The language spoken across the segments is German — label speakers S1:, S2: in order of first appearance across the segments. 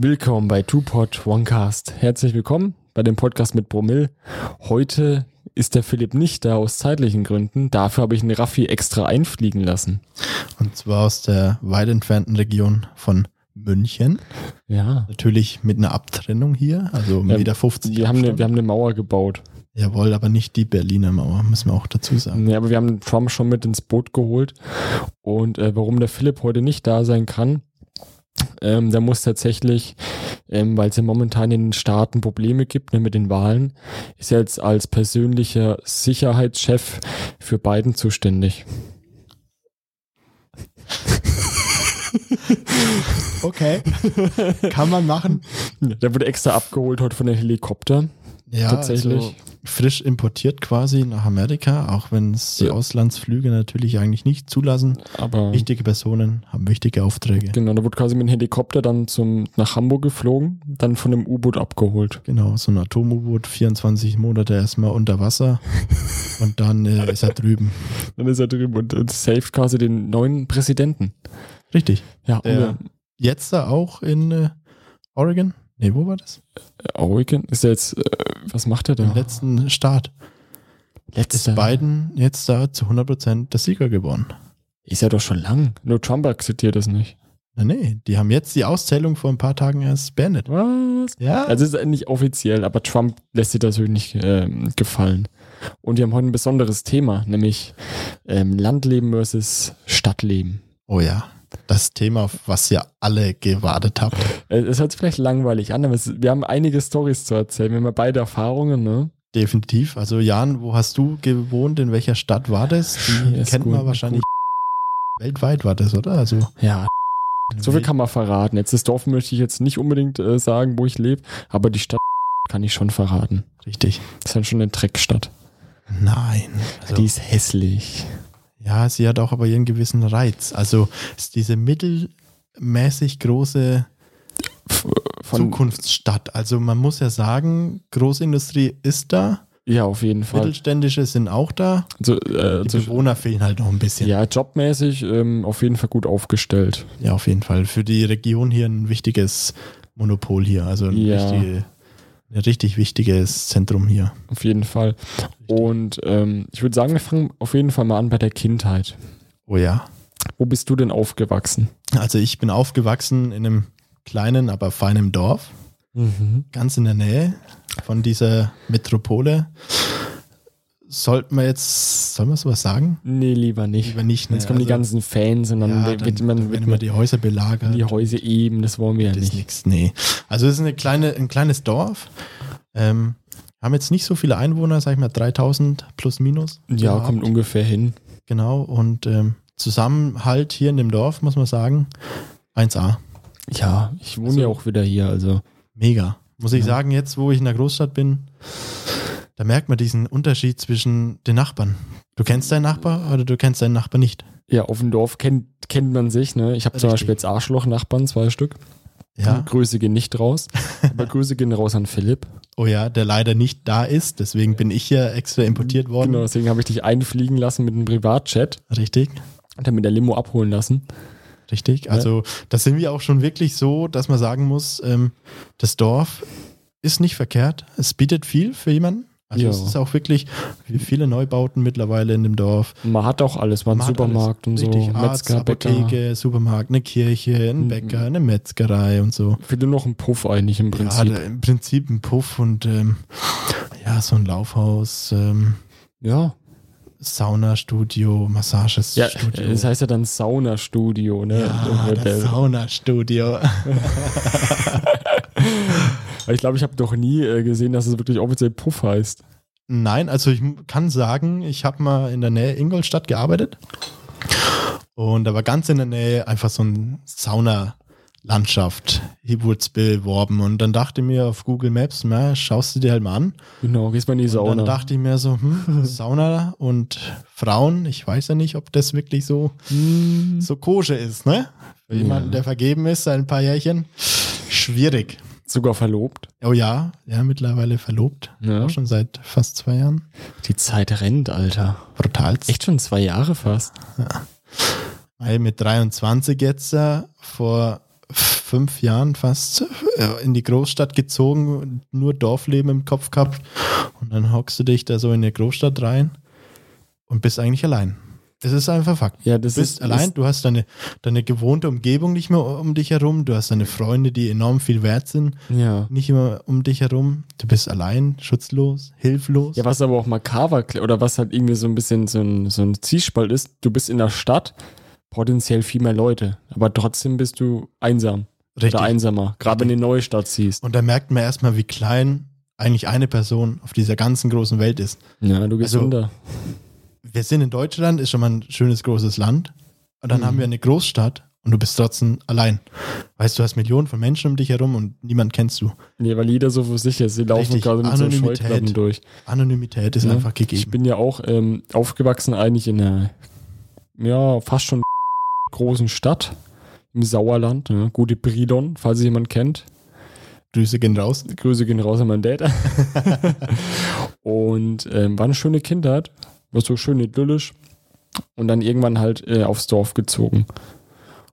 S1: Willkommen bei Two-Pod Onecast. Herzlich willkommen bei dem Podcast mit Bromill. Heute ist der Philipp nicht da aus zeitlichen Gründen. Dafür habe ich einen Raffi extra einfliegen lassen.
S2: Und zwar aus der weit entfernten Region von München.
S1: Ja.
S2: Natürlich mit einer Abtrennung hier, also
S1: Ja,
S2: 1,50 Meter. 50
S1: Wir haben, eine, wir haben eine Mauer gebaut.
S2: Jawohl, aber nicht die Berliner Mauer, müssen wir auch dazu sagen.
S1: Ja, aber wir haben Trump schon mit ins Boot geholt. Und äh, warum der Philipp heute nicht da sein kann, ähm, der muss tatsächlich, ähm, weil es ja momentan in den Staaten Probleme gibt ne, mit den Wahlen, ist er jetzt als persönlicher Sicherheitschef für Biden zuständig.
S2: Okay, kann man machen.
S1: Der wurde extra abgeholt heute von den Helikopter.
S2: Ja,
S1: Tatsächlich.
S2: Also frisch importiert quasi nach Amerika, auch wenn es die
S1: Ja.
S2: Auslandsflüge natürlich eigentlich nicht zulassen.
S1: Aber
S2: Wichtige Personen haben wichtige Aufträge.
S1: genau, da wurde quasi mit dem Helikopter dann zum, nach Hamburg geflogen, dann von dem U-Boot abgeholt.
S2: Genau, so ein Atom-U-Boot, 24 Monate erstmal unter Wasser und dann äh, ist er drüben.
S1: Dann ist er drüben und, äh, und saved quasi den neuen Präsidenten.
S2: Richtig.
S1: Ja, und
S2: Der-
S1: der,
S2: Jetzt da auch in äh, Oregon? Nee, wo war das?
S1: Oregon ist er jetzt, äh, was macht er da?
S2: im letzten Start ist
S1: Letzter.
S2: Biden jetzt da zu 100% der Sieger geworden.
S1: Ist ja doch schon lang. Nur Trump akzeptiert das nicht.
S2: Na nee, die haben jetzt die Auszählung vor ein paar Tagen erst beendet.
S1: Was?
S2: Ja,
S1: Also es ist nicht offiziell, aber Trump lässt sich das wirklich nicht ähm, gefallen. Und wir haben heute ein besonderes Thema, nämlich ähm, Landleben versus Stadtleben.
S2: oh ja, das Thema, auf was ihr alle gewartet habt.
S1: Äh, Es hört sich vielleicht langweilig an, aber es, wir haben einige Stories zu erzählen. Wir haben ja beide Erfahrungen, ne?
S2: Definitiv. Also Jan, wo hast du gewohnt? In welcher Stadt war das? Die
S1: Ja, ist
S2: kennt
S1: gut,
S2: man wahrscheinlich. Weltweit war das, oder? Also
S1: Ja. So viel kann man verraten. Jetzt das Dorf möchte ich jetzt nicht unbedingt äh, sagen, wo ich lebe, aber die Stadt kann ich schon verraten.
S2: richtig.
S1: Das ist dann schon eine Dreckstadt.
S2: Nein. Also,
S1: Die ist hässlich.
S2: ja, sie hat auch aber ihren gewissen Reiz. Also ist diese mittelmäßig große Zukunftsstadt. Also man muss ja sagen, Großindustrie ist da,
S1: ja, auf jeden Fall.
S2: Mittelständische sind auch da,
S1: Also, äh,
S2: die
S1: so,
S2: Bewohner fehlen halt noch ein bisschen.
S1: ja, jobmäßig ähm, auf jeden Fall gut aufgestellt.
S2: Ja, auf jeden Fall. Für die Region hier ein wichtiges Monopol hier, also ein,
S1: Ja.
S2: richtig, ein richtig wichtiges Zentrum hier.
S1: Auf jeden Fall. Und ähm, ich würde sagen, wir fangen auf jeden Fall mal an bei der Kindheit.
S2: Oh ja.
S1: Wo bist du denn aufgewachsen?
S2: Also ich bin aufgewachsen in einem kleinen, aber feinen Dorf, ganz in der Nähe von dieser Metropole. Sollten wir jetzt, soll man sowas sagen?
S1: Nee, lieber nicht.
S2: Lieber nicht. ne?
S1: Jetzt kommen die
S2: Also-
S1: ganzen Fans und dann
S2: Ja,
S1: wird
S2: dann,
S1: man
S2: dann
S1: wird
S2: werden immer
S1: man
S2: die Häuser belagert.
S1: die Häuser eben, das wollen wir ja
S2: Das ist
S1: nicht.
S2: nichts, nee. Also es ist eine kleine, ein kleines Dorf. Ähm, haben jetzt nicht so viele Einwohner, sag ich mal 3000 plus minus.
S1: Ja,
S2: gehabt.
S1: kommt um- ungefähr hin.
S2: Genau, und ähm, Zusammenhalt hier in dem Dorf, muss man sagen, 1A.
S1: Ja, ich wohne ja auch wieder hier, also.
S2: Mega. Muss ich
S1: Ja.
S2: sagen, jetzt wo ich in der Großstadt bin, da merkt man diesen Unterschied zwischen den Nachbarn. Du kennst deinen Nachbar oder du kennst deinen Nachbar nicht.
S1: Ja, auf dem Dorf kennt, kennt man sich, ne? Ich habe zum
S2: Richtig.
S1: Beispiel jetzt Arschloch-Nachbarn, zwei Stück.
S2: Ja.
S1: Grüße gehen nicht raus. aber Grüße gehen raus an Philipp.
S2: Oh ja, der leider nicht da ist, deswegen bin ich hier extra importiert worden.
S1: Genau, deswegen habe ich dich einfliegen lassen mit einem Privatchat
S2: Richtig.
S1: und dann mit der Limo abholen lassen.
S2: Richtig. Also das sind wir auch schon wirklich so, dass man sagen muss, ähm, das Dorf ist nicht verkehrt. Es bietet viel für jemanden. Also
S1: Ja.
S2: es ist auch wirklich viele Neubauten mittlerweile in dem Dorf.
S1: Man hat auch alles, war ein
S2: Man hat
S1: Supermarkt
S2: alles.
S1: und so,
S2: Richtig, Arzt,
S1: Metzger, Bäcker.
S2: Apotheke, Supermarkt, eine Kirche, ein
S1: Mhm.
S2: Bäcker, eine Metzgerei und so.
S1: Für nur noch ein Puff eigentlich im
S2: Ja,
S1: Prinzip.
S2: da, im Prinzip ein Puff und ähm, ja, so ein Laufhaus, ähm,
S1: Ja,
S2: Saunastudio,
S1: ja.
S2: Massagestudio.
S1: das heißt ja dann Saunastudio, ne? im
S2: ja,
S1: Hotel.
S2: das Saunastudio.
S1: Weil ich glaube, ich habe noch nie äh, gesehen, dass es wirklich offiziell Puff heißt.
S2: Nein, also ich m- kann sagen, ich habe mal in der Nähe Ingolstadt gearbeitet. Und da war ganz in der Nähe einfach so ein Sauna-Landschaft. Hier wurde es beworben. Und dann dachte ich mir auf Google Maps, na, schaust du dir halt mal an.
S1: Genau, gehst mal in die
S2: Und
S1: Sauna.
S2: dann dachte ich mir so, hm, Sauna und Frauen, ich weiß ja nicht, ob das wirklich so,
S1: Hm,
S2: so kosche ist, ne? Für
S1: Ja.
S2: jemanden, der vergeben ist, seit ein paar Jährchen. Schwierig.
S1: sogar verlobt.
S2: Oh ja, ja, mittlerweile verlobt.
S1: Ja.
S2: Auch schon seit fast zwei Jahren.
S1: Die Zeit rennt, Alter.
S2: Brutalst.
S1: Echt schon zwei Jahre fast.
S2: Weil mit 23 jetzt, äh, vor fünf Jahren fast äh, in die Großstadt gezogen, nur Dorfleben im Kopf gehabt. Und dann hockst du dich da so in die Großstadt rein und bist eigentlich allein. Das ist einfach Fakt.
S1: Ja, das
S2: du bist
S1: ist
S2: allein,
S1: Ist,
S2: du hast deine, deine gewohnte Umgebung nicht mehr um dich herum, du hast deine Freunde, die enorm viel wert sind,
S1: ja.
S2: nicht immer um dich herum. Du bist allein, schutzlos, hilflos.
S1: Ja, was aber auch makaber kli- oder was halt irgendwie so ein bisschen so ein, so ein Zielspalt ist, du bist in der Stadt, potenziell viel mehr Leute, aber trotzdem bist du einsam oder einsamer, gerade wenn du eine neue Stadt siehst.
S2: Und da merkt man erstmal, wie klein eigentlich eine Person auf dieser ganzen großen Welt ist.
S1: Ja, du gehst
S2: Also-
S1: runter.
S2: Wir sind in Deutschland, ist schon mal ein schönes, großes Land. Und dann
S1: Mhm.
S2: haben wir eine Großstadt und du bist trotzdem allein. Weißt du, hast Millionen von Menschen um dich herum und niemand kennst du.
S1: Nee, weil jeder so für sich ist. Sie laufen
S2: Richtig,
S1: gerade mit so
S2: Anonymität.
S1: Scheuklappen durch.
S2: Anonymität ist
S1: Ja.
S2: einfach
S1: Ich
S2: gegeben.
S1: bin ja auch ähm, aufgewachsen eigentlich in einer, ja, fast schon großen Stadt im Sauerland. Ja, gute Brilon, falls ihr jemand kennt.
S2: Grüße gehen raus.
S1: Grüße gehen raus an meinen Dad. und ähm, war eine schöne Kindheit, war so schön idyllisch. Und dann irgendwann halt äh, aufs Dorf gezogen. Ein
S2: Wie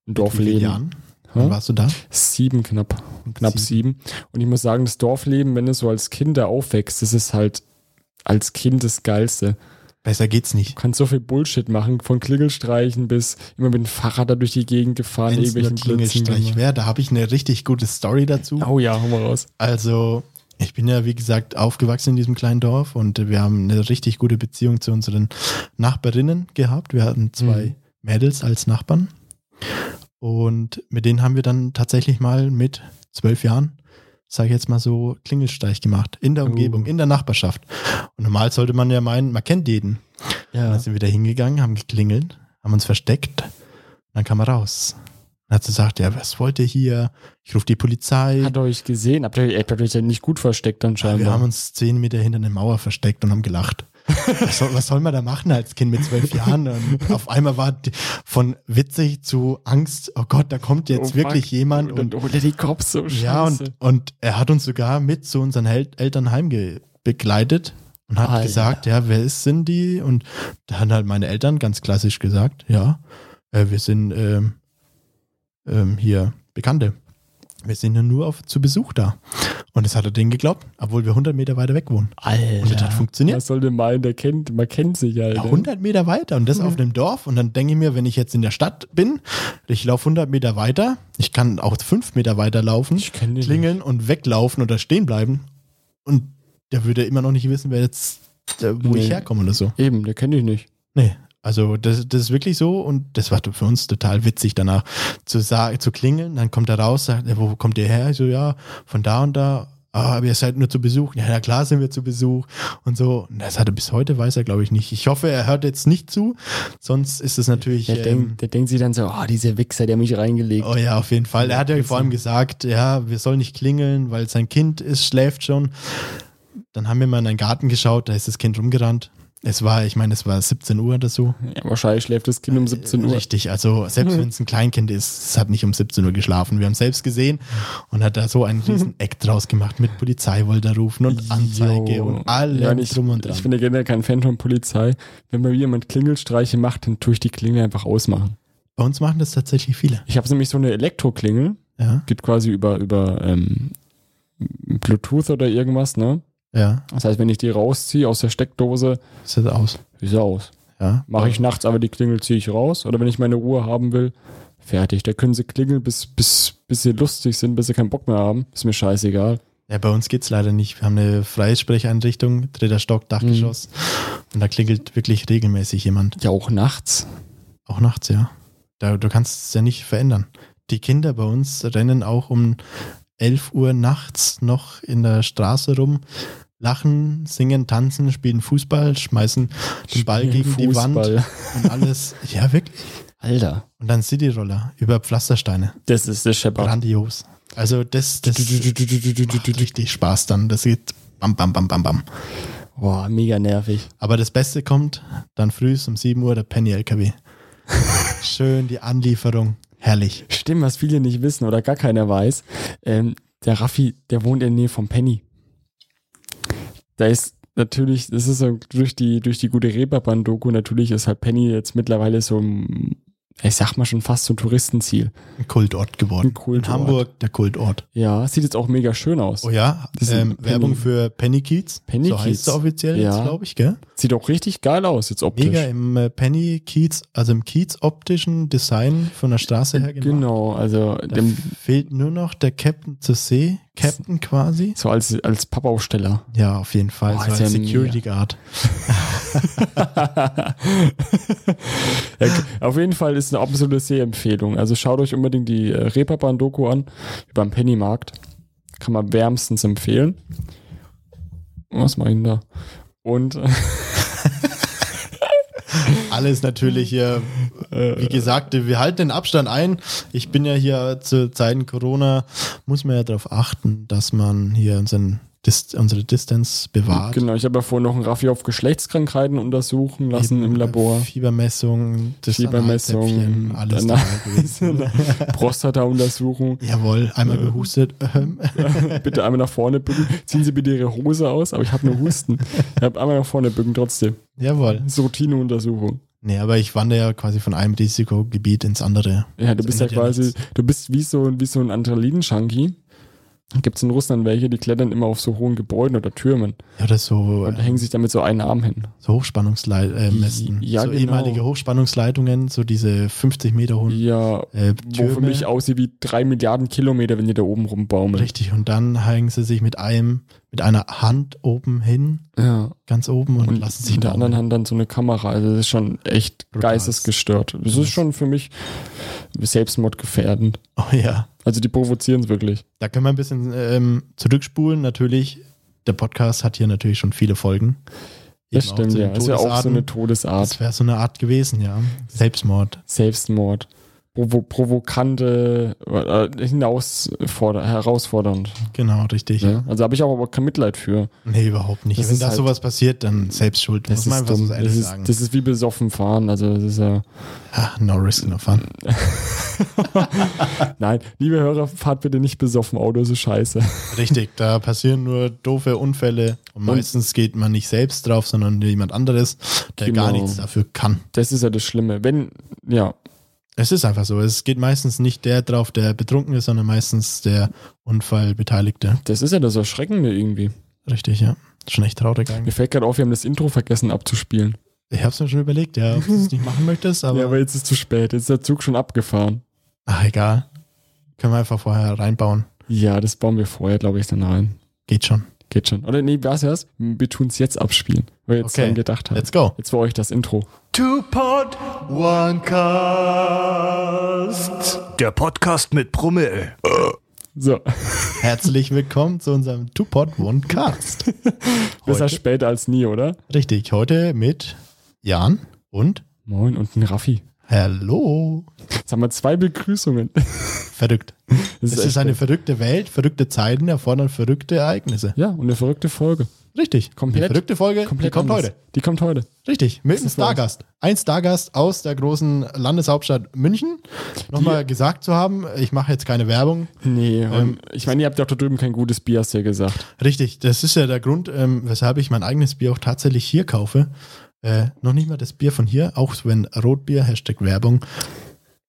S2: viele
S1: Dorfleben.
S2: Jahren? Wann
S1: Hä?
S2: warst du da?
S1: Sieben knapp. knapp sieben. Und ich muss sagen, das Dorfleben, wenn du so als Kind da aufwächst, das ist halt als Kind das Geilste.
S2: Besser geht's nicht.
S1: Du kannst so viel Bullshit machen, von Klingelstreichen bis immer mit dem Fahrrad da durch die Gegend gefahren,
S2: Wenn's nur
S1: irgendwelchen Blödsinn
S2: Klingelstreich
S1: gemacht.
S2: wäre, da habe ich eine richtig gute Story dazu.
S1: Oh ja, hau mal raus.
S2: Also, ich bin ja, wie gesagt, aufgewachsen in diesem kleinen Dorf und wir haben eine richtig gute Beziehung zu unseren Nachbarinnen gehabt. Wir hatten zwei
S1: Mhm.
S2: Mädels als Nachbarn und mit denen haben wir dann tatsächlich mal mit zwölf Jahren, sage ich jetzt mal so, Klingelsteich gemacht. In der
S1: Oh.
S2: Umgebung, in der Nachbarschaft. Und normal sollte man ja meinen, man kennt jeden.
S1: Ja.
S2: Dann sind wir da hingegangen, haben geklingelt, haben uns versteckt. Dann kam er raus. Dann hat sie gesagt, ja, was wollt ihr hier? Ich rufe die Polizei.
S1: Hat er euch gesehen? Habt ihr, habt ihr euch ja nicht gut versteckt anscheinend.
S2: Wir haben uns zehn Meter hinter eine Mauer versteckt und haben gelacht. Was soll, was soll man da machen als Kind mit zwölf Jahren? Und auf einmal war die- von witzig zu Angst, oh Gott, da kommt jetzt
S1: Oh,
S2: wirklich
S1: fuck.
S2: jemand.
S1: und,
S2: Und,
S1: oder die Cops so scheiße.
S2: ja, und, und er hat uns sogar mit zu unseren Hel Eltern heimgebegleitet und hat
S1: Alter.
S2: gesagt, ja, wer ist, sind die? Und da haben halt meine Eltern ganz klassisch gesagt, ja, äh, wir sind ähm, ähm, hier Bekannte. Wir sind ja nur auf, zu Besuch da. Und das hat er denen geglaubt, obwohl wir 100 Meter weiter weg wohnen.
S1: Alter.
S2: Und das hat funktioniert.
S1: Was sollte meinen, der kennt, man kennt sich halt.
S2: Ja, 100 Meter weiter und
S1: Mhm.
S2: das auf einem Dorf. Und dann denke ich mir, wenn ich jetzt in der Stadt bin, ich laufe 100 Meter weiter, ich kann auch 5 Meter weiter laufen,
S1: Ich kenn den
S2: klingeln und weglaufen oder stehen bleiben. Und der würde immer noch nicht wissen, wer jetzt, äh, wo
S1: Nee.
S2: ich herkomme oder so.
S1: Eben, der kennt ich nicht.
S2: Nee. Also das, das ist wirklich so und das war für uns total witzig danach zu sagen, zu klingeln, dann kommt er raus, sagt, "Ja, wo kommt ihr her? Ich so, ja, von da und da. Ah, aber ihr seid nur zu Besuch. Ja, na klar sind wir zu Besuch und so. Und das hat er bis heute, weiß er, glaube ich, nicht. Ich hoffe, er hört jetzt nicht zu, sonst ist es natürlich.
S1: Der,
S2: ähm,
S1: denkt, der denkt sich dann so, ah, dieser Wichser, der mich reingelegt.
S2: Oh ja, auf jeden Fall. Er hat ja vor allem gesagt, ja, wir sollen nicht klingeln, weil sein Kind ist, schläft schon. Dann haben wir mal in den Garten geschaut, da ist das Kind rumgerannt. Es war, ich meine, es war 17 Uhr oder so.
S1: Ja, wahrscheinlich schläft das Kind um 17 Uhr. Mhm.
S2: Richtig, also selbst wenn es ein Kleinkind ist, es hat nicht um 17 Uhr geschlafen. Wir haben es selbst gesehen und hat da so einen riesen Eck draus gemacht mit Polizei wollte er rufen und Anzeige
S1: Jo.
S2: und allem
S1: Ja, ich,
S2: drum und dran.
S1: Ich bin ja generell kein Fan von Polizei. Wenn mal jemand Klingelstreiche macht, dann tue ich die Klingel einfach ausmachen.
S2: Bei uns machen das tatsächlich viele.
S1: Ich habe nämlich so eine Elektroklingel,
S2: Ja,
S1: geht quasi über, über ähm, Bluetooth oder irgendwas, ne?
S2: ja,
S1: Das heißt, wenn ich die rausziehe aus der Steckdose,
S2: sieht aus.
S1: ist sie aus.
S2: Ja,
S1: Mache ich nachts aber die Klingel, ziehe ich raus. Oder wenn ich meine Ruhe haben will, fertig. Da können sie klingeln, bis, bis, bis sie lustig sind, bis sie keinen Bock mehr haben. Ist mir scheißegal.
S2: Ja, bei uns geht's leider nicht. Wir haben eine Freisprecheinrichtung, dritter Stock, Dachgeschoss.
S1: Mhm.
S2: Und da klingelt wirklich regelmäßig jemand.
S1: Ja, auch nachts.
S2: Auch nachts, ja. Da, du kannst es ja nicht verändern. Die Kinder bei uns rennen auch um 11 Uhr nachts noch in der Straße rum, lachen, singen, tanzen, spielen Fußball, schmeißen den Ball
S1: Spielen
S2: gegen die Wand
S1: Fußball.
S2: und alles. Ja, wirklich.
S1: Alter,
S2: Und dann Cityroller über Pflastersteine.
S1: das ist der Shepard.
S2: Grandios. Also das, das macht richtig Spaß dann. Das geht bam, bam, bam, bam, bam.
S1: Boah, mega nervig.
S2: Aber das Beste kommt dann früh um 7 Uhr der Penny-LKW. Schön die Anlieferung. Herrlich.
S1: Stimmt, was viele nicht wissen oder gar keiner weiß. Ähm, der Raffi, der wohnt in der Nähe vom Penny. Da ist natürlich, das ist so durch die, durch die gute Reeperbahn-Doku, natürlich ist halt Penny jetzt mittlerweile so ein ich sag mal schon fast so ein Touristenziel.
S2: Ein Kultort geworden.
S1: Ein Kultort.
S2: In Hamburg der Kultort.
S1: Ja, sieht jetzt auch mega schön aus.
S2: Oh ja,
S1: Das ist ein
S2: ähm,
S1: Penny-
S2: Werbung für Penny Kiez.
S1: Penny
S2: so
S1: Kiez.
S2: heißt es offiziell
S1: Ja.
S2: jetzt, glaube ich, gell?
S1: Sieht auch richtig geil aus jetzt optisch.
S2: Mega im äh, Penny Kiez, also im Kiez optischen Design von der Straße her gemacht.
S1: Genau, also
S2: Da
S1: dem,
S2: fehlt nur noch der Captain zur See, Captain quasi.
S1: so als, als Pappaufsteller.
S2: Ja, auf jeden Fall.
S1: Oh,
S2: so
S1: ist ja
S2: ein Security Guard.
S1: ja, k- auf jeden Fall ist eine absolute Sehempfehlung. Also schaut euch unbedingt die äh, Reeperbahn-Doku an über den Pennymarkt. Kann man wärmstens empfehlen. Was mach ich denn da? Und
S2: Alles natürlich hier, wie gesagt, wir halten den Abstand ein. Ich bin ja hier zu Zeiten Corona, muss man ja darauf achten, dass man hier unseren, Dis unsere Distanz bewahrt.
S1: genau, ich habe ja vorhin noch einen Raffi auf Geschlechtskrankheiten untersuchen lassen im Labor.
S2: Fiebermessung,
S1: Fiebermessung,
S2: Analzäpfchen, alles
S1: danach-
S2: dabei gewesen.
S1: Prostata-Untersuchung.
S2: Jawohl, einmal gehustet. Ähm,
S1: Bitte einmal nach vorne bücken. Ziehen Sie bitte Ihre Hose aus, aber ich habe nur Husten. Ich habe einmal nach vorne bücken trotzdem.
S2: Jawohl.
S1: Das ist Routineuntersuchung.
S2: Nee, aber ich wandere ja quasi von einem Risikogebiet ins andere.
S1: Ja, du
S2: Das
S1: bist ja
S2: ändert ja
S1: quasi,
S2: nichts.
S1: du bist wie so, ein- wie so ein Adrenalin-Junkie. Gibt es in Russland welche, die klettern immer auf so hohen Gebäuden oder Türmen
S2: Ja, Oder so,
S1: und
S2: äh,
S1: hängen sich damit so einen Arm hin.
S2: so Hochspannungsleitungen.
S1: Ja,
S2: so
S1: genau.
S2: ehemalige Hochspannungsleitungen, so diese 50 Meter hohen
S1: Ja,
S2: äh,
S1: Mhm. wo für
S2: Türme.
S1: mich aussieht wie drei Milliarden Kilometer, wenn die da oben rumbaumeln.
S2: Richtig, und dann hängen sie sich mit einem, mit einer Hand oben hin,
S1: Ja.
S2: ganz oben und,
S1: Und
S2: lassen sich
S1: in der
S2: baumeln.
S1: anderen Hand dann so eine Kamera. Also das ist schon echt
S2: Brutal.
S1: geistesgestört. Das ist schon für mich selbstmordgefährdend.
S2: Oh ja.
S1: Also die provozieren es wirklich.
S2: Da können wir ein bisschen ähm, zurückspulen. Natürlich, der Podcast hat hier natürlich schon viele Folgen.
S1: Das
S2: Eben auch
S1: stimmt,
S2: zu
S1: ja.
S2: den
S1: Ist ja auch so eine
S2: Todesarten.
S1: Todesart.
S2: Das wäre so eine Art gewesen, ja. Selbstmord.
S1: Selbstmord. Provo provokante, äh, hinausforder herausfordernd.
S2: Genau, richtig.
S1: Ne? Also habe ich auch aber kein Mitleid für.
S2: Nee, überhaupt nicht.
S1: Das
S2: Wenn
S1: ist
S2: da
S1: halt-
S2: sowas passiert, dann selbst schuld.
S1: Das
S2: muss man
S1: ist,
S2: einfach
S1: dumm.
S2: so ehrlich
S1: das, ist,
S2: sagen.
S1: das ist wie besoffen fahren. Also das ist ja.
S2: Ah, no risk, no fun.
S1: Nein, liebe Hörer, fahrt bitte nicht besoffen. Auto ist scheiße.
S2: Richtig, da passieren nur doofe Unfälle. Und meistens geht man nicht selbst drauf, sondern jemand anderes, der gar
S1: Genau.
S2: nichts dafür kann.
S1: Das ist ja das Schlimme. Wenn, ja,
S2: Es ist einfach so. Es geht meistens nicht der drauf, der betrunken ist, sondern meistens der Unfallbeteiligte.
S1: das ist ja das Erschreckende irgendwie.
S2: Richtig, ja. Schon echt traurig
S1: Mir
S2: eigentlich.
S1: fällt gerade auf, wir haben das Intro vergessen abzuspielen.
S2: Ich hab's mir schon überlegt, ja, ob du es nicht machen möchtest, aber,
S1: ja, aber jetzt ist zu spät. Jetzt ist der Zug schon abgefahren.
S2: ach, egal. Können wir einfach vorher reinbauen.
S1: Ja, das bauen wir vorher, glaube ich, dann rein.
S2: Geht schon.
S1: Geht schon. Oder nee, was was? Wir tun es jetzt abspielen, weil wir jetzt
S2: Okay.
S1: dran gedacht haben.
S2: Let's go.
S1: Jetzt für euch das Intro.
S3: Two Pod One Cast. Der Podcast mit Promille.
S1: So,
S2: Herzlich willkommen zu unserem Two-Pod One Cast.
S1: besser
S2: Heute-
S1: später als nie, oder?
S2: Richtig, heute mit Jan und
S1: Moin und ein Raffi.
S2: Hallo.
S1: Jetzt haben wir zwei Begrüßungen. Das
S2: Verrückt.
S1: ist
S2: Es
S1: echt-
S2: ist eine verrückte Welt, verrückte Zeiten erfordern verrückte Ereignisse.
S1: ja, und eine verrückte Folge.
S2: Richtig.
S1: Komplett-
S2: Die verrückte Folge die kommt
S1: anders.
S2: heute.
S1: Die kommt heute.
S2: Richtig. Mit einem
S1: ist los?
S2: Stargast. Ein Stargast aus der großen Landeshauptstadt München. Nochmal gesagt zu haben, ich mache jetzt keine Werbung.
S1: Nee, und Ähm, ich meine, ihr habt ja auch da drüben kein gutes Bier, hast du ja gesagt.
S2: Richtig, das ist ja der Grund, ähm, weshalb ich mein eigenes Bier auch tatsächlich hier kaufe. Äh, noch nicht mal das Bier von hier, auch wenn Rotbier, Hashtag Werbung,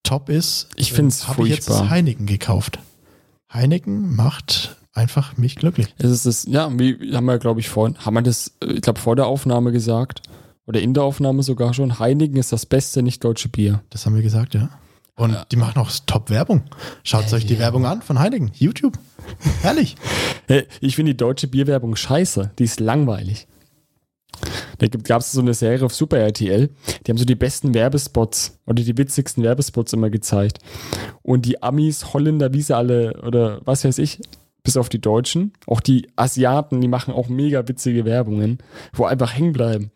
S2: top ist.
S1: Ich find's
S2: Habe ich jetzt das
S1: furchtbar.
S2: Heineken gekauft. Heineken macht einfach mich glücklich.
S1: Es ist das, ja, wie haben wir, glaube ich, vorhin, haben wir das, äh, ich glaube, vor der Aufnahme gesagt. Oder in der Aufnahme sogar schon. Heineken ist das beste nicht-deutsche Bier.
S2: Das haben wir gesagt, ja. Und die machen auch Top-Werbung. Schaut euch die Werbung an von Heineken, YouTube. Herrlich.
S1: Hey, Ich finde die deutsche Bierwerbung scheiße. Die ist langweilig. Da gab es so eine Serie auf Super RTL. Die haben so die besten Werbespots oder die witzigsten Werbespots immer gezeigt. Und die Amis, Holländer, wie sie alle oder was weiß ich, bis auf die Deutschen, auch die Asiaten, die machen auch mega witzige Werbungen, wo einfach hängen bleiben.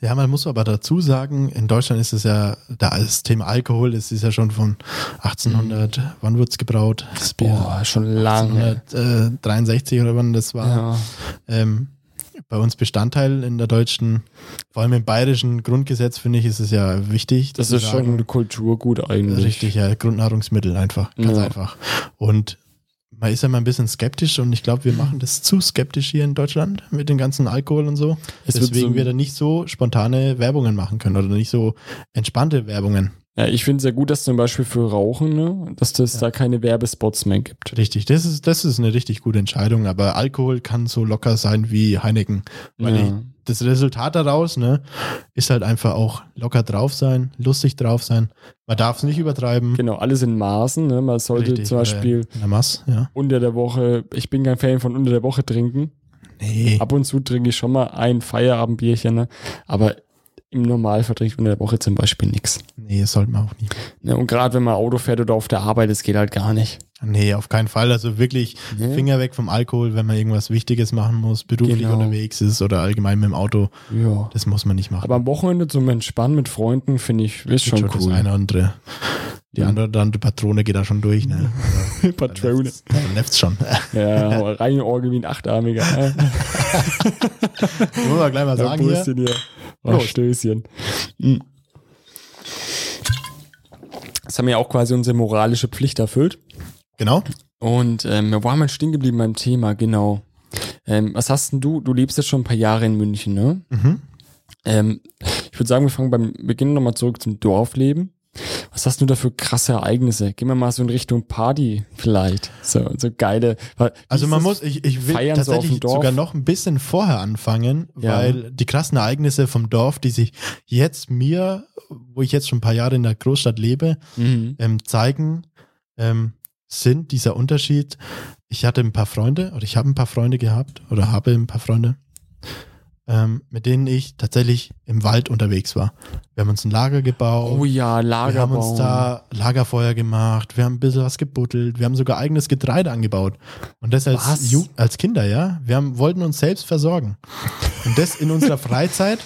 S2: Ja, man muss aber dazu sagen, in Deutschland ist es ja, da das Thema Alkohol, es ist ja schon von
S1: Mhm.
S2: 1800, wann wird's gebraut? Das Bier.
S1: schon lange.
S2: 1963 oder wann das war,
S1: Ja.
S2: ähm, bei uns Bestandteil in der deutschen, vor allem im bayerischen Grundgesetz, finde ich, ist es ja wichtig.
S1: Das
S2: zu
S1: ist schon
S2: sagen.
S1: eine Kulturgut eigentlich.
S2: richtig, ja, Grundnahrungsmittel einfach, ganz
S1: Ja.
S2: einfach. Und man ist ja mal ein bisschen skeptisch und ich glaube, wir machen das zu skeptisch hier in Deutschland mit dem ganzen Alkohol und so.
S1: Es wird
S2: Deswegen
S1: so-
S2: wir da nicht so spontane Werbungen machen können oder nicht so entspannte Werbungen.
S1: Ja, ich finde es ja gut, dass zum Beispiel für Rauchende, dass das da keine Werbespots mehr gibt.
S2: Richtig, das ist, das ist eine richtig gute Entscheidung, aber Alkohol kann so locker sein wie Heineken. Weil
S1: Ja.
S2: ich, das Resultat daraus ne, ist halt einfach auch locker drauf sein, lustig drauf sein. Man darf es nicht übertreiben.
S1: Genau, alles in Maßen. Ne? Man sollte
S2: Richtig,
S1: zum Beispiel
S2: Äh, in der Mass, ja.
S1: unter der Woche, ich bin kein Fan von unter der Woche trinken.
S2: Nee.
S1: Ab und zu trinke ich schon mal ein Feierabendbierchen, ne? aber im Normalfall trinke ich unter der Woche zum Beispiel nichts.
S2: Nee, das sollte man auch nie.
S1: Ne? Und gerade wenn man Auto fährt oder auf der Arbeit, das geht halt gar nicht.
S2: Nee, auf keinen Fall. Also wirklich
S1: Nee.
S2: Finger weg vom Alkohol, wenn man irgendwas Wichtiges machen muss, beruflich
S1: Genau.
S2: unterwegs ist oder allgemein mit dem Auto.
S1: Ja.
S2: Das muss man nicht machen.
S1: Aber am Wochenende zum Entspannen mit Freunden finde ich ist
S2: Geht
S1: schon
S2: Das
S1: cool.
S2: eine oder andere. Die
S1: Ja.
S2: andere oder andere Patrone geht da schon durch. Ne?
S1: Patrone.
S2: Dann läuft's schon.
S1: Ja, rein Orgel wie ein Achtarmiger.
S2: Muss man gleich
S1: Ja,
S2: mal sagen hier. Ah,
S1: Brüstchen hier. Oh,
S2: Prost.
S1: Stößchen. Mm. Das haben wir auch quasi unsere moralische Pflicht erfüllt.
S2: Genau.
S1: Und ähm, wo haben wir stehen geblieben beim Thema, genau. Ähm, was hast denn du? Du lebst jetzt schon ein paar Jahre in München, ne?
S2: Mhm.
S1: Ähm, ich würde sagen, wir fangen beim Beginn nochmal zurück zum Dorfleben. Was hast du da für krasse Ereignisse? Gehen wir mal so in Richtung Party vielleicht. So, so geile. weil- wie
S2: Also
S1: ist
S2: man
S1: das?
S2: muss, ich, ich will
S1: Feiern so auf
S2: tatsächlich
S1: dem Dorf?
S2: sogar noch ein bisschen vorher anfangen,
S1: Ja.
S2: weil die krassen Ereignisse vom Dorf, die sich jetzt mir, wo ich jetzt schon ein paar Jahre in der Großstadt lebe,
S1: Mhm.
S2: ähm, zeigen, ähm, sind dieser Unterschied. Ich hatte ein paar Freunde oder ich habe ein paar Freunde gehabt oder habe ein paar Freunde, ähm, mit denen ich tatsächlich im Wald unterwegs war. Wir haben uns ein Lager gebaut.
S1: Oh ja,
S2: Wir haben
S1: Lagerbau.
S2: uns da Lagerfeuer gemacht, wir haben ein bisschen was gebuddelt, wir haben sogar eigenes Getreide angebaut. Und das als,
S1: Was?
S2: Ju als Kinder, ja. Wir haben, wollten uns selbst versorgen. Und das in unserer Freizeit.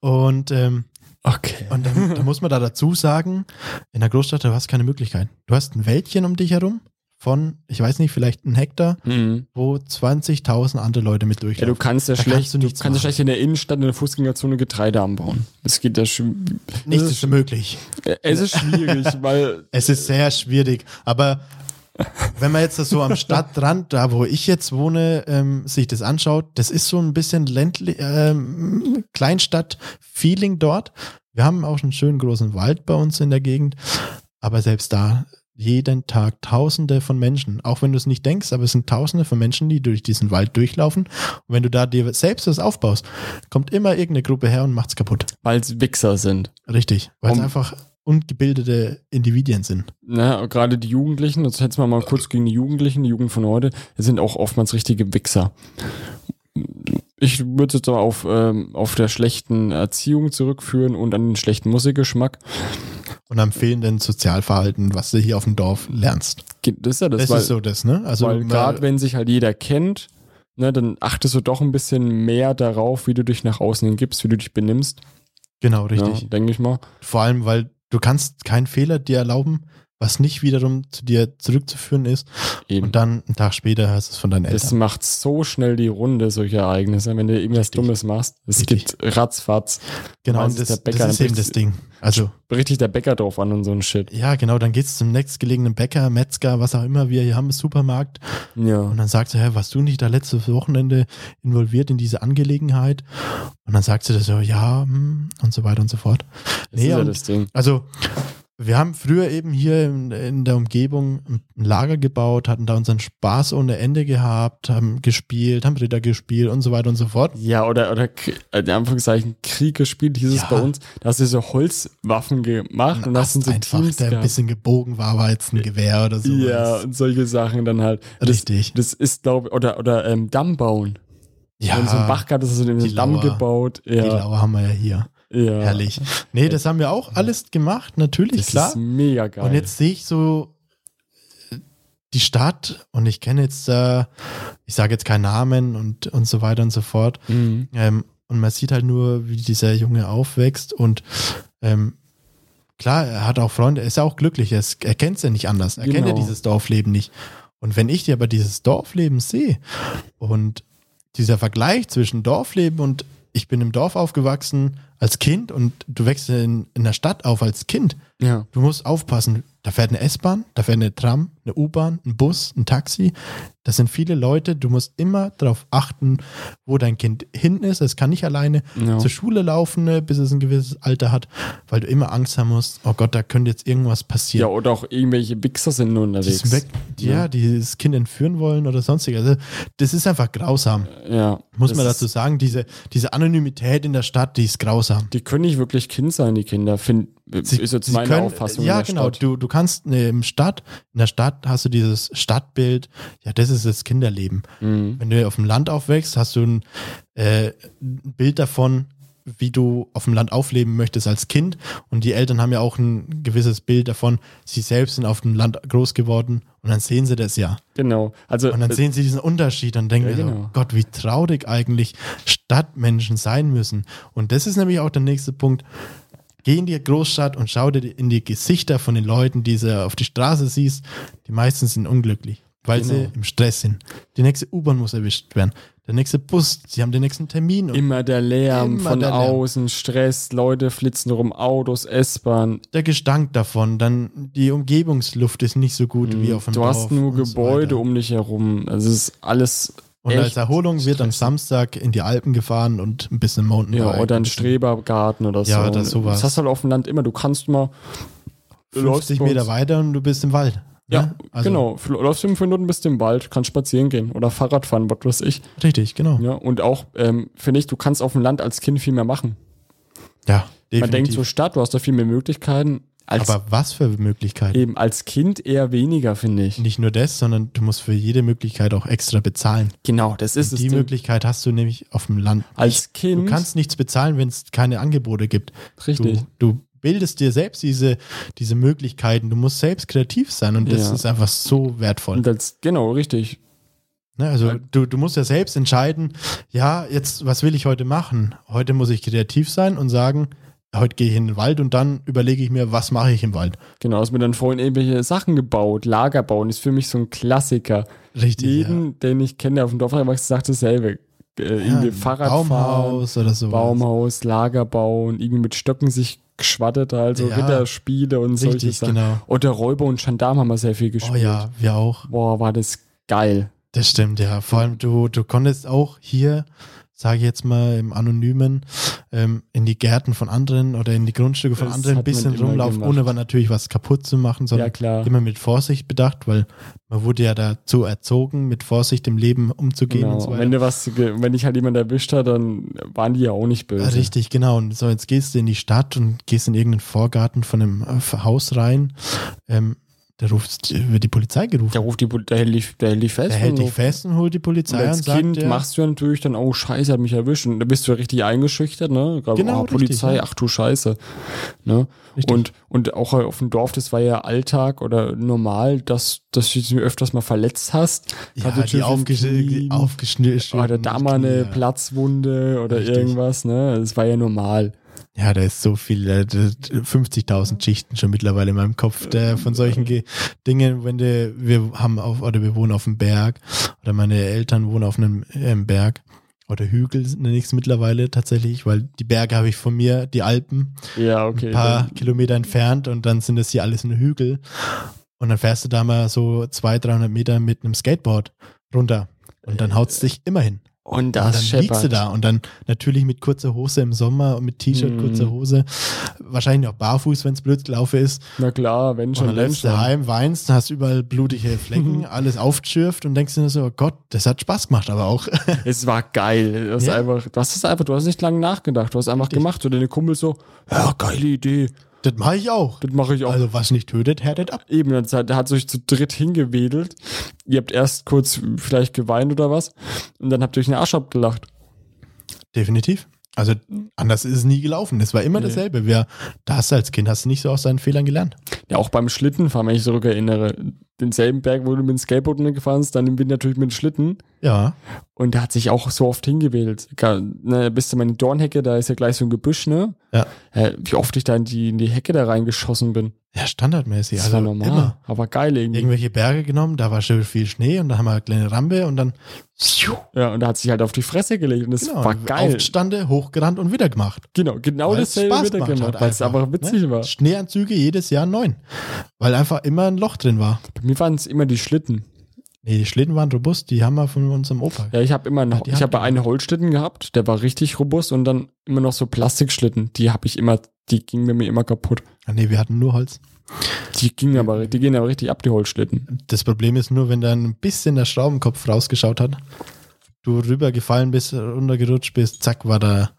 S2: Und, ähm,
S1: okay.
S2: und dann, da muss man da dazu sagen, in der Großstadt, da hast du keine Möglichkeit. Du hast ein Wäldchen um dich herum von, ich weiß nicht, vielleicht ein Hektar,
S1: Mhm.
S2: wo 20.000 andere Leute mit
S1: Ja, du
S2: durchlaufen.
S1: kannst ja
S2: Da
S1: schlecht,
S2: kannst du
S1: du
S2: nichts
S1: kannst ja
S2: machen.
S1: schlecht in der Innenstadt in der Fußgängerzone Getreide anbauen. Es geht ja schon.
S2: Nichts
S1: es
S2: ist möglich.
S1: ist, es ist schwierig, weil
S2: Es ist sehr schwierig, aber wenn man jetzt das so am Stadtrand, da wo ich jetzt wohne, ähm, sich das anschaut, das ist so ein bisschen ländlich, ähm, Kleinstadt-Feeling dort. Wir haben auch einen schönen großen Wald bei uns in der Gegend, aber selbst da jeden Tag Tausende von Menschen, auch wenn du es nicht denkst, aber es sind Tausende von Menschen, die durch diesen Wald durchlaufen. Und wenn du da dir selbst was aufbaust, kommt immer irgendeine Gruppe her und macht's kaputt.
S1: es Wichser sind.
S2: Richtig, weil es
S1: Um-
S2: einfach ungebildete Individuen sind.
S1: Na, Ne, gerade die Jugendlichen, das hätten wir mal kurz gegen die Jugendlichen, die Jugend von heute, das sind auch oftmals richtige Wichser. Ich würde es jetzt aber auf, ähm, auf der schlechten Erziehung zurückführen und an den schlechten Musikgeschmack.
S2: und am fehlenden Sozialverhalten, was du hier auf dem Dorf lernst.
S1: Das ist ja das,
S2: Das
S1: weil,
S2: ist so das, ne? Also
S1: weil
S2: mal-
S1: gerade wenn sich halt jeder kennt, ne, dann achtest du doch ein bisschen mehr darauf, wie du dich nach außen hin gibst, wie du dich benimmst.
S2: genau richtig.
S1: Ja, denke ich mal.
S2: Vor allem, weil du kannst keinen Fehler dir erlauben, was nicht wiederum zu dir zurückzuführen ist.
S1: Eben.
S2: Und dann einen Tag später hast du es von deinen
S1: Das
S2: Eltern.
S1: macht so schnell die Runde, solche Ereignisse. Wenn du irgendwas
S2: Richtig.
S1: Dummes machst, es
S2: Richtig.
S1: geht ratzfatz.
S2: Genau,
S1: meistens
S2: und das,
S1: der Bäcker,
S2: das ist
S1: dann
S2: eben das
S1: brichst-
S2: Ding. Also
S1: Richtig der Bäcker drauf an und so ein Shit.
S2: ja, genau, dann geht's zum nächstgelegenen Bäcker, Metzger, was auch immer wir hier haben, Supermarkt.
S1: Ja.
S2: Und dann sagt sie, hä, warst du nicht da letztes Wochenende involviert in diese Angelegenheit? Und dann sagt sie das so, ja, hm, und so weiter und so fort.
S1: Das ist ja
S2: und
S1: das Ding.
S2: Also, wir haben früher eben hier in, in der Umgebung ein Lager gebaut, hatten da unseren Spaß ohne Ende gehabt, haben gespielt, haben Ritter gespielt und so weiter und so fort.
S1: Ja, oder, oder K- äh, in Anführungszeichen Krieg gespielt, hieß
S2: Ja.
S1: es bei uns. Da hast du so Holzwaffen gemacht und das sind so
S2: einfach,
S1: Teams
S2: der ein
S1: gehabt.
S2: bisschen gebogen war, war jetzt ein Gewehr oder so.
S1: Ja, und solche Sachen dann halt. Das,
S2: Richtig.
S1: Das ist, glaube ich, oder, oder ähm, Damm bauen.
S2: ja
S1: Wenn so ein Bach gab, das ist so
S2: die
S1: einen Damm
S2: Lauer.
S1: gebaut.
S2: die
S1: Ja,
S2: Lauer haben wir ja hier.
S1: ja.
S2: Herrlich. Nee, das haben wir auch alles gemacht, natürlich,
S1: Das
S2: klar.
S1: ist mega geil.
S2: Und jetzt sehe ich so äh, die Stadt und ich kenne jetzt, äh, ich sage jetzt keinen Namen und, und so weiter und so fort.
S1: mhm.
S2: Ähm, und man sieht halt nur, wie dieser Junge aufwächst und ähm, klar, er hat auch Freunde, er ist ja auch glücklich, er, ist- er kennt es ja nicht anders, er kennt ja
S1: Genau.
S2: dieses Dorfleben nicht. Und wenn ich dir aber dieses Dorfleben sehe und dieser Vergleich zwischen Dorfleben und ich bin im Dorf aufgewachsen als Kind und du wächst in, in der Stadt auf als Kind,
S1: ja.
S2: du musst aufpassen, Da fährt eine S-Bahn, da fährt eine Tram, eine U-Bahn, ein Bus, ein Taxi. Das sind viele Leute. Du musst immer darauf achten, wo dein Kind hin ist. Es kann nicht alleine
S4: Ja.
S2: zur Schule laufen, ne, bis es ein gewisses Alter hat, weil du immer Angst haben musst, oh Gott, da könnte jetzt irgendwas
S1: Ja,
S2: passieren.
S1: oder auch irgendwelche Wichser sind nur
S2: Die
S1: unterwegs.
S2: sind weg, die, ja. die das Kind entführen wollen oder sonstiges. Also, das ist einfach grausam.
S1: Ja.
S2: Muss
S1: Das
S2: man
S1: ist-
S2: dazu sagen, diese, diese Anonymität in der Stadt, die ist grausam.
S1: Die können nicht wirklich Kind sein, die Kinder. Find, ist jetzt meine Auffassung. in
S2: Ja,
S1: der
S2: genau.
S1: Stadt.
S2: Du, du kannst ne, im Stadt, in der Stadt hast du dieses Stadtbild, ja, das ist das Kinderleben.
S1: Mhm.
S2: Wenn du auf dem Land aufwächst, hast du ein, äh, ein Bild davon, wie du auf dem Land aufleben möchtest als Kind. Und die Eltern haben ja auch ein gewisses Bild davon, sie selbst sind auf dem Land groß geworden und dann sehen sie das ja.
S1: Genau. Also,
S2: Und dann sehen sie diesen Unterschied und denken,
S1: Ja,
S2: ja,
S1: genau.
S2: oh Gott, wie traurig eigentlich Stadtmenschen sein müssen. Und das ist nämlich auch der nächste Punkt. Geh in die Großstadt und schau dir in die Gesichter von den Leuten, die du auf die Straße siehst. Die meisten sind unglücklich, weil sie
S1: Genau.
S2: im Stress sind. Die nächste U-Bahn muss erwischt werden. Der nächste Bus, sie haben den nächsten Termin. Und
S1: immer der Lärm
S2: Immer
S1: von
S2: der Lärm.
S1: außen, Stress, Leute flitzen rum, Autos, S-Bahn.
S2: der Gestank davon, dann die Umgebungsluft ist nicht so gut wie auf dem
S1: Mm, Du hast
S2: Dorf
S1: nur
S2: und so
S1: Gebäude
S2: weiter.
S1: um dich herum. Also es ist alles
S2: Und als
S1: echt,
S2: Erholung wird am Samstag in die Alpen gefahren und ein bisschen Mountainbike.
S1: ja, oder ein
S2: bisschen-
S1: Strebergarten oder so.
S2: Ja, oder sowas.
S1: Das hast du halt auf dem Land immer. Du kannst mal du läufst
S2: 50
S1: bei uns-
S2: Meter weiter und du bist im Wald.
S1: Ja,
S2: ne? Also,
S1: genau. Du läufst fünf Minuten bis im Wald, kannst spazieren gehen oder Fahrrad fahren, was weiß ich.
S2: Richtig, genau. Ja,
S1: Ja, und auch, ähm, finde ich, du kannst auf dem Land als Kind viel mehr machen.
S2: definitiv.
S1: Man denkt zur Stadt, du hast da viel mehr Möglichkeiten. Als,
S2: Aber was für Möglichkeiten?
S1: eben als Kind eher weniger, finde ich.
S2: Nicht nur das, sondern du musst für jede Möglichkeit auch extra bezahlen.
S1: Genau, das ist es.
S2: Die
S1: Ding.
S2: Möglichkeit hast du nämlich auf dem Land.
S1: Als Kind.
S2: Du kannst nichts bezahlen, wenn es keine Angebote gibt.
S1: Richtig.
S2: Du, du bildest dir selbst diese, diese Möglichkeiten. Du musst selbst kreativ sein und das
S1: Ja.
S2: ist einfach so wertvoll.
S1: Und als, genau, richtig.
S2: Ne, also du, du musst ja selbst entscheiden, ja, jetzt, was will ich heute machen? Heute muss ich kreativ sein und sagen, heute gehe ich in den Wald und dann überlege ich mir, was mache ich im Wald.
S1: Genau, hast mir dann vorhin irgendwelche Sachen gebaut. Lager bauen ist für mich so ein Klassiker.
S2: Richtig.
S1: Jeden, den ich kenne, der auf dem Dorf aufwächst, sagt dasselbe. Äh,
S2: ja.
S1: irgendwie Fahrrad fahren,
S2: Baumhaus oder so.
S1: Baumhaus, Lager bauen, irgendwie mit Stöcken sich geschwattert, also
S2: Ja.
S1: Ritterspiele und solche
S2: Richtig,
S1: Sachen.
S2: genau.
S1: Oder Räuber und Gendarme haben wir sehr viel
S2: Oh
S1: gespielt.
S2: ja, wir auch.
S1: Boah, war das geil.
S2: Das stimmt, ja. Vor allem, du, du konntest auch hier, sage ich jetzt mal im Anonymen, ähm, in die Gärten von anderen oder in die Grundstücke von
S1: Das
S2: anderen ein
S1: hat man
S2: bisschen
S1: immer
S2: rumlaufen,
S1: gemacht.
S2: ohne war natürlich was kaputt zu machen, sondern
S1: Ja, klar.
S2: immer mit Vorsicht bedacht, weil man wurde ja dazu erzogen, mit Vorsicht im Leben umzugehen
S1: Genau.
S2: und so
S1: Und
S2: weiter.
S1: wenn, du was, ge- wenn dich halt jemand erwischt hat, dann waren die ja auch nicht
S2: Ja,
S1: böse.
S2: Richtig, genau. Und so, jetzt gehst du in die Stadt und gehst in irgendeinen Vorgarten von einem äh, Haus rein. Ähm, da ruft, wird die Polizei
S1: Der
S2: gerufen.
S1: ruft die, Pol- der hält dich, der hält dich fest.
S2: Der hält
S1: und
S2: dich fest und holt die
S1: Und
S2: Polizei und,
S1: als
S2: sagt,
S1: Kind
S2: ja,
S1: machst du ja natürlich dann, oh Scheiße, hat mich erwischt. Und da bist du ja richtig eingeschüchtert, ne? Glaub,
S2: Genau,
S1: oh,
S2: richtig,
S1: Polizei,
S2: ja.
S1: ach du Scheiße. Ne?
S2: Richtig.
S1: Und, und auch auf dem Dorf, das war ja Alltag oder normal, dass, dass du dich öfters mal verletzt hast.
S2: ja,
S1: Hatte
S2: die
S1: Tür im Knie
S2: aufgeschnitten, aufgeschnitten.
S1: Oder da mal eine Platzwunde oder
S2: Richtig.
S1: irgendwas, ne? Das war ja normal.
S2: Ja, da ist so viel, äh, d- d- 50.000 Schichten schon mittlerweile in meinem Kopf äh, von solchen Ge Dingen, wenn du, wir haben auf, oder wir wohnen auf dem Berg oder meine Eltern wohnen auf einem ähm, Berg oder Hügel nenne ich es mittlerweile tatsächlich, weil die Berge habe ich von mir, die Alpen,
S1: Ja, okay.
S2: ein paar
S1: dann-
S2: Kilometer entfernt und dann sind das hier alles nur Hügel und dann fährst du da mal so 200, 300 Meter mit einem Skateboard runter und dann haut's dich immer hin.
S1: Und
S2: Und
S1: das
S2: dann liegst du
S1: Ah, scheppert.
S2: da und dann natürlich mit kurzer Hose im Sommer und mit T-Shirt,
S1: Mhm.
S2: kurzer Hose. Wahrscheinlich auch barfuß, wenn es blöd gelaufen ist.
S1: Na klar, wenn
S2: Und
S1: schon,
S2: dann
S1: wenn
S2: läufst du
S1: schon.
S2: heim, weinst, hast überall blutige Flecken, alles aufgeschürft und denkst dir nur so, oh Gott, das hat Spaß gemacht, aber auch.
S1: Es war geil. Das ist
S2: Ja.
S1: einfach, du hast es einfach, du hast nicht lange nachgedacht, du hast einfach
S2: Richtig.
S1: gemacht. Und deine Kumpel so, ja, geile Idee.
S2: das mache ich auch.
S1: Das mache ich auch.
S2: Also was nicht tötet, härtet ab.
S1: Eben, dann seid- da hat euch zu dritt hingewedelt. Ihr habt erst kurz vielleicht geweint oder was. Und dann habt ihr euch einen Arsch abgelacht.
S2: Definitiv. Also anders ist es nie gelaufen. Das war immer
S1: Nee.
S2: dasselbe. Wer, da hast du als Kind hast du nicht so aus deinen Fehlern gelernt.
S1: Ja, auch beim Schlittenfahren, wenn ich zurückerinnere. denselben Berg, wo du mit dem Skateboard gefahren bist, dann im Wind natürlich mit dem Schlitten.
S2: Ja.
S1: Und der hat sich auch so oft hingewählt. Ka- Ne, bist du meine Dornhecke, da ist ja gleich so ein Gebüsch, ne?
S2: Ja.
S1: Äh, wie oft ich da in die, in die Hecke da reingeschossen bin.
S2: Ja, standardmäßig.
S1: Das
S2: Also
S1: war normal.
S2: immer.
S1: Aber geil irgendwie.
S2: Irgendwelche Berge genommen, da war schön viel Schnee und da haben wir eine kleine Rampe und dann
S1: Ja, und da hat sich halt auf die Fresse gelegt und das
S2: Genau,
S1: war geil.
S2: aufstande, hochgerannt und wieder gemacht.
S1: Genau, genau
S2: Weil's
S1: dasselbe
S2: Spaß
S1: wieder
S2: gemacht
S1: gemacht,
S2: hat
S1: weil es
S2: einfach,
S1: aber witzig
S2: ne?
S1: war.
S2: Schneeanzüge jedes Jahr neun, weil einfach immer ein Loch drin war.
S1: Bei mir waren es immer die Schlitten.
S2: Nee, die Schlitten waren robust, die haben wir von unserem Opa.
S1: Ja, ich habe immer noch,
S2: die
S1: ich
S2: habt
S1: habe
S2: ihr
S1: einen Holzschlitten gehabt, der war richtig robust und dann immer noch so Plastikschlitten. Die habe ich immer, die gingen bei mir immer kaputt.
S2: Ah, Nee, wir hatten nur Holz.
S1: Die gingen aber, die gehen aber richtig ab, die Holzschlitten.
S2: Das Problem ist nur, wenn da ein bisschen der Schraubenkopf rausgeschaut hat, du rübergefallen bist, runtergerutscht bist, zack, war da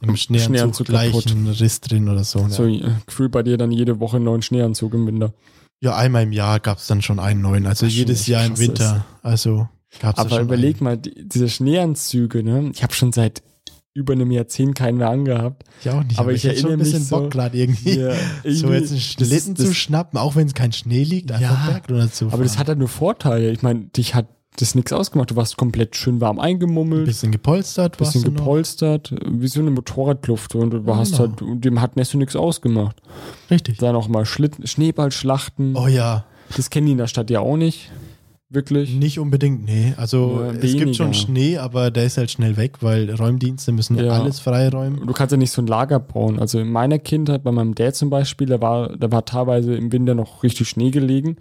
S2: im Schneeanzug,
S1: Schneeanzug
S2: gleich
S1: kaputt.
S2: ein Riss drin oder so. ne?
S1: So äh, Gefühl bei dir dann jede Woche einen neuen Schneeanzug im Winter.
S2: Ja, einmal im Jahr gab es dann schon einen neuen. Also
S1: Was schon
S2: jedes
S1: echt
S2: Jahr im
S1: krass
S2: Winter. Also gab es
S1: Aber
S2: schon
S1: überleg
S2: einen.
S1: mal, die, diese Schneeanzüge, ne? Ich habe schon seit über einem Jahrzehnt keinen mehr angehabt.
S2: Ich auch nicht.
S1: aber ich
S2: hab
S1: erinnere
S2: schon ein bisschen
S1: mich so-
S2: Bock gerade irgendwie.
S1: Ja,
S2: so
S1: irgendwie-
S2: jetzt einen
S1: das-
S2: Schlitten
S1: das-
S2: zu schnappen, auch wenn es kein Schnee liegt, einfach
S1: Ja,
S2: Berg runter zu
S1: Aber das
S2: fahren.
S1: hat halt nur Vorteile. Ich meine, dich hat das nichts ausgemacht. Du warst komplett schön warm
S2: ein
S1: eingemummelt,
S2: bisschen gepolstert, warst
S1: bisschen
S2: du noch.
S1: gepolstert, wie so eine Motorradkluft. Und du warst
S2: genau.
S1: halt, und dem hat Nesto nichts ausgemacht.
S2: Richtig.
S1: Dann auch mal Schlitten, Schneeballschlachten.
S2: Oh ja,
S1: Das kennen die in der Stadt ja auch nicht. Wirklich.
S2: nicht unbedingt, nee. Also
S1: Ja,
S2: es gibt schon
S1: weniger.
S2: Schnee, aber der ist halt schnell weg, weil Räumdienste müssen
S1: Ja.
S2: alles freiräumen.
S1: Du kannst ja nicht so ein Lager bauen. Also in meiner Kindheit, bei meinem Dad zum Beispiel, da war, da war teilweise im Winter noch richtig Schnee gelegen.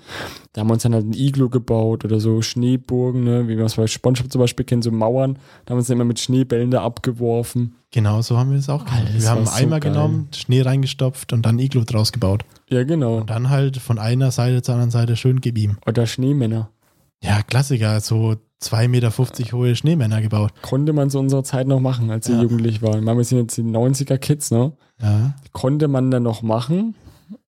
S1: Da haben wir uns dann halt ein Iglo gebaut oder so Schneeburgen, ne? wie man es bei Spongebob zum Beispiel kennt, so Mauern. Da haben wir uns dann immer mit Schneebällen da abgeworfen.
S2: Genau, so haben wir es auch gemacht.
S1: Alter, das
S2: wir haben einen
S1: war so
S2: Eimer
S1: geil.
S2: genommen, Schnee reingestopft und dann Iglo draus gebaut.
S1: Ja, genau.
S2: Und dann halt von einer Seite zur anderen Seite schön gebeamt.
S1: Oder Schneemänner.
S2: Ja, Klassiker, so 2,50 Meter hohe Schneemänner gebaut.
S1: Konnte man zu unserer Zeit noch machen, als wir
S2: Ja.
S1: jugendlich waren. Ich meine, wir sind jetzt die 90er-Kids, ne?
S2: Ja.
S1: Konnte man dann noch machen,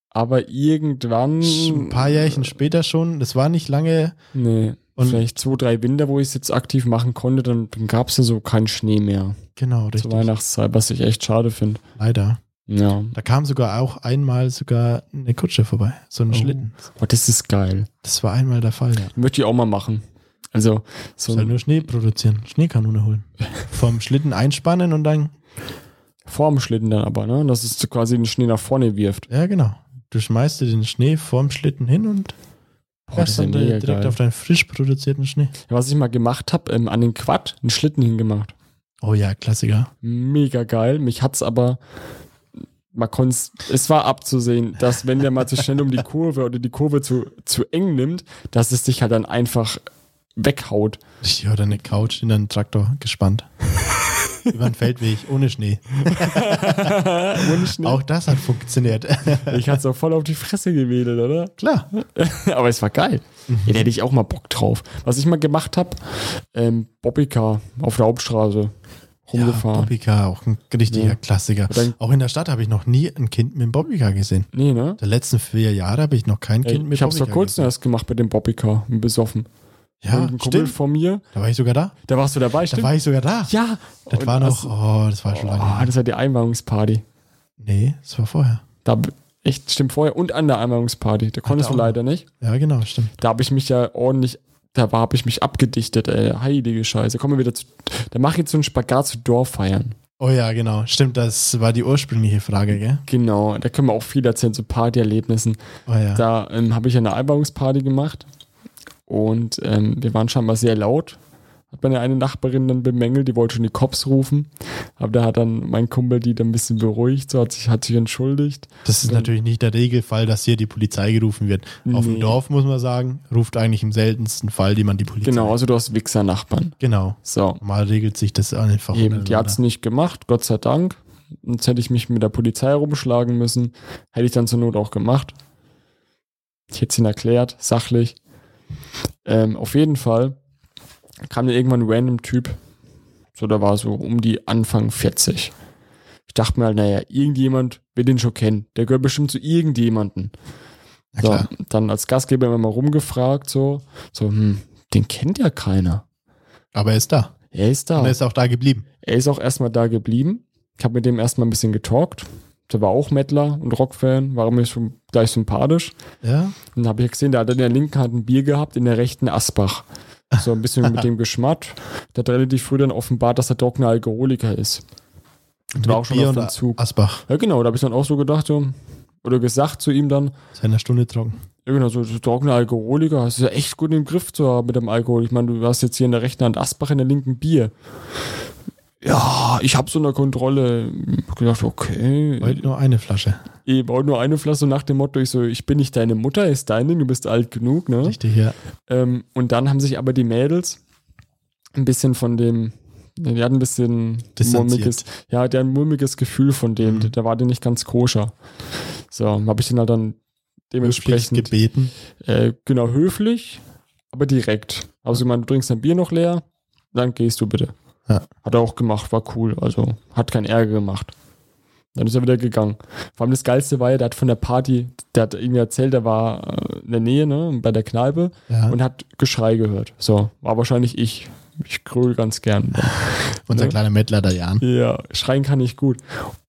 S1: aber irgendwann.
S2: Ein paar Jährchen später schon, das war nicht lange.
S1: Nee.
S2: Und-
S1: vielleicht zwei, drei Winter, wo ich es jetzt aktiv machen konnte, dann, dann gab es ja so keinen Schnee mehr
S2: Genau,
S1: zur
S2: richtig.
S1: Weihnachtszeit, was ich echt schade finde.
S2: Leider.
S1: Ja.
S2: Da kam sogar auch einmal sogar eine Kutsche vorbei, so ein
S1: Oh.
S2: Schlitten.
S1: Oh, das ist geil.
S2: Das war einmal der Fall, ja.
S1: Möchte ich auch mal machen. Also, so
S2: Soll nur Schnee produzieren, Schneekanone holen. Vom Schlitten einspannen und dann,
S1: vorm Schlitten dann aber, ne? Dass es quasi den Schnee nach vorne wirft.
S2: ja genau. Du schmeißt dir den Schnee vorm Schlitten hin und
S1: Boah,
S2: fährst dann direkt auf deinen frisch produzierten Schnee.
S1: Was ich mal gemacht habe, ähm, an den Quad einen Schlitten hingemacht.
S2: Oh ja, Klassiker.
S1: Mega geil. Mich hat's aber, man konnt's, es war abzusehen, dass wenn der mal zu schnell um die Kurve oder die Kurve zu, zu eng nimmt, dass es dich halt dann einfach weghaut.
S2: Ich höre eine Couch in einen Traktor gespannt. Über einen Feldweg, ohne Schnee.
S1: Ohne Schnee.
S2: Auch das hat funktioniert.
S1: Ich hat's auch voll auf die Fresse gewedelt, oder?
S2: Klar.
S1: aber es war geil.
S2: Mhm.
S1: Ja, da hätte ich auch mal Bock drauf. Was ich mal gemacht habe, ähm, Bobbycar auf der Hauptstraße
S2: Ja,
S1: rumgefahren.
S2: Bobbycar, auch ein richtiger
S1: Ja.
S2: Klassiker.
S1: Und dann-
S2: auch in der Stadt habe ich noch nie ein Kind mit dem Bobbycar gesehen.
S1: nee, ne?
S2: Der letzten vier Jahre habe ich noch kein
S1: Ey,
S2: Kind mit
S1: ich hab's vor
S2: Bobbycar
S1: kurzem
S2: gesehen.
S1: erst gemacht mit dem Bobbycar, besoffen.
S2: Ja,
S1: und ein Kumpel
S2: stimmt.
S1: von mir,
S2: Da war ich sogar da.
S1: da warst du dabei,
S2: Da
S1: stimmt?
S2: war ich sogar da.
S1: ja.
S2: Das
S1: Und
S2: war noch,
S1: hast-
S2: oh, das war schon lange.
S1: Oh,
S2: her.
S1: das war die Einweihungsparty.
S2: Nee, das war vorher.
S1: Da b- echt stimmt vorher und an der Einweihungsparty. Da konntest
S2: da
S1: du
S2: auch
S1: leider nicht.
S2: Ja, genau, stimmt.
S1: Da habe ich mich ja ordentlich, da war habe ich mich abgedichtet, ey. Heilige Scheiße. Kommen wir wieder zu. Da mach ich jetzt so einen Spagat zu Dorffeiern.
S2: Oh ja, genau. Stimmt, das war die ursprüngliche Frage, gell?
S1: Genau, da können wir auch viel erzählen zu Partyerlebnissen.
S2: Oh ja.
S1: Da ähm, habe ich ja eine Einweihungsparty gemacht und ähm, wir waren scheinbar sehr laut. Hat meine eine Nachbarin dann bemängelt, die wollte schon die Cops rufen. Aber da hat dann mein Kumpel die dann ein bisschen beruhigt, so hat sich, hat sich entschuldigt.
S2: das ist natürlich nicht der Regelfall, dass hier die Polizei gerufen wird. Auf
S1: Nee.
S2: dem Dorf, muss man sagen, ruft eigentlich im seltensten Fall jemand die Polizei.
S1: Genau, also du hast Wichser-Nachbarn.
S2: Genau.
S1: So,
S2: Mal regelt sich das einfach.
S1: eben, die hat's
S2: untereinander.
S1: nicht gemacht, Gott sei Dank. Sonst hätte ich mich mit der Polizei rumschlagen müssen. Hätte ich dann zur Not auch gemacht. Ich hätte es ihnen erklärt, sachlich. Ähm, auf jeden Fall kam dann irgendwann ein random Typ. So, da war so um die Anfang 40. Ich dachte mir halt, naja, irgendjemand wird den schon kennen. Der gehört bestimmt zu irgendjemanden.
S2: Na
S1: So,
S2: klar.
S1: dann als Gastgeber immer mal rumgefragt, so, so, hm, den kennt ja keiner.
S2: Aber er ist da.
S1: Er ist da.
S2: Und er ist auch da geblieben.
S1: Er ist auch erstmal da geblieben. Ich habe mit dem erstmal ein bisschen getalkt. der war auch Mettler und Rockfan, war mir schon gleich sympathisch.
S2: Ja.
S1: Und dann habe ich gesehen, der hat in der linken Hand ein Bier gehabt, in der rechten Asbach. So ein bisschen mit dem Geschmack. Der hat relativ früh dann offenbart, dass er trockener Alkoholiker ist. Und war auch schon
S2: Bier
S1: auf
S2: und
S1: dem Zug.
S2: Asbach.
S1: Ja, genau, da habe ich dann auch so gedacht, so, oder gesagt zu ihm dann,
S2: Seiner Stunde trocken.
S1: ja, genau, so, so trockener Alkoholiker, hast du ja echt gut im Griff zu haben mit dem Alkohol. Ich meine, du hast jetzt hier in der rechten Hand Asbach, in der linken Bier. Ja, ich hab's unter Kontrolle. Ich hab gedacht, okay.
S2: Heute nur eine Flasche.
S1: Eben auch nur eine Flasche nach dem Motto, ich so, ich bin nicht deine Mutter, ist dein Ding, du bist alt genug, ne?
S2: Richtig, ja.
S1: Ähm, und dann haben sich aber die Mädels ein bisschen von dem, die hatten ein bisschen
S2: Distanziert. Mhm.
S1: mulmiges, ja, der ein mulmiges Gefühl von dem, da war der nicht ganz koscher. So, habe ich den halt dann
S2: Höflichst
S1: dementsprechend,
S2: gebeten.
S1: äh, genau, höflich, aber direkt. Also, ich meine, du trinkst dein Bier noch leer, dann gehst du bitte.
S2: Ja.
S1: Hat er auch gemacht, war cool, also hat keinen Ärger gemacht. Dann ist er wieder gegangen. Vor allem das Geilste war ja, der hat von der Party, der hat irgendwie erzählt, der war äh, in der Nähe, ne, bei der Kneipe
S2: Ja.
S1: und hat Geschrei gehört. So, war wahrscheinlich ich. Ich gröhl ganz gern.
S2: Unser
S1: ne?
S2: kleiner Mettler der Jan.
S1: ja, schreien kann ich gut.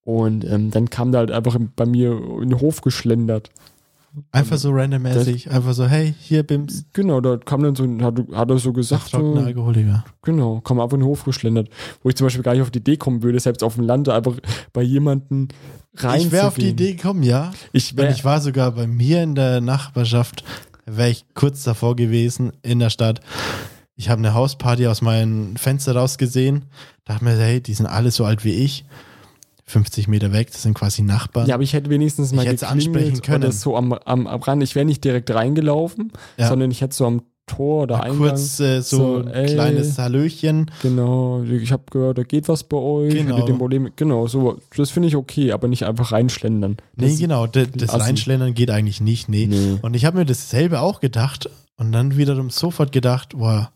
S1: Und ähm, dann kam da halt einfach bei mir in den Hof geschlendert.
S2: Einfach so randommäßig. Einfach so, hey, hier Bims.
S1: Genau, da kam dann so, hat, hat er so gesagt,
S2: Trockener
S1: so,
S2: Alkoholiker.
S1: genau, kam einfach in den Hof geschlendert. Wo ich zum Beispiel gar nicht auf die Idee kommen würde, selbst auf dem Land da einfach bei jemanden rein
S2: Ich wäre auf die Idee gekommen, ja.
S1: Ich
S2: Und
S1: wäre,
S2: ich war sogar bei mir in der Nachbarschaft, wäre ich kurz davor gewesen in der Stadt. Ich habe eine Hausparty aus meinem Fenster rausgesehen. Dachte mir, hey, die sind alle so alt wie ich. 50 Meter weg, das sind quasi Nachbarn.
S1: ja, aber ich hätte wenigstens mal
S2: Ich hätte es
S1: geklingelt
S2: ansprechen können.
S1: Oder so am, am, am Rand. Ich wäre nicht direkt reingelaufen,
S2: Ja.
S1: sondern ich hätte so am Tor oder
S2: Mal
S1: Eingang.
S2: kurz äh, so,
S1: So,
S2: ein
S1: ey.
S2: kleines Hallöchen.
S1: Genau, ich habe gehört, da geht was bei euch.
S2: Genau.
S1: Mit dem Problem, genau, so, das finde ich okay, aber nicht einfach reinschlendern.
S2: Nee,
S1: Das-
S2: genau, das, das
S1: Assi.
S2: Reinschlendern geht eigentlich nicht, nee.
S1: Nee.
S2: Und ich habe mir dasselbe auch gedacht und dann wiederum sofort gedacht, boah,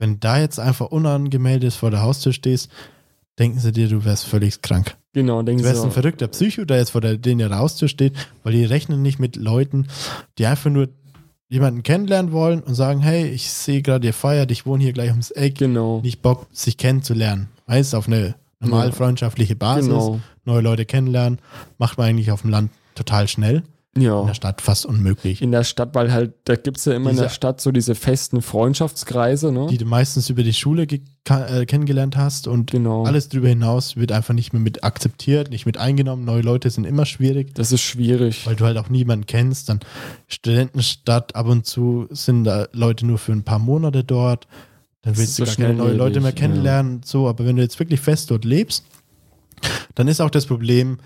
S2: wenn da jetzt einfach unangemeldet vor der Haustür stehst, denken sie dir, du wärst völlig krank.
S1: Genau, denken
S2: Du wärst
S1: so,
S2: ein verrückter Psycho, der jetzt vor der, denen der Haustür steht, weil die rechnen nicht mit Leuten, die einfach nur jemanden kennenlernen wollen und sagen, hey, ich sehe gerade, ihr feiert, ich wohne hier gleich ums Eck,
S1: genau,
S2: nicht Bock, sich kennenzulernen. Weißt, auf eine normal
S1: Ja.
S2: freundschaftliche Basis,
S1: genau,
S2: neue Leute kennenlernen, macht man eigentlich auf dem Land total schnell, in
S1: ja.
S2: der Stadt fast unmöglich.
S1: In der Stadt, weil halt, da gibt es ja immer in der
S2: Diese-
S1: Stadt so diese festen Freundschaftskreise, ne?
S2: Die du meistens über die Schule ge- ka- äh, kennengelernt hast und
S1: genau.
S2: alles drüber hinaus wird einfach nicht mehr mit akzeptiert, nicht mit eingenommen. Neue Leute sind immer schwierig.
S1: Das ist schwierig.
S2: weil du halt auch niemanden kennst. Dann Studentenstadt, ab und zu sind da Leute nur für ein paar Monate dort. Dann
S1: Das ist
S2: willst du
S1: so
S2: gar keine neue
S1: schnelllebig,
S2: Leute mehr
S1: ja.
S2: kennenlernen. und So, aber wenn du jetzt wirklich fest dort lebst, dann ist auch das Problem,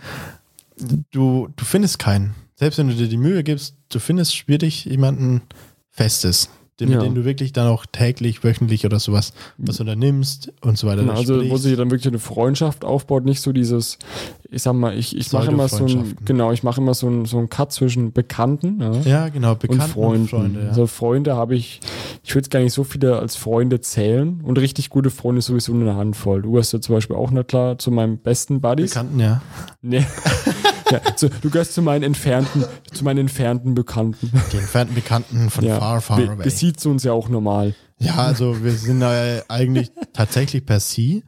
S2: du, du findest keinen. Selbst wenn du dir die Mühe gibst, du findest schwierig jemanden Festes, den,
S1: Ja.
S2: mit dem du wirklich dann auch täglich, wöchentlich oder sowas was unternimmst und so weiter.
S1: Genau, also wo
S2: Sprichst.
S1: sich dann wirklich eine Freundschaft aufbaut, nicht so dieses, ich sag mal, ich, ich mache immer so ein,
S2: Pseudo-Freundschaften.
S1: genau, ich mache immer so ein, so ein Cut zwischen Bekannten, ja.
S2: ja, genau,
S1: und
S2: Bekannte
S1: Freunden.
S2: Freunde. Ja.
S1: Also Freunde habe ich, ich würde es gar nicht so viele als Freunde zählen und richtig gute Freunde ist sowieso nur eine Handvoll. Du gehörst ja zum Beispiel auch, na klar, zu meinen besten Buddies.
S2: Bekannten, ja.
S1: Nee. ja, zu, du gehörst zu meinen entfernten, zu meinen entfernten Bekannten.
S2: Die entfernten Bekannten von
S1: Ja.
S2: far, far
S1: wir,
S2: away.
S1: wir sieht uns ja auch normal.
S2: Ja, also wir sind äh, eigentlich tatsächlich per Sie.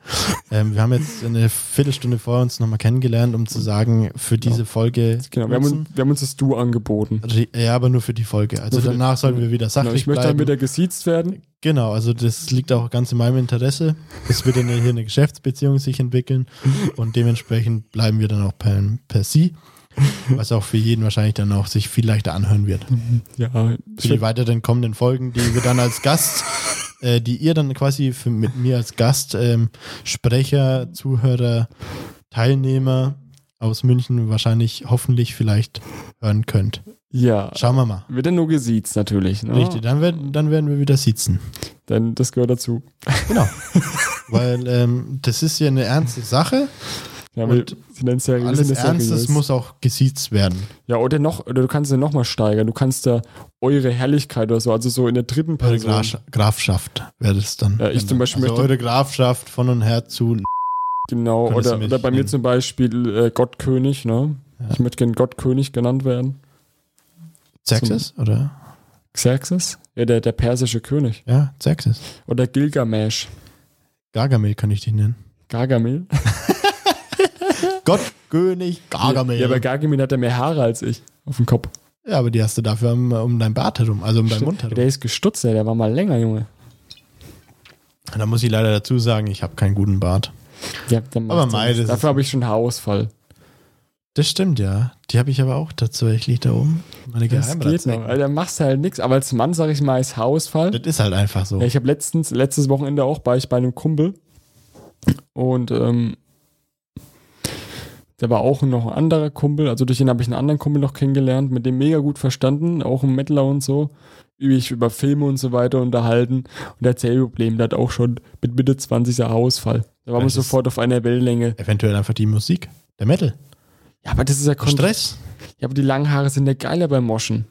S2: Ähm, wir haben jetzt eine Viertelstunde vor uns nochmal kennengelernt, um zu sagen, für diese Folge.
S1: Mhm. Genau, wir haben,
S2: nutzen- Also,
S1: uns- wir haben uns das Du angeboten.
S2: ja, aber nur für die Folge. Also
S1: Nur für die-
S2: danach sollten wir wieder
S1: Genau,
S2: sachlich
S1: ich möchte dann
S2: bleiben.
S1: wieder gesiezt werden.
S2: genau, also das liegt auch ganz in meinem Interesse. Es wird dann hier eine Geschäftsbeziehung sich entwickeln und dementsprechend bleiben wir dann auch per, per Sie, was auch für jeden wahrscheinlich dann auch sich viel leichter anhören wird.
S1: Ja,
S2: für die weiteren kommenden Folgen, die wir dann als Gast, äh, die ihr dann quasi für, mit mir als Gast, ähm, Sprecher, Zuhörer, Teilnehmer aus München wahrscheinlich hoffentlich vielleicht hören könnt.
S1: ja.
S2: Schauen wir mal.
S1: Wird dann nur gesiezt natürlich. Ne?
S2: Richtig, dann werden, dann werden wir wieder sitzen.
S1: Denn das gehört dazu.
S2: Genau. Weil ähm, das ist ja eine ernste Sache.
S1: Ja, wir
S2: Und
S1: sind dann seriös,
S2: Alles
S1: sind das
S2: Ernstes
S1: seriös.
S2: muss auch gesiezt werden.
S1: Ja, oder noch, oder du kannst ja noch mal steigern. Du kannst da eure Herrlichkeit oder so, also so in der dritten
S2: Eure
S1: Person.
S2: Graf Grafschaft wäre das dann.
S1: Ja, ich zum Beispiel
S2: also
S1: möchte-
S2: eure Grafschaft von und her zu.
S1: Genau,
S2: Könntest
S1: oder,
S2: du mich
S1: oder bei mir
S2: nennen.
S1: zum Beispiel äh, Gottkönig, ne?
S2: Ja.
S1: Ich möchte gern Gottkönig genannt werden.
S2: Xerxes? Oder?
S1: Xerxes? Ja, der, der persische König.
S2: Ja, Xerxes.
S1: Oder Gilgamesh.
S2: Gargamel kann ich dich nennen.
S1: Gargamel?
S2: Gottkönig Gargamel.
S1: Ja, aber Gargamel hat ja mehr Haare als ich auf dem Kopf.
S2: Ja, aber die hast du dafür um, um deinen Bart herum, also um deinen Mund herum.
S1: Der ist gestutzt, der der war mal länger, Junge.
S2: Da muss ich leider dazu sagen, ich habe keinen guten Bart.
S1: Ja, dann
S2: Aber
S1: macht's ja
S2: mei,
S1: nichts.
S2: das ist-
S1: Dafür habe ich schon Haarausfall.
S2: Das stimmt, ja. Die habe ich aber auch tatsächlich da oben. Meine
S1: Das geht noch.
S2: Geheimratsecken.
S1: Alter, dann machst du halt nichts. Aber als Mann sage ich mal, ist Haarausfall.
S2: Das ist halt einfach so.
S1: Ja, ich habe letztens, letztes Wochenende auch war ich bei einem Kumpel und ähm, da war auch noch ein anderer Kumpel, also durch ihn habe ich einen anderen Kumpel noch kennengelernt, mit dem mega gut verstanden, auch ein Mettler und so, üblich über Filme und so weiter unterhalten und der hat selbe Problem, der hat auch schon mit Mitte 20 er Haarausfall. Da waren wir
S2: Das ist-
S1: sofort auf einer Wellenlänge.
S2: Eventuell einfach die Musik, der Metal,
S1: Ja, aber das ist ja
S2: der
S1: kont-
S2: Stress.
S1: Ja, aber die langen Haare sind ja geiler beim Moschen.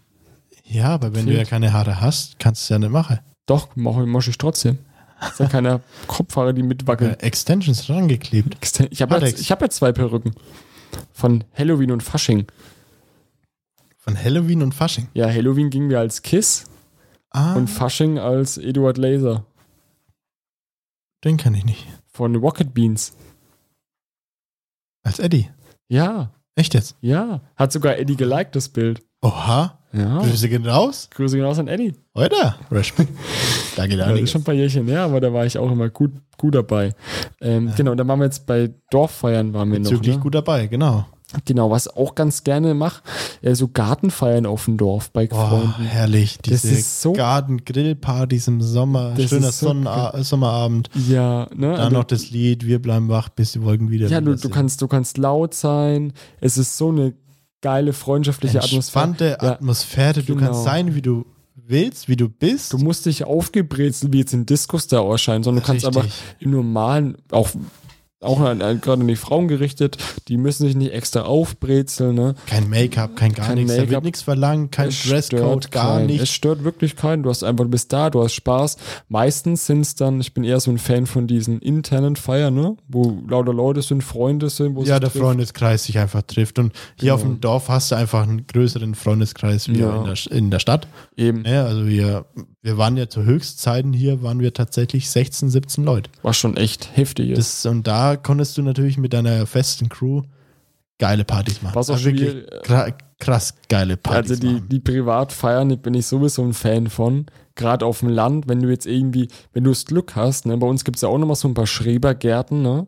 S2: Ja, aber wenn du ja
S1: Fehlt.
S2: keine Haare hast, kannst du es ja nicht machen.
S1: Doch, mach- mosche ich trotzdem. Das ist ja keiner Kopfhaare, die mitwackeln.
S2: Äh, Extensions rangeklebt.
S1: Exten- Ich habe
S2: Äh, Alex.
S1: jetzt, ich hab jetzt zwei Perücken. Von Halloween und Fasching.
S2: Von Halloween und Fasching.
S1: Ja, Halloween gingen wir als Kiss
S2: Ah,
S1: und Fasching als Eduard Laser
S2: den kann ich nicht.
S1: von Rocket Beans.
S2: Als Eddie.
S1: Ja,
S2: Echt jetzt?
S1: ja. Hat sogar Eddie geliked, das Bild.
S2: Oha.
S1: Ja.
S2: Grüße gehen raus.
S1: Grüße genauso an Eddie.
S2: Heute. Respekt. Da geht
S1: Ja, das ist
S2: einiges.
S1: schon ein paar Jährchen her, aber da war ich auch immer gut, gut dabei. Ähm, Genau, und dann waren wir jetzt bei Dorffeiern, waren wir noch.
S2: Bezüglich
S1: Ne?
S2: gut dabei, genau.
S1: Genau, was ich auch ganz gerne mache, äh, so Gartenfeiern auf dem Dorf bei
S2: Oh,
S1: Freunden.
S2: herrlich.
S1: Das
S2: Diese
S1: ist so-
S2: Garten-Grill-Partys im Sommer.
S1: Das
S2: Schöner
S1: ist so
S2: Sonnena- Sommerabend.
S1: Ja, ne?
S2: Dann noch das Lied, wir bleiben wach, bis die Wolken wieder.
S1: Ja, du,
S2: wieder
S1: du
S2: sind.
S1: kannst, du kannst laut sein. Es ist so eine geile freundschaftliche
S2: Entspannte
S1: Atmosphäre. Ja,
S2: Atmosphäre. Du
S1: Genau.
S2: kannst sein, wie du willst, wie du bist.
S1: du musst dich aufgebrezeln, wie jetzt in Discos da ausscheiden, sondern du kannst
S2: Richtig.
S1: aber im normalen, auch, auch an, an, gerade an die Frauen gerichtet, die müssen sich nicht extra aufbrezeln. Ne?
S2: kein Make-up, kein gar
S1: Kein
S2: nichts. Da
S1: Make-up.
S2: wird nichts verlangt, kein Dresscode, gar
S1: keinen. Es
S2: nichts.
S1: stört wirklich keinen. Du hast einfach, du bist da, du hast Spaß. Meistens sind es dann, ich bin eher so ein Fan von diesen internen Feiern, ne? wo lauter Leute sind, Freunde sind. Wo
S2: Ja,
S1: sich
S2: der
S1: trifft.
S2: Freundeskreis sich einfach trifft. Und hier auf dem Dorf hast du einfach einen größeren Freundeskreis wie
S1: Ja.
S2: in, der, in der Stadt.
S1: Eben,
S2: Ja, also wir, wir waren ja zu Höchstzeiten hier, waren wir tatsächlich 16, 17 Leute.
S1: was schon echt heftig ist.
S2: Das, und da konntest du natürlich mit deiner festen Crew geile Partys machen.
S1: Was auch
S2: Ja, wirklich
S1: schwierig-
S2: kra- krass geile Partys
S1: Also die,
S2: machen.
S1: die Privatfeiern da bin ich sowieso ein Fan von. Gerade auf dem Land, wenn du jetzt irgendwie, wenn du das Glück hast, ne, bei uns gibt es ja auch nochmal so ein paar Schrebergärten, ne?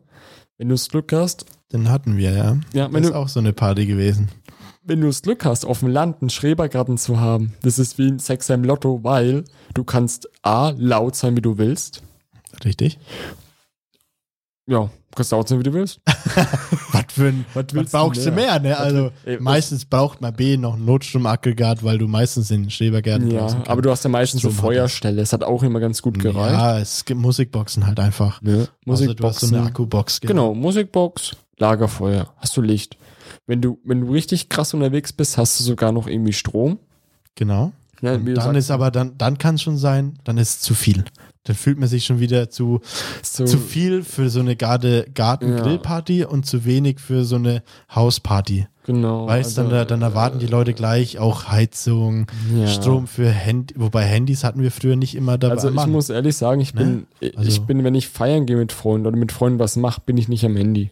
S1: Wenn du das Glück hast,
S2: Den hatten wir, ja.
S1: Ja, wenn
S2: das ist
S1: du-
S2: auch so eine Party gewesen.
S1: wenn du das Glück hast, auf dem Land einen Schrebergarten zu haben, das ist wie ein Sechser im Lotto, weil du kannst A, laut sein, wie du willst.
S2: Richtig.
S1: Ja, kannst laut sein, wie du willst.
S2: Was für ein.
S1: Was
S2: Was
S1: willst
S2: brauchst du mehr, ne? Also
S1: will- ey, was-
S2: meistens braucht man B noch ein Notstromaggregat, weil du meistens in den Schrebergärten draußen
S1: Ja, aber du hast ja meistens so
S2: Strom hat das.
S1: Feuerstelle. Es hat auch immer ganz gut
S2: kannst.
S1: gereicht.
S2: Ja, es gibt Musikboxen halt einfach.
S1: Ne?
S2: Außer du hast so
S1: Musikboxen.
S2: eine Akkubox.
S1: Genau, Musikbox, Lagerfeuer, hast du Licht. Wenn du, wenn du richtig krass unterwegs bist, hast du sogar noch irgendwie Strom.
S2: Genau.
S1: Ja,
S2: Und
S1: wie du
S2: dann
S1: sagst,
S2: ist aber dann, dann kann es schon sein, dann ist es zu viel. Dann fühlt man sich schon wieder zu,
S1: so,
S2: zu viel für so eine Garde- Garten-Grillparty und zu wenig für so eine Hausparty.
S1: Genau.
S2: Weißt du,
S1: also,
S2: dann, dann erwarten die Leute gleich auch Heizung,
S1: Ja.
S2: Strom für Handy, wobei Handys hatten wir früher nicht immer dabei.
S1: Also ich
S2: Mann,
S1: muss ehrlich sagen, ich bin, ich
S2: Also-
S1: bin, wenn ich feiern gehe mit Freunden oder mit Freunden was mache, bin ich nicht am Handy.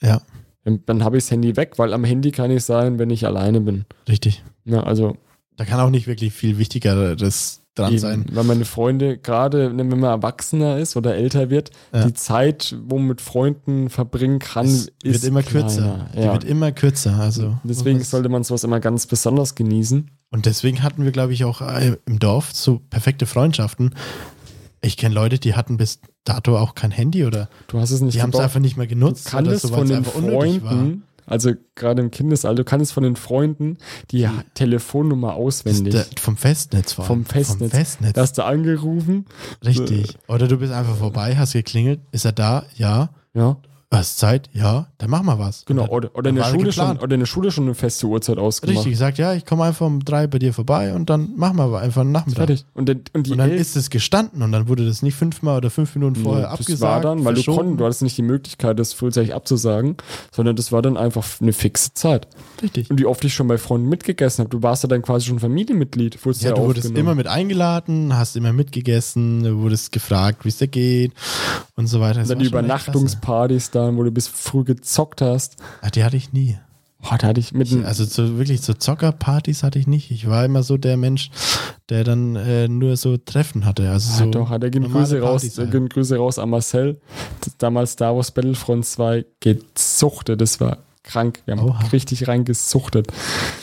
S2: ja,
S1: Dann dann habe ich das Handy weg, weil am Handy kann ich sein, wenn ich alleine bin.
S2: richtig.
S1: Ja, also
S2: Da kann auch nicht wirklich viel Wichtigeres dran
S1: Eben,
S2: sein.
S1: Weil meine Freunde, gerade ne, wenn man erwachsener ist oder älter wird,
S2: Ja.
S1: die Zeit, wo man mit Freunden verbringen kann,
S2: Es
S1: ist
S2: wird immer
S1: kleiner.
S2: kürzer. Die
S1: Ja.
S2: wird immer kürzer. Also
S1: Deswegen sollte man sowas immer ganz besonders genießen.
S2: Und deswegen hatten wir, glaube ich, auch äh, im Dorf so perfekte Freundschaften. Ich kenne Leute, die hatten bis dato auch kein Handy oder
S1: Du hast es nicht
S2: die haben es
S1: gebraucht.
S2: einfach nicht mehr genutzt.
S1: Du kannst
S2: so,
S1: von
S2: weil's
S1: den
S2: einfach unnötig
S1: Freunden, also gerade im Kindesalter, du kannst von den Freunden die Telefonnummer
S2: Das
S1: auswendig.
S2: ist der, vom Festnetz vor
S1: vom
S2: allem.
S1: Festnetz. äh,
S2: Vom Festnetz.
S1: Da hast du angerufen.
S2: richtig. Oder du bist einfach vorbei, hast geklingelt, ist er da? Ja.
S1: Ja,
S2: Hast Zeit? Ja. Dann machen wir was.
S1: genau.
S2: Und
S1: Oder, oder, in der
S2: war
S1: Schule schon,
S2: geplant.
S1: oder in der Schule schon eine feste Uhrzeit
S2: dann,
S1: ausgemacht.
S2: richtig gesagt, ja, ich komme einfach um drei bei dir vorbei und dann machen wir aber einfach einen Nachmittag.
S1: Fertig. Und, dann- und die
S2: Und dann
S1: Eltern-
S2: ist es gestanden und dann wurde das nicht fünfmal oder fünf Minuten vorher
S1: Nee,
S2: abgesagt.
S1: Das war dann, weil du,
S2: verschoben.
S1: konntest, du hattest nicht die Möglichkeit, das frühzeitig abzusagen, sondern das war dann einfach eine fixe Zeit.
S2: Richtig.
S1: Und wie oft ich schon bei Freunden mitgegessen habe, du warst ja dann quasi schon Familienmitglied. Wurdest
S2: Ja,
S1: ja,
S2: du wurdest
S1: aufgenommen.
S2: immer mit eingeladen, hast immer mitgegessen, du wurdest gefragt, wie es dir geht. und so weiter. Das
S1: dann
S2: war
S1: die
S2: schon echt
S1: Übernachtungspartys da, wo du bis früh gezockt hast.
S2: klasse. Ah, die hatte ich nie.
S1: Boah, da hatte ich mit dem-
S2: Also zu, wirklich zu Zockerpartys hatte ich nicht. Ich war immer so der Mensch, der dann äh, nur so Treffen hatte. Also
S1: Ah,
S2: so
S1: doch, hat er gehen
S2: normale
S1: Grüße raus,
S2: Partys
S1: äh,
S2: halt.
S1: gehen Grüße raus an Marcel. Das- Damals Star Wars Battlefront 2 gezuchtet, das war krank. Wir haben
S2: Oha.
S1: richtig reingesuchtet.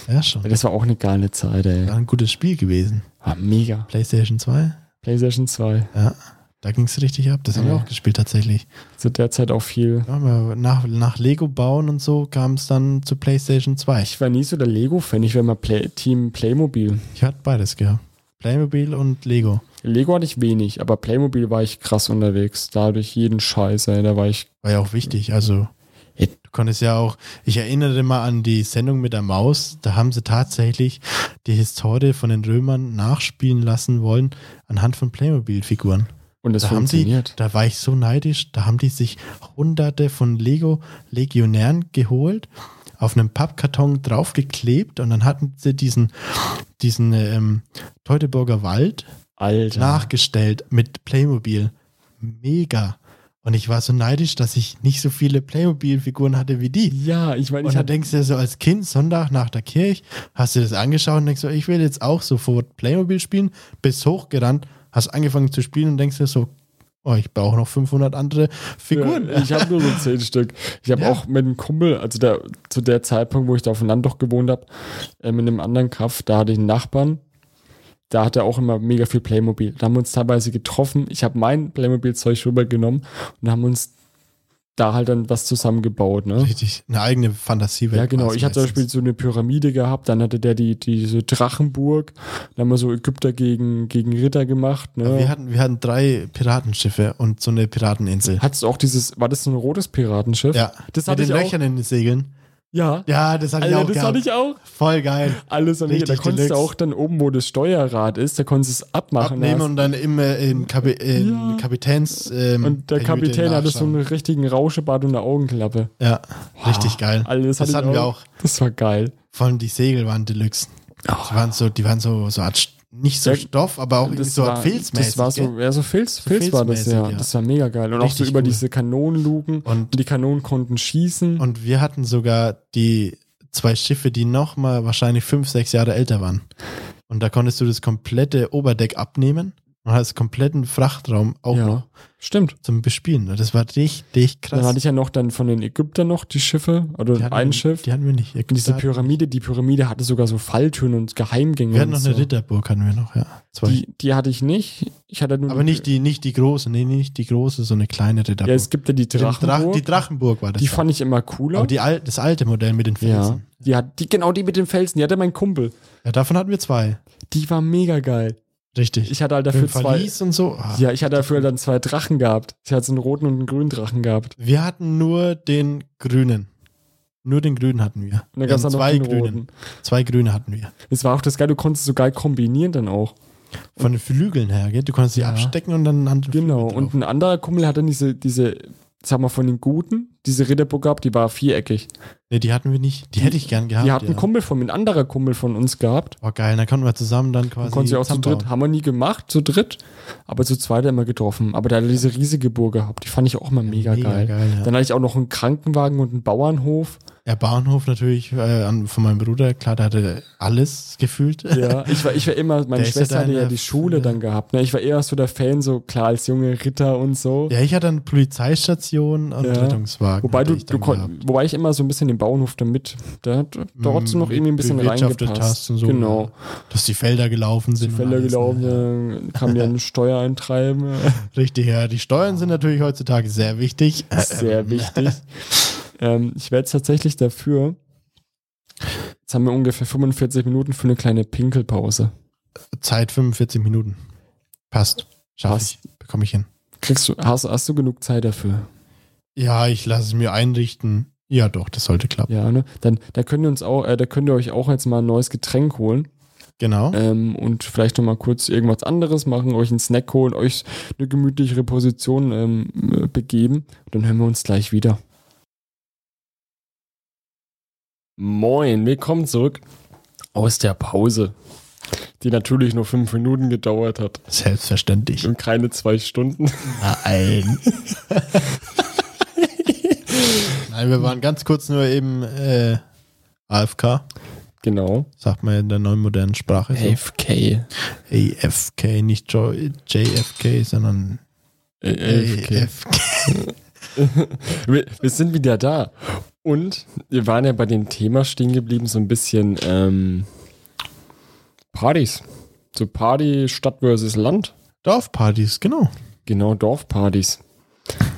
S2: Ja, schon.
S1: Das war auch eine geile Zeit, ey.
S2: War ein gutes Spiel gewesen.
S1: War mega.
S2: PlayStation 2,
S1: PlayStation 2.
S2: ja. Da ging es richtig ab. Das haben wir
S1: Ja.
S2: auch gespielt tatsächlich.
S1: Zu der Zeit auch viel.
S2: Ja, aber nach, nach Lego bauen und so kam es dann zu PlayStation 2. Ich,
S1: Ich war nie so der Lego-Fan, ich war immer Play Team Playmobil.
S2: ich hatte beides gehabt. Playmobil und Lego.
S1: Lego hatte ich wenig, aber Playmobil war ich krass unterwegs. Dadurch jeden Scheiß, ey. Da war ich.
S2: War ja auch wichtig. Also,
S1: Ja.
S2: du konntest ja auch. Ich erinnere mal an die Sendung mit der Maus. Da haben sie tatsächlich die Historie von den Römern nachspielen lassen wollen, anhand von Playmobil-Figuren.
S1: Und das
S2: Da haben die,
S1: funktioniert.
S2: da war ich so neidisch, da haben die sich hunderte von Lego-Legionären geholt, auf einem Pappkarton draufgeklebt und dann hatten sie diesen, diesen ähm, Teutoburger Wald
S1: Alter.
S2: nachgestellt mit Playmobil. Mega. Und ich war so neidisch, dass ich nicht so viele Playmobil-Figuren hatte wie die.
S1: ja, ich meine,
S2: Und
S1: ich
S2: dann
S1: hatte.
S2: denkst du dir so als Kind, Sonntag nach der Kirche, hast du das angeschaut und denkst so, ich will jetzt auch sofort Playmobil spielen, bist hochgerannt, hast angefangen zu spielen und denkst dir so, oh, ich brauche noch 500 andere Figuren.
S1: Ja, ich habe nur so zehn Stück. Ich habe
S2: Ja.
S1: auch mit einem Kumpel, also der, zu der Zeitpunkt, wo ich da auf dem Land doch gewohnt habe, äh, mit einem anderen Kaff, da hatte ich einen Nachbarn, da hatte er auch immer mega viel Playmobil. Da haben wir uns teilweise getroffen. Ich habe mein Playmobil-Zeug rübergenommen und haben uns da halt dann was zusammengebaut. Ne?
S2: Richtig, eine eigene Fantasiewelt.
S1: Ja, genau.
S2: war's
S1: Ich hatte zum Beispiel
S2: meistens.
S1: so eine Pyramide gehabt, dann hatte der die, diese Drachenburg, dann haben wir so Ägypter gegen, gegen Ritter gemacht.
S2: Aber Wir
S1: Ne?
S2: hatten, wir hatten drei Piratenschiffe und so eine Pirateninsel.
S1: Hattest du auch dieses, war das so ein rotes Piratenschiff?
S2: Ja,
S1: Das
S2: mit
S1: hatte
S2: den
S1: ich auch.
S2: Löchern in den Segeln.
S1: Also Ja.
S2: Also Ja, das hatte
S1: Alter,
S2: ich auch
S1: das
S2: gehabt.
S1: hatte ich auch.
S2: Voll geil.
S1: Alles an
S2: Richtig
S1: Da konntest
S2: Deluxe.
S1: du auch dann oben, wo das Steuerrad ist, da konntest du es abmachen.
S2: Abnehmen
S1: lassen.
S2: und dann immer in, Kapi in
S1: Ja.
S2: Kapitäns... Ähm,
S1: und der
S2: Kajüte
S1: Kapitän hatte so
S2: nachschauen.
S1: einen richtigen Rauschebart und eine Augenklappe.
S2: Ja, richtig geil.
S1: Alles
S2: das hatten wir auch.
S1: Das war geil.
S2: Vor allem die Segel waren Deluxe. Die waren so, die waren so, so Art, nicht so
S1: Oh. Ja,
S2: Stoff, aber auch irgendwie so Art filzmäßig.
S1: Das war
S2: gell?
S1: so, ja, so Filz, Filz war das,
S2: filzmäßig,
S1: ja.
S2: ja.
S1: Das war mega geil. Und auch so
S2: Richtig
S1: über
S2: cool.
S1: diese Kanonenluken.
S2: Und-
S1: die Kanonen konnten schießen.
S2: Und wir hatten sogar die zwei Schiffe, die nochmal wahrscheinlich fünf, sechs Jahre älter waren. Und da konntest du das komplette Oberdeck abnehmen und hast kompletten Frachtraum auch noch
S1: ja. Stimmt.
S2: zum Bespielen. Das war richtig krass.
S1: Dann hatte ich ja noch dann von den Ägyptern noch die Schiffe,
S2: Die
S1: oder
S2: hatten
S1: ein
S2: wir,
S1: Schiff.
S2: Die hatten wir nicht.
S1: und diese Pyramide, die Pyramide hatte sogar so Falltüren und Geheimgänge.
S2: wir hatten
S1: und
S2: noch
S1: so.
S2: eine Ritterburg, hatten wir noch, ja. Zwei.
S1: Die, die hatte ich nicht. Ich hatte nur
S2: aber nicht die, nicht die große, nee, nicht die große, so eine kleine Ritterburg.
S1: Ja, es gibt ja die
S2: Den Drach-
S1: Drachenburg.
S2: die Drachenburg war das.
S1: die
S2: da.
S1: fand ich immer cooler.
S2: Aber die al das alte Modell mit den
S1: ja.
S2: Felsen.
S1: Die hat, die, genau die mit den Felsen, die hatte mein Kumpel.
S2: Ja, davon hatten wir zwei.
S1: Die war mega geil.
S2: Richtig.
S1: Ich hatte halt
S2: Mit
S1: dafür
S2: dem
S1: zwei.
S2: Verlies und so. Ah.
S1: Ja, ich hatte dafür dann zwei Drachen gehabt. Ich hatte so einen roten und einen grünen Drachen gehabt.
S2: Wir hatten nur den grünen. Nur den grünen hatten wir.
S1: Und dann
S2: wir
S1: gab es
S2: hatten
S1: dann noch
S2: zwei
S1: einen
S2: grünen.
S1: roten.
S2: Zwei grüne hatten wir.
S1: Das war auch das Geile, du konntest es so geil kombinieren dann auch.
S2: Von den Flügeln her, gell? Du konntest sie
S1: Ja.
S2: abstecken und dann einen anderen
S1: Genau.
S2: Flügel
S1: Und ein anderer Kumpel hat dann diese, diese, sag mal, von den Guten, diese Ritterburg gehabt, die war viereckig.
S2: Nee, die hatten wir nicht. Die hätte ich gern gehabt.
S1: Die hat einen
S2: ja.
S1: Kumpel von mir, ein anderer Kumpel von uns gehabt.
S2: Oh, geil. Dann konnten wir zusammen dann quasi.
S1: Konnte sie auch zu
S2: zusammenbauen.
S1: dritt, haben wir nie gemacht, zu dritt, aber zu zweit immer getroffen. Aber da hat er diese riesige Burg gehabt, die fand ich auch immer mega,
S2: mega
S1: geil.
S2: geil, ja.
S1: Dann hatte ich auch noch einen Krankenwagen und einen Bauernhof.
S2: Ja, Bahnhof natürlich äh, an, von meinem Bruder. Klar, der hatte alles gefühlt.
S1: Ja, ich war, ich war immer, meine
S2: Der ist ja
S1: Schwester hatte ja
S2: deine
S1: die Schule
S2: Schule.
S1: dann gehabt. Ne? Ich war eher so der Fan, so klar als junge Ritter und so.
S2: Ja, ich hatte eine Polizeistation und
S1: Ja.
S2: Rettungswagen.
S1: Wobei,
S2: hatte
S1: du,
S2: ich dann
S1: du kon-
S2: gehabt.
S1: wobei ich immer so ein bisschen den Bauernhof damit, da hat trotzdem noch irgendwie ein bisschen
S2: Hm, bewirtschaftet
S1: reingepasst.
S2: hast und so.
S1: Genau.
S2: Dass die Felder gelaufen sind.
S1: Die
S2: und
S1: Fälle
S2: alles,
S1: gelaufen,
S2: ne?
S1: dann kam dir eine Steuer eintreiben.
S2: Richtig, ja. Die Steuern sind natürlich heutzutage sehr wichtig. Äh,
S1: sehr wichtig. ähm, ich wäre jetzt tatsächlich dafür. Jetzt haben wir ungefähr 45 Minuten für eine kleine Pinkelpause.
S2: Zeit 45 Minuten. Passt. Schaffe
S1: Passt.
S2: ich. Bekomme ich hin.
S1: Kriegst du, hast, hast du genug Zeit dafür?
S2: Ja, ich lasse es mir einrichten. Ja, doch, das sollte klappen.
S1: Ja, ne? Dann da könnt ihr uns auch, äh, da könnt ihr euch auch jetzt mal ein neues Getränk holen
S2: Genau.
S1: ähm, und vielleicht noch mal kurz irgendwas anderes machen, euch einen Snack holen, euch eine gemütlichere Position ähm, äh, begeben. Dann hören wir uns gleich wieder. Moin, willkommen zurück aus der Pause. die natürlich nur fünf Minuten gedauert hat
S2: Selbstverständlich.
S1: und keine zwei Stunden.
S2: Nein. Nein, wir waren ganz kurz nur eben äh, AFK,
S1: Genau.
S2: sagt man in der neuen modernen Sprache. So.
S1: AFK.
S2: AFK, nicht jo JFK, sondern
S1: AFK. Wir, wir sind wieder da. Und wir waren ja bei dem Thema stehen geblieben, so ein bisschen ähm, Partys. So Party Stadt versus Land.
S2: Dorfpartys, genau.
S1: Genau, Dorfpartys.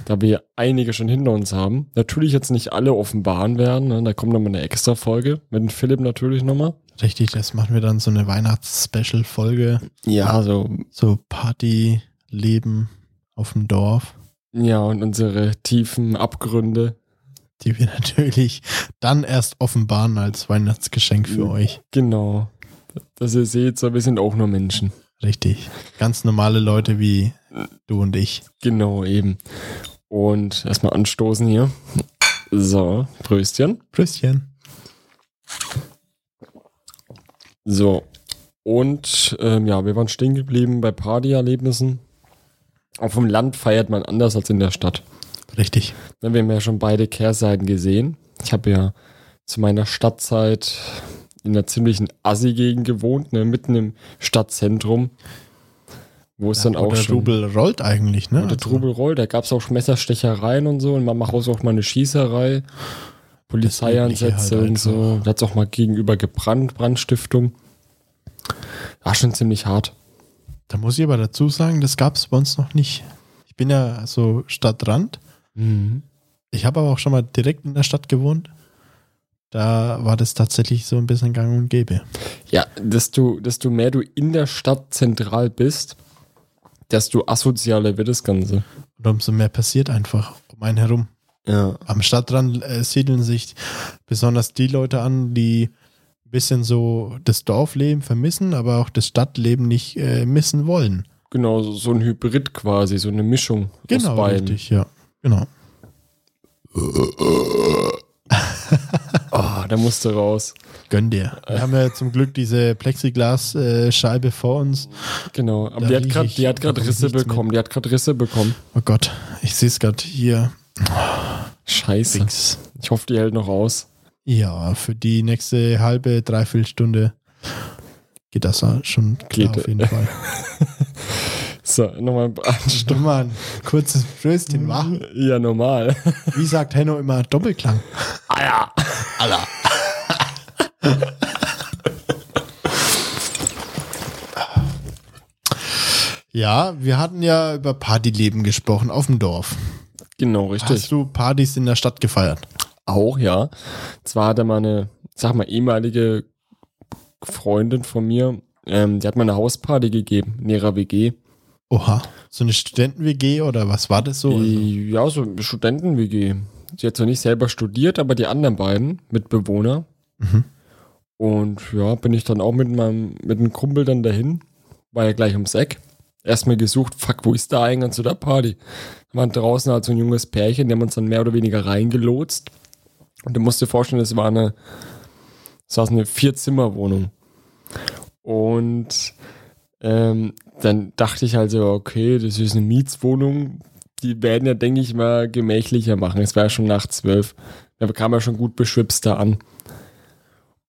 S1: Da wir einige schon hinter uns haben. Natürlich jetzt nicht alle offenbaren werden. Ne? Da kommt nochmal eine extra Folge. Mit dem Philipp natürlich nochmal.
S2: Richtig, das machen wir dann so eine Weihnachts-Special-Folge.
S1: Ja, so.
S2: So Partyleben auf dem Dorf,
S1: Ja, und unsere tiefen Abgründe.
S2: die wir natürlich dann erst offenbaren als Weihnachtsgeschenk für euch.
S1: Genau. Dass ihr seht, so, wir sind auch nur Menschen.
S2: Richtig. Ganz normale Leute wie du und ich.
S1: Genau, eben. Und erstmal anstoßen hier. So, Pröstchen.
S2: Prüsschen.
S1: So. Und ähm, ja, wir waren stehen geblieben bei Partyerlebnissen. Auf dem Land feiert man anders als in der Stadt.
S2: Richtig.
S1: Dann haben wir ja schon beide Kehrseiten gesehen. Ich habe ja zu meiner Stadtzeit in einer ziemlichen Assi-Gegend gewohnt, ne, mitten im Stadtzentrum, wo es dann
S2: Wo
S1: auch
S2: der
S1: schon
S2: Trubel rollt eigentlich, ne?
S1: Und der
S2: Also,
S1: Trubel rollt, da gab es auch Messerstechereien und so und man macht auch mal eine Schießerei, Polizeieinsätze
S2: Übliche halt
S1: und so. Da hat es auch mal gegenüber gebrannt, Brandstiftung. War schon ziemlich hart.
S2: Da muss ich aber dazu sagen, das gab es bei uns noch nicht. Ich bin ja so Stadtrand. Mhm. Ich habe aber auch schon mal direkt in der Stadt gewohnt. Da war das tatsächlich so ein bisschen gang und gäbe.
S1: Ja, desto, desto mehr du in der Stadt zentral bist, desto asozialer wird das Ganze.
S2: Und umso mehr passiert einfach um einen herum.
S1: Ja.
S2: Am Stadtrand äh, siedeln sich besonders die Leute an, die ein bisschen so das Dorfleben vermissen, aber auch das Stadtleben nicht äh, missen wollen.
S1: Genau, so- so ein Hybrid quasi, so eine Mischung aus
S2: Genau,
S1: beiden.
S2: richtig, ja. Genau.
S1: Ah, da musste raus.
S2: Gönn dir. Wir haben ja zum Glück diese Plexiglas-Scheibe vor uns.
S1: Genau, aber
S2: Da
S1: die hat
S2: riech
S1: grad-
S2: ich
S1: die hat gerade
S2: überhaupt
S1: Risse
S2: nichts mit.
S1: bekommen, die hat gerade Risse bekommen.
S2: Oh Gott, ich sehe es gerade hier.
S1: Scheiße.
S2: Dings.
S1: Ich hoffe, die hält noch aus.
S2: Ja, für die nächste halbe, dreiviertel Stunde geht das ja schon klar
S1: Geht.
S2: auf jeden Fall.
S1: So, nochmal anstoßen.
S2: Stimmt mal, ein kurzes Fröstchen, wa?
S1: Ja, normal.
S2: Wie sagt Henno immer, Doppelklang.
S1: Alter.
S2: Ja, wir hatten ja über Partyleben gesprochen auf dem Dorf.
S1: Genau,
S2: Hast
S1: richtig.
S2: du Partys in der Stadt gefeiert?
S1: Auch, ja. Zwar hatte meine, sag mal, ehemalige Freundin von mir, ähm, die hat mir eine Hausparty gegeben in ihrer WG.
S2: Oha, so eine Studenten-WG oder was war das so? Also,
S1: Die, ja, so eine Studenten-WG. Sie hat zwar nicht selber studiert, aber die anderen beiden Mitbewohner.
S2: Mhm.
S1: Und ja, bin ich dann auch mit meinem, mit einem Kumpel dann dahin. War ja gleich ums Eck. Erstmal gesucht, fuck, wo ist der Eingang zu der Party? Wir waren draußen halt so ein junges Pärchen, die haben uns dann mehr oder weniger reingelotst. Und du musst dir vorstellen, es war eine, es war so eine Vier-Zimmer-Wohnung. Und ähm, dann dachte ich also, okay, das ist eine Mietswohnung. Die werden ja, denke ich mal, gemächlicher machen. Es war ja schon nach zwölf. Da kam er schon gut beschwipst da an.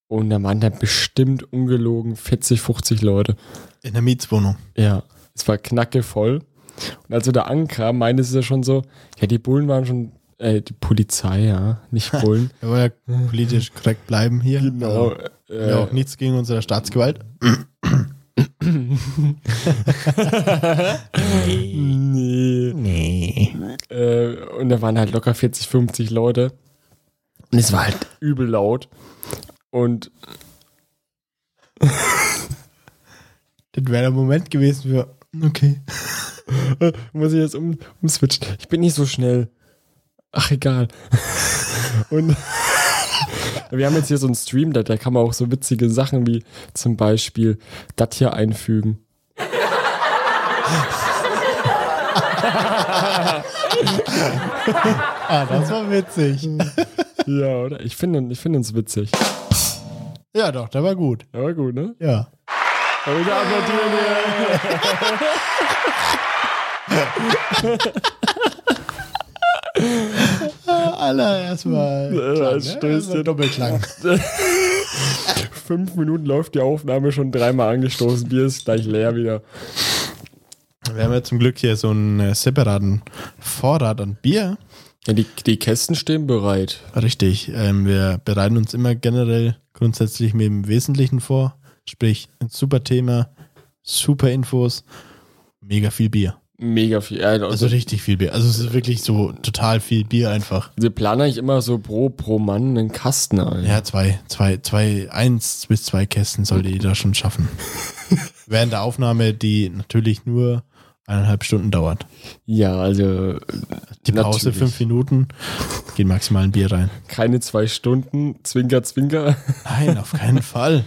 S1: Und da waren da bestimmt ungelogen 40, 50 Leute.
S2: in der Mietswohnung.
S1: Ja. Es war knacke voll. Und als wir da ankamen, meinte sie schon so, ja, die Bullen waren schon, äh, die Polizei, ja, nicht Bullen.
S2: Wir wollen ja politisch korrekt bleiben hier. Also,
S1: Äh,
S2: ja, auch nichts gegen unsere Staatsgewalt.
S1: Nee.
S2: Nee.
S1: Äh, und da waren halt locker 40, 50 Leute. Und es war halt übel laut. Und
S2: Das wäre der Moment gewesen für. Okay.
S1: muss ich jetzt um, umswitchen. Ich bin nicht so schnell. Ach, egal. Und wir haben jetzt hier so einen Stream, da, da kann man auch so witzige Sachen wie zum Beispiel das hier einfügen.
S2: Ah, das war witzig.
S1: Ja, oder? Ich finde ich finde uns witzig.
S2: Ja, doch, der war gut.
S1: Aber gut, ne?
S2: Ja.
S1: Und wieder applaudieren wir.
S2: Alter, erstmal.
S1: Ja,
S2: Klang,
S1: das stößt
S2: Erstmal
S1: den-
S2: Doppelklang.
S1: Also Fünf Minuten läuft die Aufnahme schon dreimal angestoßen. Bier ist gleich leer wieder.
S2: Wir haben ja zum Glück hier so einen äh, separaten Vorrat an Bier.
S1: Ja, die, die Kästen stehen bereit.
S2: Richtig. Ähm, wir bereiten uns immer generell grundsätzlich mit dem Wesentlichen vor. Sprich, ein super Thema, super Infos, mega viel Bier.
S1: Mega viel. Ja,
S2: Also
S1: Also,
S2: richtig viel Bier. Also es ist wirklich so total viel Bier einfach.
S1: wir planen eigentlich immer so pro, pro Mann einen Kasten ein.
S2: Ja, zwei, zwei, zwei, eins bis zwei Kästen sollte jeder schon schaffen. Während der Aufnahme, die natürlich nur eineinhalb Stunden dauert.
S1: Ja, also
S2: Die Pause
S1: Natürlich.
S2: fünf Minuten, geht maximal ein Bier rein.
S1: keine zwei Stunden. Zwinker, zwinker.
S2: Nein, auf keinen Fall.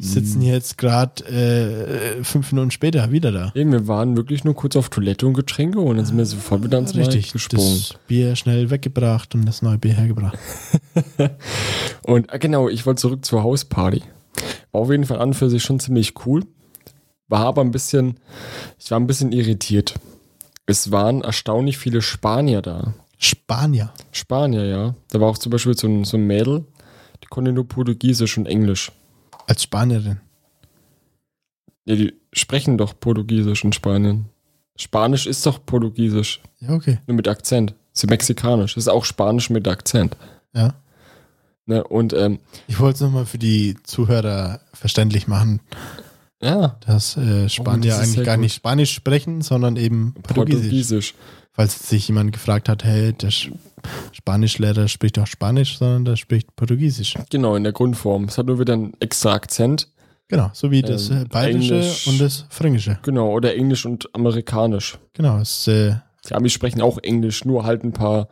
S2: Sitzen hier jetzt gerade äh, fünf Minuten später wieder da.
S1: Eben, wir waren wirklich nur kurz auf Toilette und Getränke und dann sind wir sofort wieder ans Richtig, Markt gesprungen.
S2: das Bier schnell weggebracht und das neue Bier hergebracht.
S1: Und ah, genau, ich wollte zurück zur Hausparty. War auf jeden Fall an und für sich schon ziemlich cool. War aber ein bisschen, ich war ein bisschen irritiert. Es waren erstaunlich viele Spanier da.
S2: Spanier.
S1: Spanier, ja. Da war auch zum Beispiel so ein, so ein Mädel, die konnte nur Portugiesisch und Englisch.
S2: Als Spanierin.
S1: Ja, die sprechen doch Portugiesisch in Spanien. Spanisch ist doch Portugiesisch,
S2: Ja, okay.
S1: nur mit Akzent. Ist ja mexikanisch, ist auch Spanisch mit Akzent.
S2: Ja.
S1: Ne? Und ähm,
S2: Ich wollte es nochmal für die Zuhörer verständlich machen,
S1: ja,
S2: dass äh, Spanier
S1: Oh, das ist
S2: eigentlich
S1: sehr
S2: gar
S1: gut.
S2: nicht Spanisch sprechen, sondern eben Portugiesisch.
S1: Portugiesisch.
S2: Falls jetzt sich jemand gefragt hat, hey, der Sch- Spanischlehrer spricht auch Spanisch, sondern der spricht Portugiesisch.
S1: Genau, in der Grundform. Es hat nur wieder einen extra Akzent.
S2: Genau, so wie das
S1: Ähm,
S2: äh, Bayerische
S1: Englisch.
S2: und das Fränkische.
S1: Genau, oder Englisch und Amerikanisch.
S2: Genau, es, äh,
S1: Die Amis sprechen auch Englisch, nur halt ein paar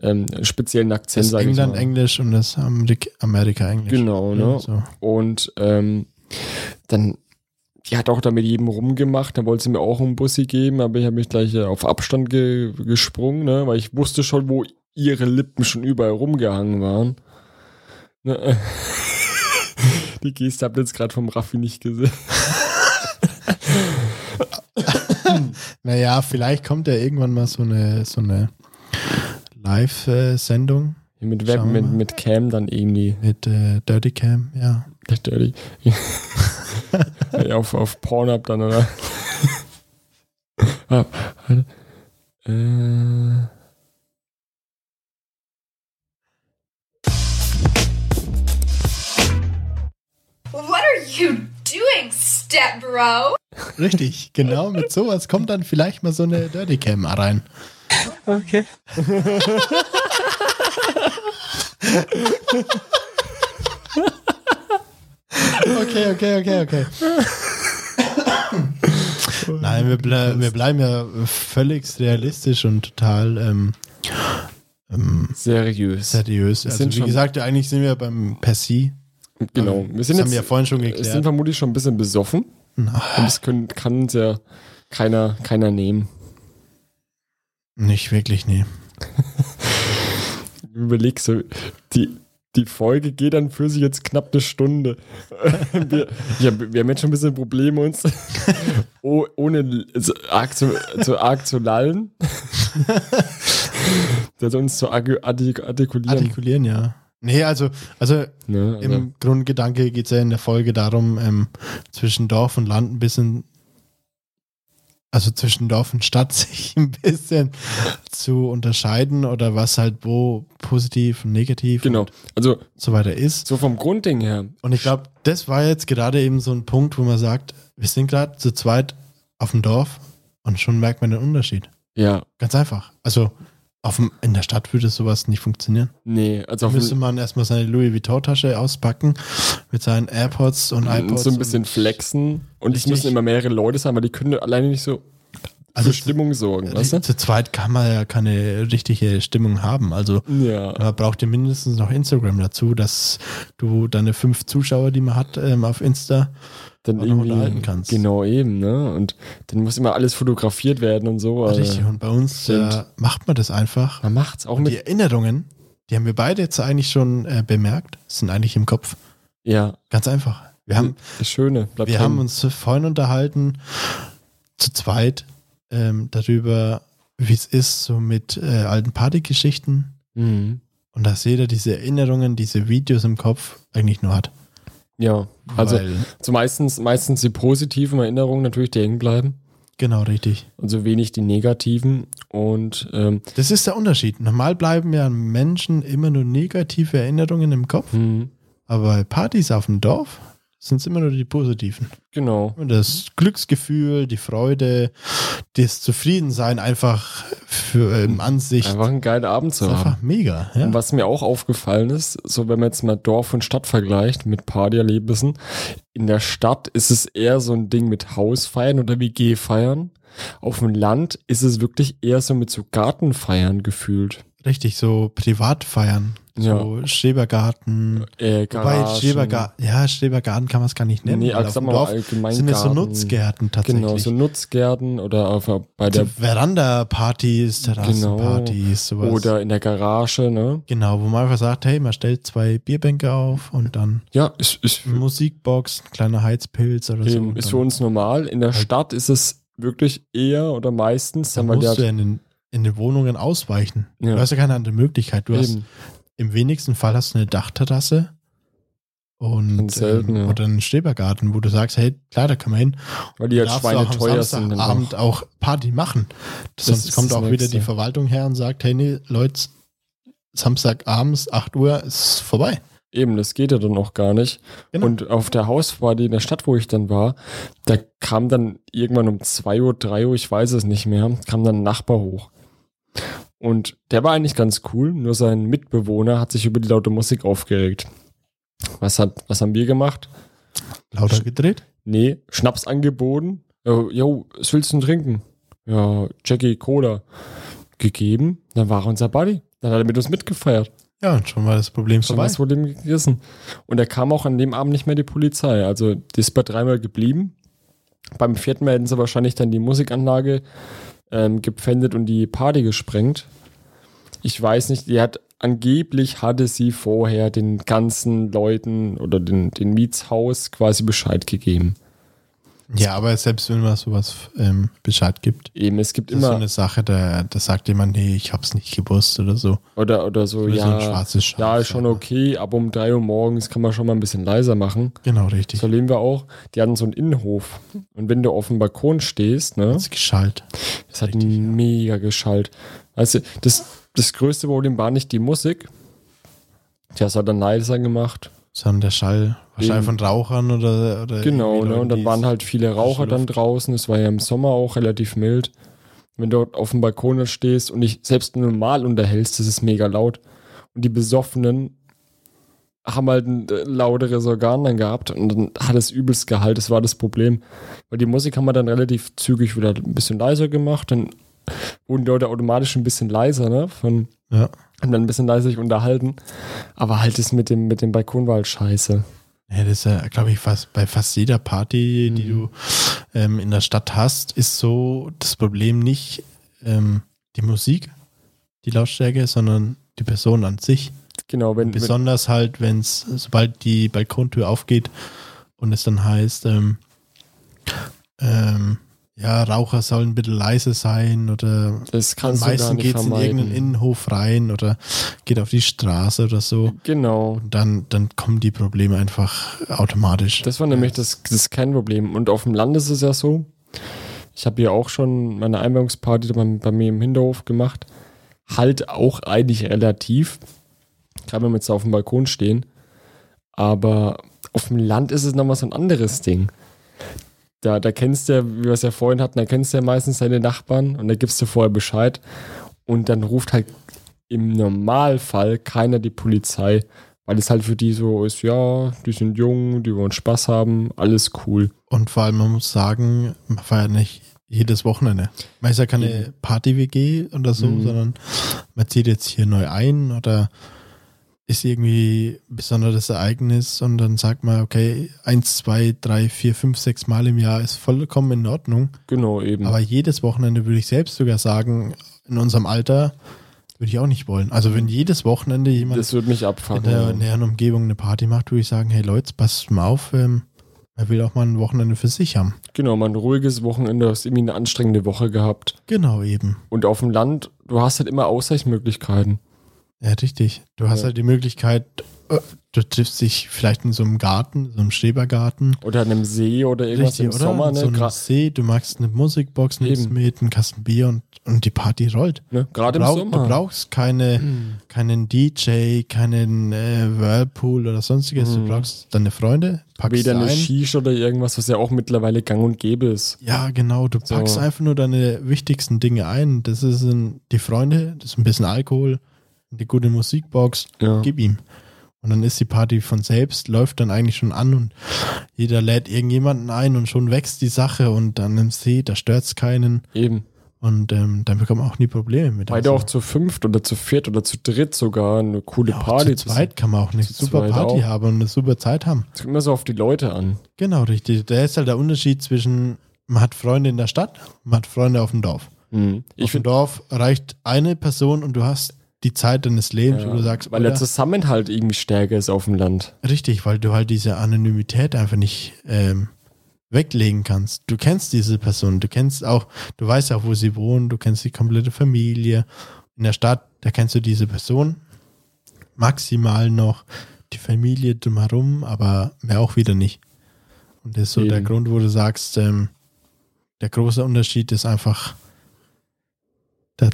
S1: ähm, speziellen Akzent,
S2: das
S1: sag
S2: England
S1: ich mal.
S2: Englisch und das Amerik Amerika Englisch.
S1: Genau, ne?
S2: Ja, so.
S1: Und ähm, dann, die hat auch da mit jedem rumgemacht, dann wollte sie mir auch einen Bussi geben, aber ich habe mich gleich äh, auf Abstand ge gesprungen, ne? weil ich wusste schon, wo ihre Lippen schon überall rumgehangen waren. Ne? äh. Die Geste habt ihr jetzt gerade vom Raffi nicht gesehen.
S2: Naja, vielleicht kommt ja irgendwann mal so eine, so eine äh, Live-Sendung
S1: Mit, Web,
S2: Schauen wir
S1: mit,
S2: mal.
S1: mit Cam dann irgendwie.
S2: mit äh, Dirty Cam, ja.
S1: Echt ehrlich. ja, auf, auf Pornhub dann, oder? ah, warte. Äh.
S4: What are you doing, step bro?
S2: Richtig, genau, mit sowas kommt dann vielleicht mal so eine Dirty Cam rein.
S1: Okay.
S2: Okay, okay, okay, okay. Nein, wir, ble wir bleiben ja völlig realistisch und total ähm,
S1: Seriös.
S2: seriös. Also,
S1: sind
S2: wie
S1: schon-
S2: gesagt, eigentlich sind wir beim Percy.
S1: Genau. Wir sind
S2: das haben
S1: jetzt
S2: wir ja vorhin schon
S1: wir sind
S2: geklärt.
S1: vermutlich schon ein bisschen besoffen. Und das können, kann uns ja keiner, keiner nehmen.
S2: Nicht wirklich, nee.
S1: Überleg so, die, die Folge geht dann für sich jetzt knapp eine Stunde. wir, ja, wir haben jetzt schon ein bisschen Probleme, uns oh, ohne so arg zu, zu arg zu lallen. also uns zu argu- artik artikulieren.
S2: Artikulieren, ja. Nee, also, also
S1: ne, also,
S2: im Grundgedanke geht es ja in der Folge darum, ähm, zwischen Dorf und Land ein bisschen, also zwischen Dorf und Stadt sich ein bisschen zu unterscheiden oder was halt wo positiv und negativ
S1: genau. Also
S2: und so weiter ist.
S1: so vom Grundding her.
S2: Und ich glaube, das war jetzt gerade eben so ein Punkt, wo man sagt, wir sind gerade zu zweit auf dem Dorf und schon merkt man den Unterschied.
S1: Ja,
S2: Ganz einfach. Also auf dem, in der Stadt würde sowas nicht funktionieren.
S1: nee. Also auf
S2: müsste man erstmal seine Louis Vuitton-Tasche auspacken mit seinen AirPods und
S1: und
S2: iPods.
S1: so ein bisschen flexen. Und es
S2: Richtig.
S1: müssen immer mehrere Leute sein, weil die können alleine nicht so
S2: und, also
S1: für Stimmung sorgen,
S2: zu,
S1: weißt du?
S2: zu zweit kann man ja keine richtige Stimmung haben. Also
S1: Ja.
S2: man braucht ja mindestens noch Instagram dazu, dass du deine fünf Zuschauer, die man hat ähm, auf Insta,
S1: dann
S2: auch noch
S1: irgendwie
S2: unterhalten kannst.
S1: Genau eben, ne? Und dann muss immer alles fotografiert werden und so. aber
S2: richtig. Und bei uns äh,
S1: stimmt.
S2: macht man das einfach.
S1: Man macht's auch
S2: Die
S1: mit.
S2: Erinnerungen, die haben wir beide jetzt eigentlich schon äh, bemerkt, sind eigentlich im Kopf.
S1: Ja,
S2: Ganz einfach. Wir haben,
S1: Das Schöne. Bleibt
S2: wir
S1: hängen.
S2: haben uns vorhin unterhalten, zu zweit, ähm, darüber, wie es ist, so mit äh, alten Partygeschichten.
S1: Mhm.
S2: Und dass jeder diese Erinnerungen, diese Videos im Kopf eigentlich nur hat.
S1: Ja, also
S2: Weil,
S1: so meistens, meistens die positiven Erinnerungen natürlich, die hängen bleiben.
S2: genau, richtig.
S1: Und so wenig die negativen. Und ähm,
S2: Das ist der Unterschied. Normal bleiben ja Menschen immer nur negative Erinnerungen im Kopf,
S1: hm,
S2: aber bei Partys auf dem Dorf sind es immer nur die positiven.
S1: genau.
S2: Das Glücksgefühl, die Freude, das Zufriedensein einfach für ähm, an sich.
S1: Einfach einen geilen Abend
S2: ist
S1: zu haben.
S2: einfach mega.
S1: Und
S2: Ja.
S1: was mir auch aufgefallen ist, so wenn man jetzt mal Dorf und Stadt vergleicht mit Partyerlebnissen, in der Stadt ist es eher so ein Ding mit Hausfeiern oder WG-Feiern. Auf dem Land ist es wirklich eher so mit so Gartenfeiern gefühlt.
S2: Richtig, so privat feiern. So Schrebergarten.
S1: Äh,
S2: Wobei Schrebergarten, ja, Schrebergarten kann man es gar nicht nennen.
S1: Nee,
S2: ne? weil
S1: aber
S2: auf
S1: sag
S2: dem
S1: mal
S2: Dorf
S1: allgemein
S2: sind es so
S1: Garten.
S2: Nutzgärten tatsächlich.
S1: Genau, so Nutzgärten oder auf, bei der Genau.
S2: so Veranda-Partys, Terrassenpartys, sowas.
S1: oder in der Garage, ne?
S2: Genau, wo man einfach sagt, hey, man stellt zwei Bierbänke auf und dann
S1: Ja, ist, ist, für,
S2: Musikbox, ein kleiner Heizpilz oder so.
S1: eben,
S2: und
S1: ist
S2: dann
S1: für uns normal. In
S2: Halt
S1: der Stadt ist es wirklich eher oder meistens, dann weil
S2: musst du
S1: der
S2: in den, in den Wohnungen ausweichen.
S1: Ja.
S2: Du hast ja keine andere Möglichkeit. Du hast
S1: eben,
S2: im wenigsten Fall hast du eine Dachterrasse und
S1: Ganz selten,
S2: ähm,
S1: ja.
S2: oder einen Schrebergarten, wo du sagst, hey, klar, da können wir hin.
S1: weil die halt
S2: Darfst du auch
S1: Schweine
S2: am
S1: teuer sind. dann
S2: Samstagabend
S1: auch.
S2: Abend auch Party machen.
S1: Das
S2: Sonst
S1: ist
S2: kommt
S1: das
S2: auch wieder
S1: Nächste.
S2: die Verwaltung her und sagt, hey, nee, Leute, Samstagabends, 8 Uhr ist vorbei.
S1: Eben, das geht ja dann auch gar nicht.
S2: Genau.
S1: Und auf der Hausparty in der Stadt, wo ich dann war, da kam dann irgendwann um 2 Uhr, 3 Uhr, ich weiß es nicht mehr, kam dann ein Nachbar hoch. Und der war eigentlich ganz cool, nur sein Mitbewohner hat sich über die laute Musik aufgeregt. Was, hat, was haben wir gemacht?
S2: Lauter gedreht.
S1: Nee, Schnaps angeboten. Jo, jo, was willst du denn trinken? Ja, Jackie Cola. Gegeben, dann war er unser Buddy. Dann hat er mit uns mitgefeiert.
S2: Ja, und schon war das Problem
S1: Schon
S2: vorbei.
S1: was wurde ihm gegessen. Und da kam auch an dem Abend nicht mehr die Polizei. Also die ist bei dreimal geblieben. Beim vierten Mal hätten sie wahrscheinlich dann die Musikanlage ähm, gepfändet und die Party gesprengt. Ich weiß nicht, die hat angeblich hatte sie vorher den ganzen Leuten oder den, den Mietshaus quasi Bescheid gegeben.
S2: Ja, aber selbst wenn man sowas ähm, Bescheid gibt,
S1: Eben, es gibt
S2: das ist so
S1: immer
S2: eine Sache, da, da sagt jemand, nee, ich hab's nicht gewusst oder so.
S1: oder oder so,
S2: Oder so ein
S1: ja,
S2: schwarzes Schaf.
S1: ja, ist schon
S2: sag
S1: okay, aber um 3 Uhr morgens kann man schon mal ein bisschen leiser machen.
S2: mal. Genau, richtig.
S1: So leben wir auch. Die hatten so einen Innenhof. Und wenn du auf dem Balkon stehst, ne,
S2: Hat's geschallt.
S1: das hat mega geschallt. Weißt du, das, das größte Problem war nicht die Musik. Die hast du halt dann leiser gemacht.
S2: Sondern der Schall wahrscheinlich von Rauchern oder. oder
S1: Genau,
S2: Äh,
S1: ne?
S2: irgendwie Leuten,
S1: Und dann
S2: die
S1: waren halt viele Raucher dann
S2: Luft.
S1: draußen. Es war ja im Sommer auch relativ mild. Wenn du dort auf dem Balkon dann stehst und dich selbst normal unterhältst, das ist mega laut. Und die Besoffenen haben halt ein äh, lauteres Organ dann gehabt und dann hat es übelst gehalt. Das war das Problem. Weil die Musik haben wir dann relativ zügig wieder ein bisschen leiser gemacht. Dann wurden die Leute automatisch ein bisschen leiser, ne? Von,
S2: Ja.
S1: haben dann ein bisschen leiser sich unterhalten. Aber halt das mit dem, mit dem Balkon war halt scheiße.
S2: Ja, das ist ja, glaube ich, fast bei fast jeder Party,
S1: Mhm.
S2: die du ähm, in der Stadt hast, ist so das Problem nicht ähm, die Musik, die Lautstärke, sondern die Person an sich.
S1: Genau, wenn, wenn
S2: Besonders halt, wenn es, sobald die Balkontür aufgeht und es dann heißt, ähm, ähm, ja, Raucher sollen bitte leise sein oder
S1: das
S2: am
S1: kannst du gar
S2: meisten
S1: nicht
S2: geht es in
S1: vermeiden.
S2: irgendeinen Innenhof rein oder geht auf die Straße oder so.
S1: Genau.
S2: Und dann, dann kommen die Probleme einfach automatisch.
S1: Das war nämlich das, das Kernproblem. Und auf dem Land ist es ja so. Ich habe ja auch schon meine Einweihungsparty bei, bei mir im Hinterhof gemacht. Halt auch eigentlich relativ. Kann man jetzt auf dem Balkon stehen. Aber auf dem Land ist es nochmal so ein anderes Ding. Da, da kennst du ja, wie wir es ja vorhin hatten, da kennst du ja meistens deine Nachbarn und da gibst du vorher Bescheid. Und dann ruft halt im Normalfall keiner die Polizei, weil es halt für die so ist, ja, die sind jung, die wollen Spaß haben, alles cool.
S2: Und vor allem, man muss sagen, man feiert nicht jedes Wochenende. Man ist ja keine Party-WG oder so,
S1: Mhm.
S2: sondern man zieht jetzt hier neu ein oder ist irgendwie ein besonderes Ereignis und dann sagt man, okay, eins, zwei, drei, vier, fünf, sechs Mal im Jahr ist vollkommen in Ordnung.
S1: Genau, eben.
S2: Aber jedes Wochenende würde ich selbst sogar sagen, in unserem Alter würde ich auch nicht wollen. Also wenn jedes Wochenende jemand
S1: das würde mich
S2: in
S1: abfangen.
S2: der näheren Umgebung eine Party macht, würde ich sagen, hey Leute, passt mal auf, ähm, Er will auch mal ein Wochenende für sich haben.
S1: Genau, mal ein ruhiges Wochenende, hast irgendwie eine anstrengende Woche gehabt.
S2: Genau eben.
S1: Und auf dem Land, du hast halt immer Ausweichmöglichkeiten.
S2: Ja, richtig. Du hast
S1: Ja.
S2: halt die Möglichkeit, äh, du triffst dich vielleicht in so einem Garten, so einem Schrebergarten.
S1: Oder an einem See oder irgendwas
S2: Richtig,
S1: im
S2: oder?
S1: Sommer,
S2: An
S1: ne?
S2: so einem
S1: Gra
S2: See, du magst eine Musikbox, nimmst
S1: Eben.
S2: mit, einen Kasten Bier und, und die Party rollt.
S1: ne? Gerade im
S2: Brauch,
S1: Sommer. Mm.
S2: Du brauchst keine, keinen DJ, keinen äh, Whirlpool oder sonstiges.
S1: Mm.
S2: Du brauchst deine Freunde, packst
S1: Weder
S2: sie
S1: eine
S2: ein.
S1: Shisha oder irgendwas, was ja auch mittlerweile gang und gäbe ist.
S2: Ja, genau. Du
S1: So.
S2: packst einfach nur deine wichtigsten Dinge ein. Das ist ein, die Freunde, das ist ein bisschen Alkohol, eine gute Musikbox.
S1: Ja.
S2: Gib ihm. Und dann ist die Party von selbst, läuft dann eigentlich schon an und jeder lädt irgendjemanden ein und schon wächst die Sache und dann im See, da stört's keinen
S1: Eben.
S2: und ähm, dann bekommen auch nie Probleme mit.
S1: Beide
S2: Also
S1: auch zu fünft oder zu viert oder zu dritt sogar eine coole
S2: auch
S1: Party
S2: zu zweit kann man auch eine
S1: zu
S2: super
S1: zweit
S2: Party
S1: auch.
S2: haben und eine super Zeit haben.
S1: Es kommt immer so auf die Leute an.
S2: Genau, richtig. Da ist halt der Unterschied zwischen, man hat Freunde in der Stadt, man hat Freunde auf dem Dorf.
S1: Ich
S2: auf dem
S1: finde,
S2: Dorf reicht eine Person und du hast die Zeit deines Lebens, wo du sagst,
S1: weil der
S2: Alter,
S1: Zusammenhalt irgendwie stärker ist auf dem Land.
S2: richtig, weil du halt diese Anonymität einfach nicht ähm, weglegen kannst. Du kennst diese Person, du kennst auch, du weißt auch, wo sie wohnen, du kennst die komplette Familie. In der Stadt, da kennst du diese Person maximal noch die Familie drumherum, aber mehr auch wieder nicht. Und das ist so der
S1: Eben.
S2: Grund, wo du sagst, ähm, der große Unterschied ist einfach der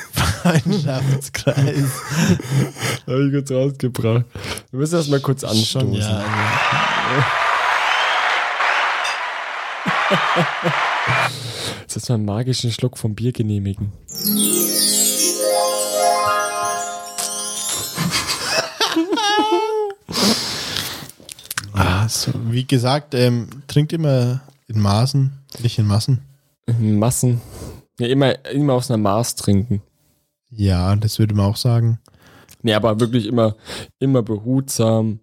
S2: Freundschaftskreis.
S1: Habe ich kurz rausgebracht. Wir müssen das mal kurz anstoßen.
S2: Schon, ja, also,
S1: Jetzt erstmal einen magischen Schluck vom Bier genehmigen.
S2: ah, so, wie gesagt, ähm, trinkt immer in Maßen, nicht in Massen.
S1: Massen. Ja, immer, immer aus einer Maß trinken.
S2: Ja, das würde man auch sagen.
S1: Nee, aber wirklich immer, immer behutsam.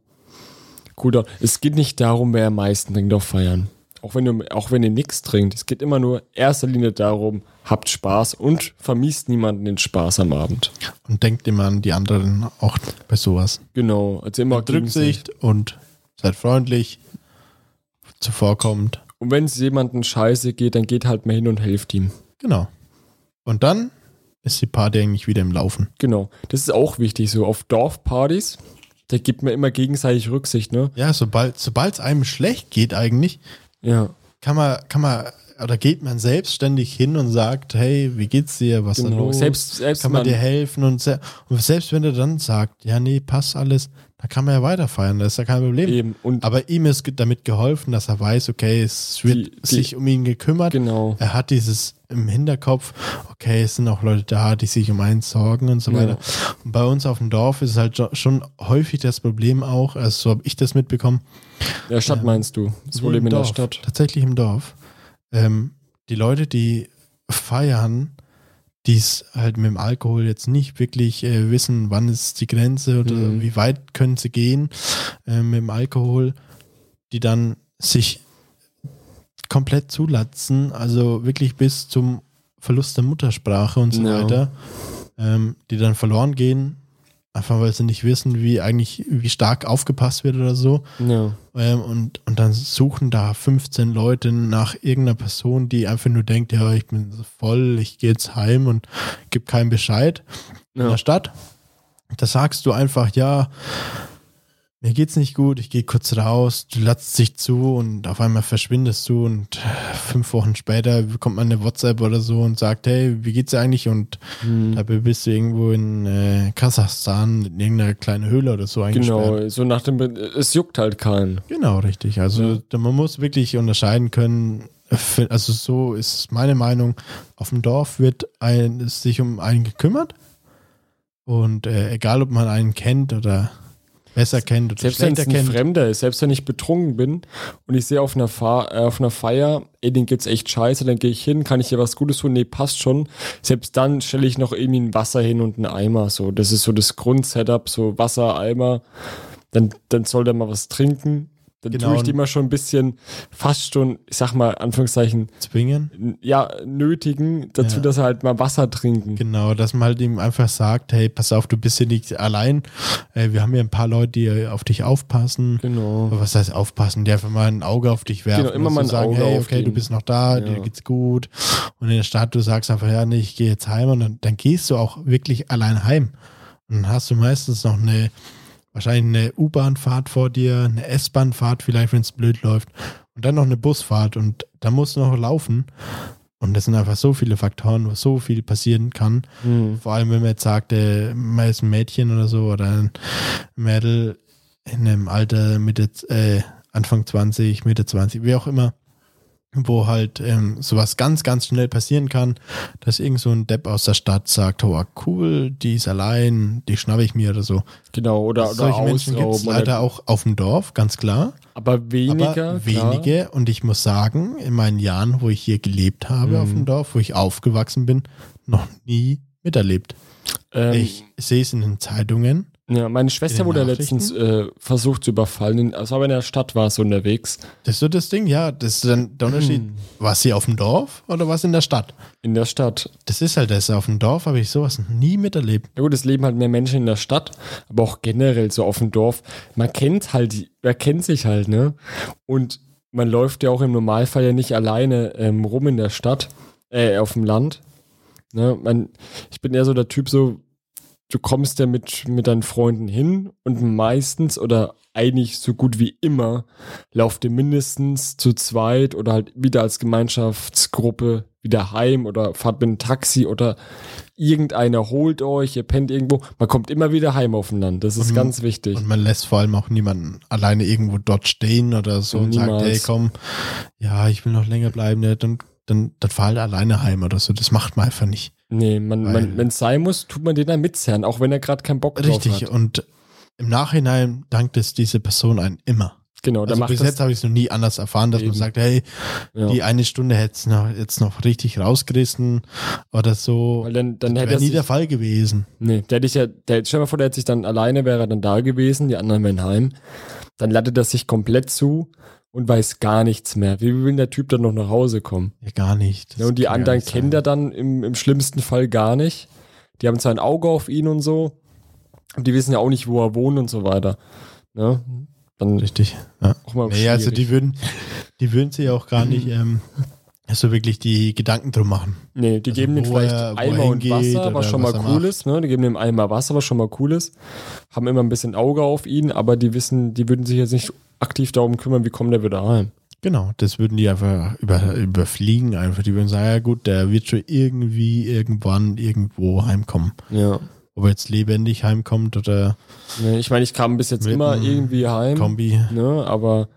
S1: Gut, es geht nicht darum, wer am meisten trinkt auf Feiern. Auch wenn, du, auch wenn ihr nichts trinkt. Es geht immer nur in erster Linie darum, habt Spaß und vermisst niemanden den Spaß am Abend.
S2: Und denkt immer an die anderen auch bei sowas.
S1: Genau. Also immer
S2: Drückt sich und seid freundlich, zuvorkommend.
S1: Und wenn es jemandem scheiße geht, dann geht halt mal hin und helft ihm.
S2: Genau. Und dann ist die Party eigentlich wieder im Laufen.
S1: Genau. Das ist auch wichtig. So auf Dorfpartys, da gibt man immer gegenseitig Rücksicht, ne?
S2: Ja, sobald es einem schlecht geht eigentlich,
S1: Ja.
S2: kann man, kann man, oder geht man selbstständig hin und sagt, hey, wie geht's dir, was ist da
S1: Genau.
S2: los?
S1: Selbst- selbst
S2: kann man
S1: man-
S2: dir helfen und, se und selbst wenn er dann sagt, ja, nee, passt alles, dann kann man ja weiter feiern, das ist ja kein Problem.
S1: Eben. Und
S2: Aber ihm ist ge- damit geholfen, dass er weiß, okay, es wird
S1: Die- die-
S2: sich um ihn gekümmert.
S1: Genau.
S2: Er hat dieses im Hinterkopf, okay, es sind auch Leute da, die sich um einen sorgen und so
S1: Ja.
S2: weiter. Und bei uns auf dem Dorf ist halt jo- schon häufig das Problem auch, also so habe ich das mitbekommen.
S1: in der Stadt meinst du? Das
S2: wohl
S1: Problem in der
S2: Dorf,
S1: Stadt.
S2: Tatsächlich im Dorf. Ähm, die Leute, die feiern, die es halt mit dem Alkohol jetzt nicht wirklich äh, wissen, wann ist die Grenze oder
S1: Mhm.
S2: wie weit können sie gehen äh, mit dem Alkohol, die dann sich komplett zulatzen, also wirklich bis zum Verlust der Muttersprache und so
S1: Ja.
S2: weiter, ähm, die dann verloren gehen, einfach weil sie nicht wissen, wie eigentlich, wie stark aufgepasst wird oder so.
S1: Ja.
S2: Ähm, und, und dann suchen da 15 Leute nach irgendeiner Person, die einfach nur denkt, ja, ich bin so voll, ich gehe jetzt heim und gib keinen Bescheid in
S1: ja.
S2: der Stadt. Da sagst du einfach, ja, mir geht's nicht gut, ich gehe kurz raus, du latzt dich zu und auf einmal verschwindest du und fünf Wochen später bekommt man eine WhatsApp oder so und sagt, hey, wie geht's dir eigentlich? Und
S1: Hm.
S2: dabei bist du irgendwo in äh, Kasachstan in irgendeiner kleinen Höhle oder so eingesperrt.
S1: Genau. So nach dem. Es juckt halt keinen.
S2: Genau, richtig. Also da- man muss wirklich unterscheiden können. f- Also so ist meine Meinung. Auf dem Dorf wird ein, ist sich um einen gekümmert. Und äh, egal, ob man einen kennt oder besser kennt oder
S1: Selbst wenn es
S2: schlechter
S1: ein
S2: kennt.
S1: Fremder ist, selbst wenn ich betrunken bin und ich sehe auf einer, Fa äh, auf einer Feier, ey, den geht's echt scheiße, dann gehe ich hin, kann ich hier was Gutes tun? Nee, passt schon. Selbst dann stelle ich noch irgendwie ein Wasser hin und einen Eimer. So, das ist so das Grundsetup, so Wasser, Eimer. Dann, dann soll der mal was trinken. Dann
S2: Genau.
S1: tue ich die immer schon ein bisschen, fast schon, ich sag mal, Anführungszeichen,
S2: Zwingen.
S1: n- ja, nötigen dazu,
S2: Ja.
S1: dass sie halt mal Wasser trinken.
S2: Genau, dass man halt ihm einfach sagt, hey, pass auf, du bist hier nicht allein. Äh, wir haben hier ein paar Leute, die auf dich aufpassen.
S1: Genau.
S2: Aber Was heißt aufpassen? Die einfach mal ein Auge auf dich werfen.
S1: Genau, immer
S2: und
S1: mal
S2: so
S1: ein Auge
S2: hey,
S1: auf
S2: okay, du
S1: den.
S2: bist noch da, dir
S1: Ja.
S2: geht's gut. Und in der Stadt, du sagst einfach, ja, nee, ich gehe jetzt heim und dann, dann gehst du auch wirklich allein heim. Und dann hast du meistens noch eine, wahrscheinlich eine U-Bahn-Fahrt vor dir, eine S-Bahn-Fahrt vielleicht, wenn es blöd läuft. Und dann noch eine Busfahrt und dann musst du noch laufen. Und das sind einfach so viele Faktoren, wo so viel passieren kann.
S1: Hm.
S2: Vor allem, wenn man jetzt sagt, äh, man ist ein Mädchen oder so oder ein Mädel in einem Alter Mitte, äh, Anfang 20, Mitte 20, wie auch immer, wo halt ähm, sowas ganz, ganz schnell passieren kann, dass irgend so ein Depp aus der Stadt sagt, oh cool, die ist allein, die schnappe ich mir oder so.
S1: Genau, oder, oder
S2: Solche Menschen gibt es
S1: ausrauben.
S2: leider
S1: Oder,
S2: auch auf dem Dorf, ganz klar.
S1: aber weniger.
S2: aber
S1: klar.
S2: wenige. Und ich muss sagen, in meinen Jahren, wo ich hier gelebt habe auf
S1: Mhm.
S2: dem Dorf, wo ich aufgewachsen bin, noch nie miterlebt.
S1: Ähm,
S2: Ich sehe es in den Zeitungen.
S1: Ja, meine Schwester
S2: In den
S1: wurde
S2: Nachrichten?
S1: letztens äh, versucht zu überfallen. In- Also aber in der Stadt war sie unterwegs.
S2: Das ist so das Ding, ja. Das ist dann der Unterschied.
S1: Hm.
S2: Was sie auf dem Dorf oder was in der Stadt?
S1: In der Stadt.
S2: Das ist halt das. Auf dem Dorf habe ich sowas noch nie miterlebt.
S1: Ja gut, es leben halt mehr Menschen in der Stadt, aber auch generell so auf dem Dorf. Man kennt halt, die- man kennt sich halt, ne? Und man läuft ja auch im Normalfall ja nicht alleine ähm, rum in der Stadt, äh, auf dem Land. Ne? Man, ich bin eher so der Typ, so, du kommst ja mit, mit deinen Freunden hin und meistens oder eigentlich so gut wie immer lauft ihr mindestens zu zweit oder halt wieder als Gemeinschaftsgruppe wieder heim oder fahrt mit einem Taxi oder irgendeiner holt euch, ihr pennt irgendwo. Man kommt immer wieder heim auf dem Land. Das ist
S2: Und-
S1: ganz wichtig.
S2: Mhm. Und man lässt vor allem auch niemanden alleine irgendwo dort stehen oder so und sagt,
S1: Niemals.
S2: hey, komm, ja, ich will noch länger bleiben. Ne? Dann, dann, dann fahr halt alleine heim oder so. Das macht man einfach nicht.
S1: Nee, man, man,
S2: Weil-
S1: wenn es sein muss, tut man den dann mitzerren, auch wenn er gerade keinen Bock drauf hat.
S2: Richtig. Und im Nachhinein dankt es diese Person einen immer.
S1: Genau, da
S2: Also
S1: macht
S2: bis
S1: das,
S2: jetzt habe ich es noch nie anders erfahren, dass
S1: Eben.
S2: man sagt, hey,
S1: ja.
S2: die eine Stunde hätte es noch, jetzt noch richtig rausgerissen oder so.
S1: Weil dann, dann
S2: Wäre
S1: hätte er
S2: nie
S1: sich,
S2: der Fall gewesen.
S1: nee, der hätte ich ja, der, stell dir mal vor, der hätte sich dann alleine, wäre er dann da gewesen, die anderen wären heim. Dann lattet er sich komplett zu und weiß gar nichts mehr. Wie will der Typ dann noch nach Hause kommen?
S2: Ja, gar nicht.
S1: Ja, und die
S2: kann
S1: anderen
S2: gar nicht
S1: kennt er dann im, im schlimmsten Fall gar nicht. Die haben zwar ein Auge auf ihn und so, aber die wissen ja auch nicht, wo er wohnt und so weiter. Ne?
S2: sein.
S1: Dann
S2: Richtig. Ja.
S1: auch mal
S2: Nee, also die
S1: schwierig.
S2: würden, die würden sich ja auch gar nicht ähm, so wirklich die Gedanken drum machen.
S1: Nee, die
S2: Also
S1: geben den
S2: wo
S1: vielleicht
S2: er- wo er
S1: Eimer und
S2: hingeht
S1: Wasser,
S2: oder
S1: was schon mal
S2: was er
S1: cool ist. Ne? Die geben dem Eimer Wasser, was schon mal cool ist. Haben immer ein bisschen Auge auf ihn, aber die wissen, die würden sich jetzt nicht aktiv darum kümmern, wie kommt der wieder heim.
S2: Genau, das würden die einfach über, überfliegen einfach. Die würden sagen, ja gut, der wird schon irgendwie, irgendwann, irgendwo heimkommen.
S1: Ja.
S2: Ob er jetzt lebendig heimkommt oder
S1: Ne, ich meine, ich kam bis jetzt
S2: Mit
S1: immer
S2: dem
S1: irgendwie heim,
S2: Kombi.
S1: ne? aber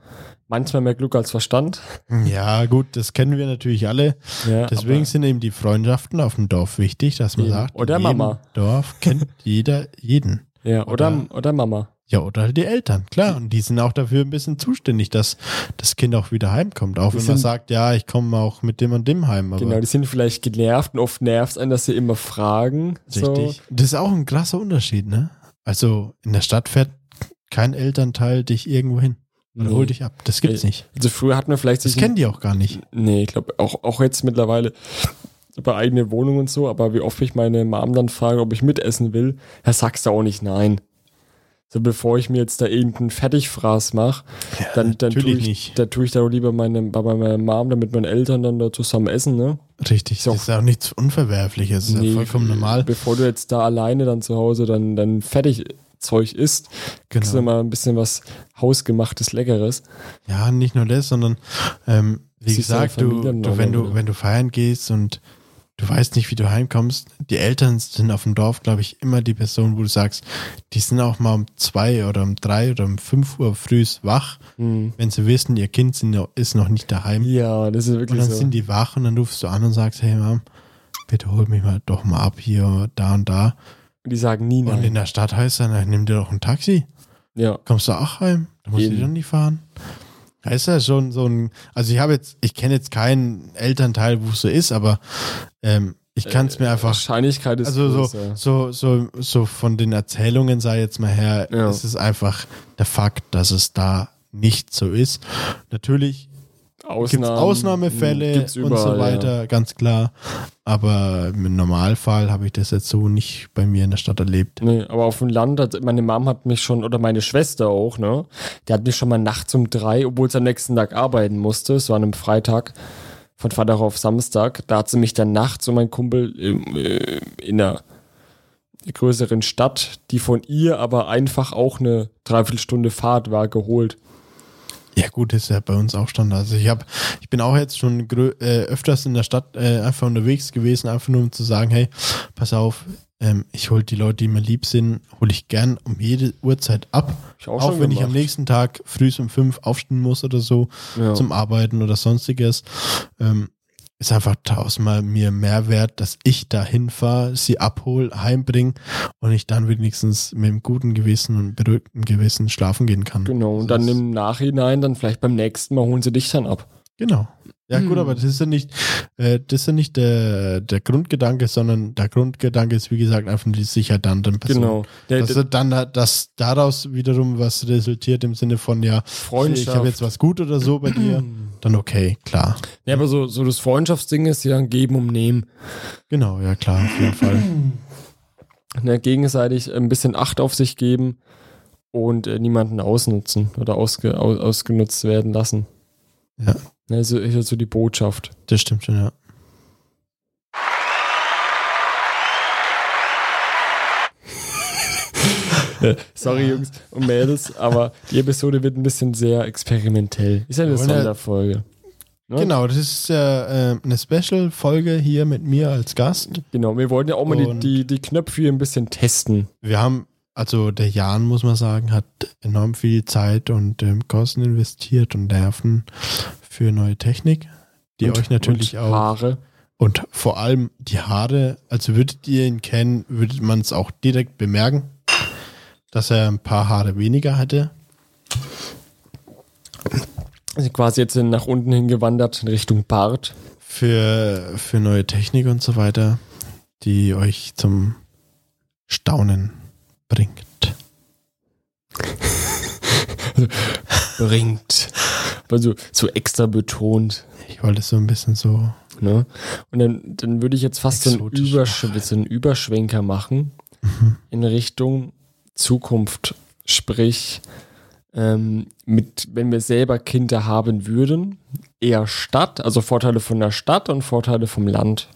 S1: manchmal mehr Glück als Verstand.
S2: Ja gut, das kennen wir natürlich alle.
S1: Ja,
S2: Deswegen
S1: aber-
S2: sind eben die Freundschaften auf dem Dorf wichtig, dass man
S1: Eben.
S2: sagt,
S1: Oder
S2: in jedem
S1: Mama.
S2: Dorf kennt jeder jeden.
S1: Ja, oder, oder,
S2: Oder-
S1: Mama.
S2: Ja, oder halt die Eltern, klar. Und die sind auch dafür ein bisschen zuständig, dass das Kind auch wieder heimkommt. Auch
S1: Die
S2: wenn man
S1: sind-
S2: sagt, ja, ich komme auch mit dem und dem heim. Aber
S1: Genau, die sind vielleicht genervt und oft nervt es einen, dass sie immer fragen. So.
S2: richtig. Das ist auch ein krasser Unterschied, ne? Also in der Stadt fährt kein Elternteil dich irgendwo hin oder
S1: Nee.
S2: holt dich ab. Das gibt's
S1: Äh,
S2: nicht.
S1: Also früher hatten wir vielleicht
S2: Das
S1: sich
S2: kennen die auch gar nicht.
S1: Nee, ich glaube, auch, auch jetzt mittlerweile bei eigene Wohnung und so, aber wie oft ich meine Mom dann frage, ob ich mitessen will, da sagst du auch nicht nein. So, bevor ich mir jetzt da irgendeinen Fertigfraß mache, dann, dann tue
S2: natürlich
S1: ich,
S2: nicht.
S1: da tue ich da lieber meine, bei meiner Mom, damit meine Eltern dann da zusammen essen, ne?
S2: Richtig.
S1: Ist auch-
S2: Das ist auch nichts Unverwerfliches. Das ist
S1: Nee,
S2: ja vollkommen normal.
S1: Bevor du jetzt da alleine dann zu Hause dann, dann Fertigzeug isst, kriegst du
S2: Genau.
S1: mal ein bisschen was hausgemachtes, leckeres.
S2: Ja, nicht nur das, sondern ähm, wie
S1: Siehst deine
S2: gesagt, du,
S1: Familie dann
S2: du, wenn
S1: wieder.
S2: du, wenn du feiern gehst und du weißt nicht, wie du heimkommst, die Eltern sind auf dem Dorf, glaube ich, immer die Person, wo du sagst, die sind auch mal um zwei oder um drei oder um fünf Uhr frühs wach, wenn sie wissen, ihr Kind sind, noch- ist noch nicht daheim.
S1: Mhm. Ja, das ist
S2: und
S1: wirklich
S2: dann
S1: so.
S2: sind die wach und dann rufst du an und sagst, hey Mom, bitte hol mich mal doch mal ab hier, da und da.
S1: die sagen nie
S2: Und in
S1: nein.
S2: der Stadt heißt dann, nimm dir doch ein Taxi
S1: Ja.
S2: kommst du auch heim? Du musst
S1: Eben.
S2: dich doch nicht fahren. Da ist ja schon so ein, also ich habe jetzt, ich kenne jetzt keinen Elternteil, wo es so ist, aber ähm, ich kann
S1: Äh,
S2: es mir einfach,
S1: Wahrscheinlichkeit ist
S2: also so,
S1: größer.
S2: so, so, so von den Erzählungen sei jetzt mal her,
S1: Ja.
S2: es ist einfach der Fakt, dass es da nicht so ist. Natürlich gibt es Ausnahmefälle
S1: hm, gibt's
S2: und so
S1: überall,
S2: weiter,
S1: Ja.
S2: ganz klar. Aber im Normalfall habe ich das jetzt so nicht bei mir in der Stadt erlebt.
S1: Nee, aber auf dem Land, hat, meine Mom hat mich schon, oder meine Schwester auch, ne? Die hat mich schon mal nachts um drei, obwohl sie am nächsten Tag arbeiten musste, es war an einem Freitag, von Freitag auf Samstag, da hat sie mich dann nachts und mein Kumpel im, äh, in einer größeren Stadt, die von ihr aber einfach auch eine Dreiviertelstunde Fahrt war, geholt.
S2: Ja gut, ist ja bei uns auch Standard. Also ich habe, ich bin auch jetzt schon grö- äh, öfters in der Stadt äh, einfach unterwegs gewesen, einfach nur um zu sagen, hey, pass auf, ähm, ich hole die Leute, die mir lieb sind, hole ich gern um jede Uhrzeit ab.
S1: Ich auch
S2: auch
S1: schon
S2: wenn ich
S1: gemacht.
S2: am nächsten Tag früh um fünf aufstehen muss oder so
S1: Ja.
S2: zum Arbeiten oder sonstiges. Ähm, ist einfach tausendmal mir mehr wert, dass ich da hinfahre, sie abhol, heimbringe und ich dann wenigstens mit einem guten Gewissen und beruhigten Gewissen schlafen gehen kann. Also
S1: Genau, und
S2: Das
S1: dann
S2: ist-
S1: im Nachhinein, dann vielleicht beim nächsten Mal holen sie dich dann ab.
S2: Genau. Ja, gut,
S1: Hm.
S2: aber das ist ja nicht, äh, das ist ja nicht der, der Grundgedanke, sondern der Grundgedanke ist, wie gesagt, einfach die Sicherheit der anderen Person.
S1: Genau. Der,
S2: Dass
S1: der
S2: er dann hat- dass daraus wiederum was resultiert im Sinne von, ja, ich
S1: Freundschaft.
S2: habe jetzt was gut oder so bei dir, dann okay, klar.
S1: ja, aber so, so das Freundschaftsding ist ja ein Geben und Nehmen.
S2: Genau, ja, klar, auf jeden Fall.
S1: ne, gegenseitig ein bisschen Acht auf sich geben und äh, niemanden ausnutzen oder ausge, aus, ausgenutzt werden lassen.
S2: Ja,
S1: Ne, so ist jetzt so die Botschaft.
S2: das stimmt schon, ja.
S1: Sorry, Jungs und Mädels, aber die Episode wird ein bisschen sehr experimentell. Ist ja eine
S2: Wir wollen ja-
S1: Sonderfolge. Ne?
S2: Genau, das ist ja äh, eine Special-Folge hier mit mir als Gast.
S1: Genau, wir wollten ja auch mal die,
S2: Und-
S1: die, die Knöpfe hier ein bisschen testen.
S2: wir haben, also der Jan, muss man sagen, hat enorm viel Zeit und ähm, Kosten investiert und Nerven für neue Technik, die
S1: Und-
S2: euch natürlich
S1: und
S2: auch.
S1: Haare.
S2: Und vor allem die Haare, also würdet ihr ihn kennen, würde man es auch direkt bemerken, dass er ein paar Haare weniger hatte.
S1: Also quasi jetzt nach unten hingewandert in Richtung Bart.
S2: Für, für neue Technik und so weiter, die euch zum Staunen bringt.
S1: Bringt. Also so extra betont.
S2: Ich wollte es so ein bisschen so
S1: Ne? Und dann, dann würde ich jetzt fast so einen,
S2: Exotisch.
S1: Übersch so einen Überschwenker machen in Richtung Zukunft. Sprich, ähm, mit, wenn wir selber Kinder haben würden, eher Stadt, also Vorteile von der Stadt und Vorteile vom Land.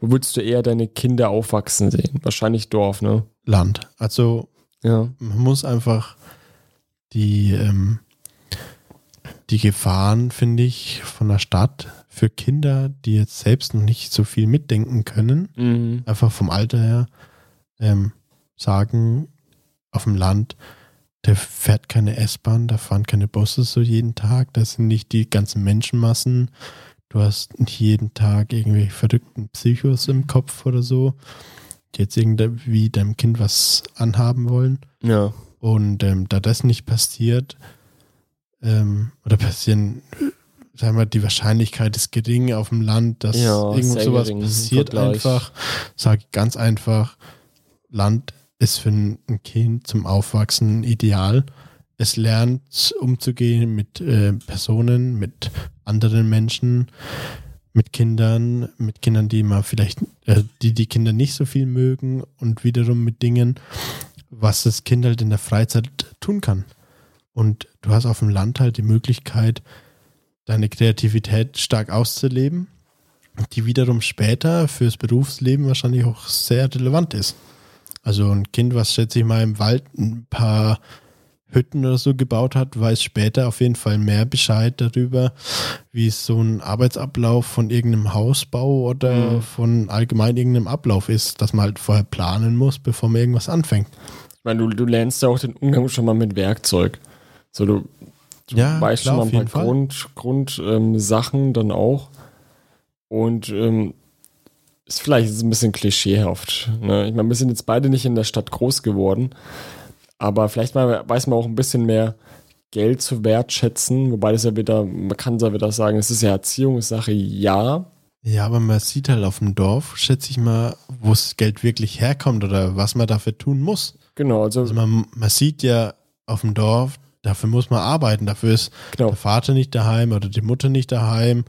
S1: Wo würdest du eher deine Kinder aufwachsen sehen? Wahrscheinlich Dorf, ne?
S2: Land. Also
S1: Ja.
S2: man muss einfach die, ähm, die Gefahren, finde ich, von der Stadt für Kinder, die jetzt selbst noch nicht so viel mitdenken können,
S1: Mhm.
S2: einfach vom Alter her, ähm, sagen, auf dem Land, da fährt keine S-Bahn, da fahren keine Busse so jeden Tag, da sind nicht die ganzen Menschenmassen. Du hast nicht jeden Tag irgendwelche verrückten Psychos im Kopf oder so, die jetzt irgendwie deinem Kind was anhaben wollen.
S1: Ja.
S2: Und ähm, da das nicht passiert, ähm, oder passieren, sagen wir, die Wahrscheinlichkeit ist gering auf dem Land, dass
S1: Ja,
S2: irgend
S1: sehr
S2: sowas
S1: gering im
S2: passiert
S1: Vergleich.
S2: einfach. Sage ich ganz einfach, Land ist für ein ein Kind zum Aufwachsen ideal. Es lernt umzugehen mit äh, Personen, mit anderen Menschen, mit Kindern, mit Kindern, die mal vielleicht, äh, die die Kinder nicht so viel mögen und wiederum mit Dingen, was das Kind halt in der Freizeit tun kann. Und du hast auf dem Land halt die Möglichkeit, deine Kreativität stark auszuleben, die wiederum später fürs Berufsleben wahrscheinlich auch sehr relevant ist. Also ein Kind, was schätze ich mal im Wald ein paar Hütten oder so gebaut hat, weiß später auf jeden Fall mehr Bescheid darüber, wie so ein Arbeitsablauf von irgendeinem Hausbau oder von allgemein irgendeinem Ablauf ist, dass man halt vorher planen muss, bevor man irgendwas anfängt.
S1: Ich meine, du, du lernst ja auch den Umgang schon mal mit Werkzeug. So, du,
S2: Ja,
S1: weißt
S2: klar,
S1: schon
S2: auf
S1: mal ein
S2: jeden
S1: paar
S2: Fall.
S1: Grund, Grund, ähm, Sachen dann auch. Und ähm, ist vielleicht ist es ein bisschen klischeehaft. Ne? Ich meine, wir sind jetzt beide nicht in der Stadt groß geworden, aber vielleicht mal weiß man auch ein bisschen mehr Geld zu wertschätzen, wobei das ja wieder, man kann ja wieder sagen, es ist ja Erziehungssache, ja.
S2: Ja, aber man sieht halt auf dem Dorf, schätze ich mal, wo das Geld wirklich herkommt oder was man dafür tun muss.
S1: Genau, also
S2: Also man, man sieht ja auf dem Dorf dafür muss man arbeiten. Dafür ist
S1: Genau.
S2: der Vater nicht daheim oder die Mutter nicht daheim.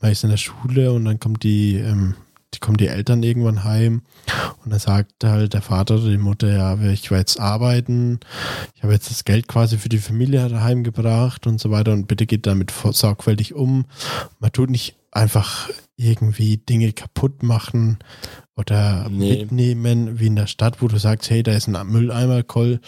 S2: Man ist in der Schule und dann kommt die, ähm, die kommen die Eltern irgendwann heim und dann sagt halt der Vater oder die Mutter, ja, ich war jetzt arbeiten, ich habe jetzt das Geld quasi für die Familie daheim gebracht und so weiter und bitte geht damit vor- sorgfältig um. Man tut nicht einfach irgendwie Dinge kaputt machen oder
S1: Nee.
S2: mitnehmen, wie in der Stadt, wo du sagst, hey, da ist ein Mülleimer, Koll,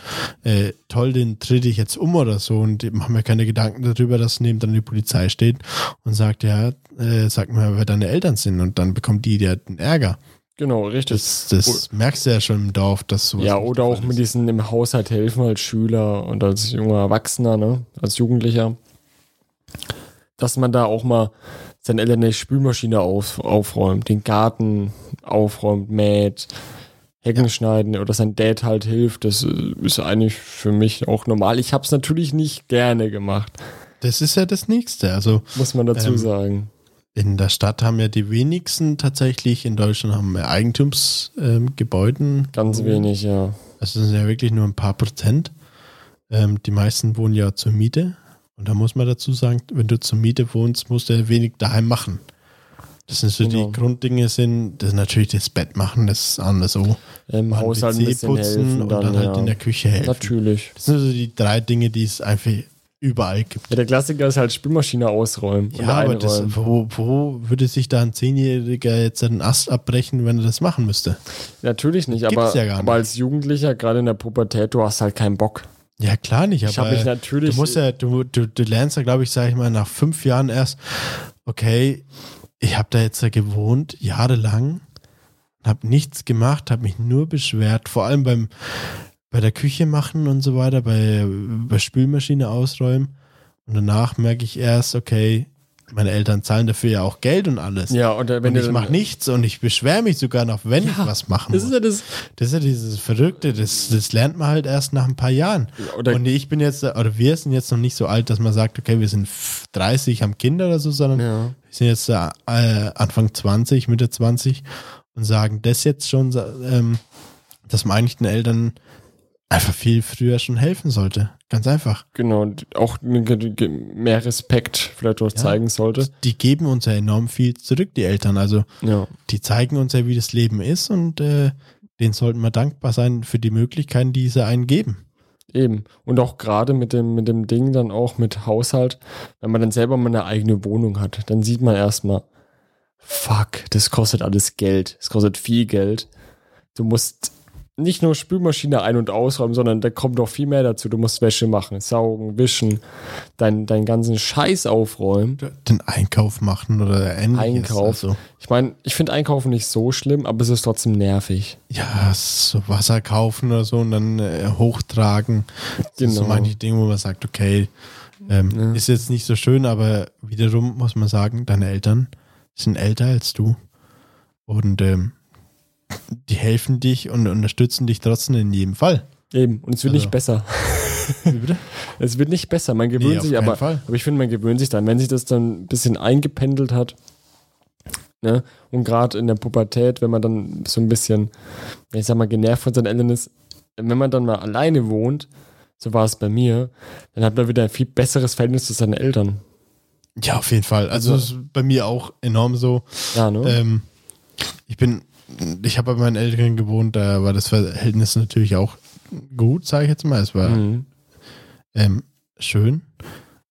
S2: äh, toll, den tritt ich jetzt um oder so und die machen mir keine Gedanken darüber, dass neben dann die Polizei steht und sagt, ja, äh, sag mir, wer deine Eltern sind und dann bekommt die dir den Ärger.
S1: Genau, richtig.
S2: Das, das merkst du ja schon im Dorf, dass sowas
S1: ja,
S2: nicht
S1: oder
S2: der
S1: auch
S2: Fall
S1: mit
S2: ist.
S1: diesen im Haushalt helfen als Schüler und als junger Erwachsener, ne? als Jugendlicher. Dass man da auch mal seinen Eltern die Spülmaschine auf, aufräumt, den Garten aufräumt, mäht, Hecken schneiden oder sein Dad halt hilft. Das äh, ist eigentlich für mich auch normal. Ich habe es natürlich nicht gerne gemacht,
S2: Das ist ja das Nächste. Also
S1: muss man dazu
S2: Ähm,
S1: sagen.
S2: in der Stadt haben ja die wenigsten tatsächlich, in Deutschland haben wir Eigentumsgebäuden.
S1: Ganz wenig, ja.
S2: Also das sind ja wirklich nur ein paar Prozent. Ähm, die meisten wohnen ja zur Miete. Und da muss man dazu sagen, wenn du zur Miete wohnst, musst du ja wenig daheim machen. Das sind so
S1: Genau.
S2: die Grunddinge sind, das ist natürlich das Bett machen, das ist anders Oh, so.
S1: Im
S2: Mal einen
S1: Haushalt ein
S2: PC
S1: bisschen helfen,
S2: und dann, halt
S1: ja.
S2: in der Küche helfen.
S1: Natürlich.
S2: Das sind so die drei Dinge, die es einfach überall gibt.
S1: Ja, der Klassiker ist halt Spülmaschine ausräumen. und
S2: Ja, aber das,
S1: einräumen.
S2: wo, wo würde sich da ein Zehnjähriger jetzt einen Ast abbrechen, wenn er das machen müsste?
S1: Natürlich nicht,
S2: Gibt's
S1: aber,
S2: ja gar
S1: aber
S2: nicht.
S1: als Jugendlicher, gerade in der Pubertät, du hast halt keinen Bock.
S2: Ja, klar nicht, aber
S1: Ich hab mich natürlich-
S2: du musst ja, du, du, du lernst ja, glaube ich, sage ich mal, nach fünf Jahren erst, okay, ich habe da jetzt ja gewohnt, jahrelang, habe nichts gemacht, habe mich nur beschwert, vor allem beim bei der Küche machen und so weiter, bei, bei Spülmaschine ausräumen. Und danach merke ich erst, okay, meine Eltern zahlen dafür ja auch Geld und alles.
S1: Ja, und wenn
S2: und
S1: du
S2: ich
S1: dann-
S2: mache nichts und ich beschwere mich sogar noch, wenn ich was machen muss.
S1: Das ist ja das.
S2: Das ist ja dieses Verrückte, das, das lernt man halt erst nach ein paar Jahren.
S1: oder-
S2: und ich bin jetzt, oder wir sind jetzt noch nicht so alt, dass man sagt, okay, wir sind 30, haben Kinder oder so, sondern
S1: Ja.
S2: wir sind jetzt äh, Anfang 20, Mitte 20 und sagen das jetzt schon, ähm, dass man eigentlich den Eltern einfach viel früher schon helfen sollte. Ganz einfach.
S1: Genau, und auch ge- ge- mehr Respekt vielleicht auch zeigen sollte.
S2: Die geben uns ja enorm viel zurück, die Eltern. Also
S1: Ja.
S2: die zeigen uns ja, wie das Leben ist und äh, denen sollten wir dankbar sein für die Möglichkeiten, die sie einen geben.
S1: Eben. Und auch gerade mit dem, mit dem Ding dann auch mit Haushalt, wenn man dann selber mal eine eigene Wohnung hat, dann sieht man erstmal, fuck, das kostet alles Geld. Es kostet viel Geld. Du musst nicht nur Spülmaschine ein- und ausräumen, sondern da kommt noch viel mehr dazu. Du musst Wäsche machen, saugen, wischen, dein, deinen ganzen Scheiß aufräumen.
S2: den Einkauf machen oder ähnliches.
S1: Einkauf.
S2: Also,
S1: Ich meine, ich finde Einkaufen nicht so schlimm, aber es ist trotzdem nervig.
S2: ja, so Wasser kaufen oder so und dann äh, hochtragen. Genau. Das
S1: Genau.
S2: sind manche Dinge, wo man sagt, okay, ähm, ist jetzt nicht so schön, aber wiederum muss man sagen, deine Eltern sind älter als du und ähm, die helfen dich und unterstützen dich trotzdem in jedem Fall.
S1: Eben. Und es wird
S2: Also-
S1: nicht besser.
S2: Wie bitte?
S1: Es wird nicht besser. Man gewöhnt
S2: Nee, auf
S1: sich,
S2: keinen
S1: aber,
S2: Fall.
S1: aber ich finde, man gewöhnt sich dann, wenn sich das dann ein bisschen eingependelt hat. Ne? Und gerade in der Pubertät, wenn man dann so ein bisschen, ich sag mal, genervt von seinen Eltern ist, wenn man dann mal alleine wohnt, so war es bei mir, dann hat man wieder ein viel besseres Verhältnis zu seinen Eltern.
S2: Ja, auf jeden Fall. Also, also ist bei mir auch enorm so.
S1: Ja, ne?
S2: Ähm, ich bin, ich habe bei meinen Eltern gewohnt, da war das Verhältnis natürlich auch gut, sage ich jetzt mal. Es war
S1: Mhm.
S2: ähm, schön.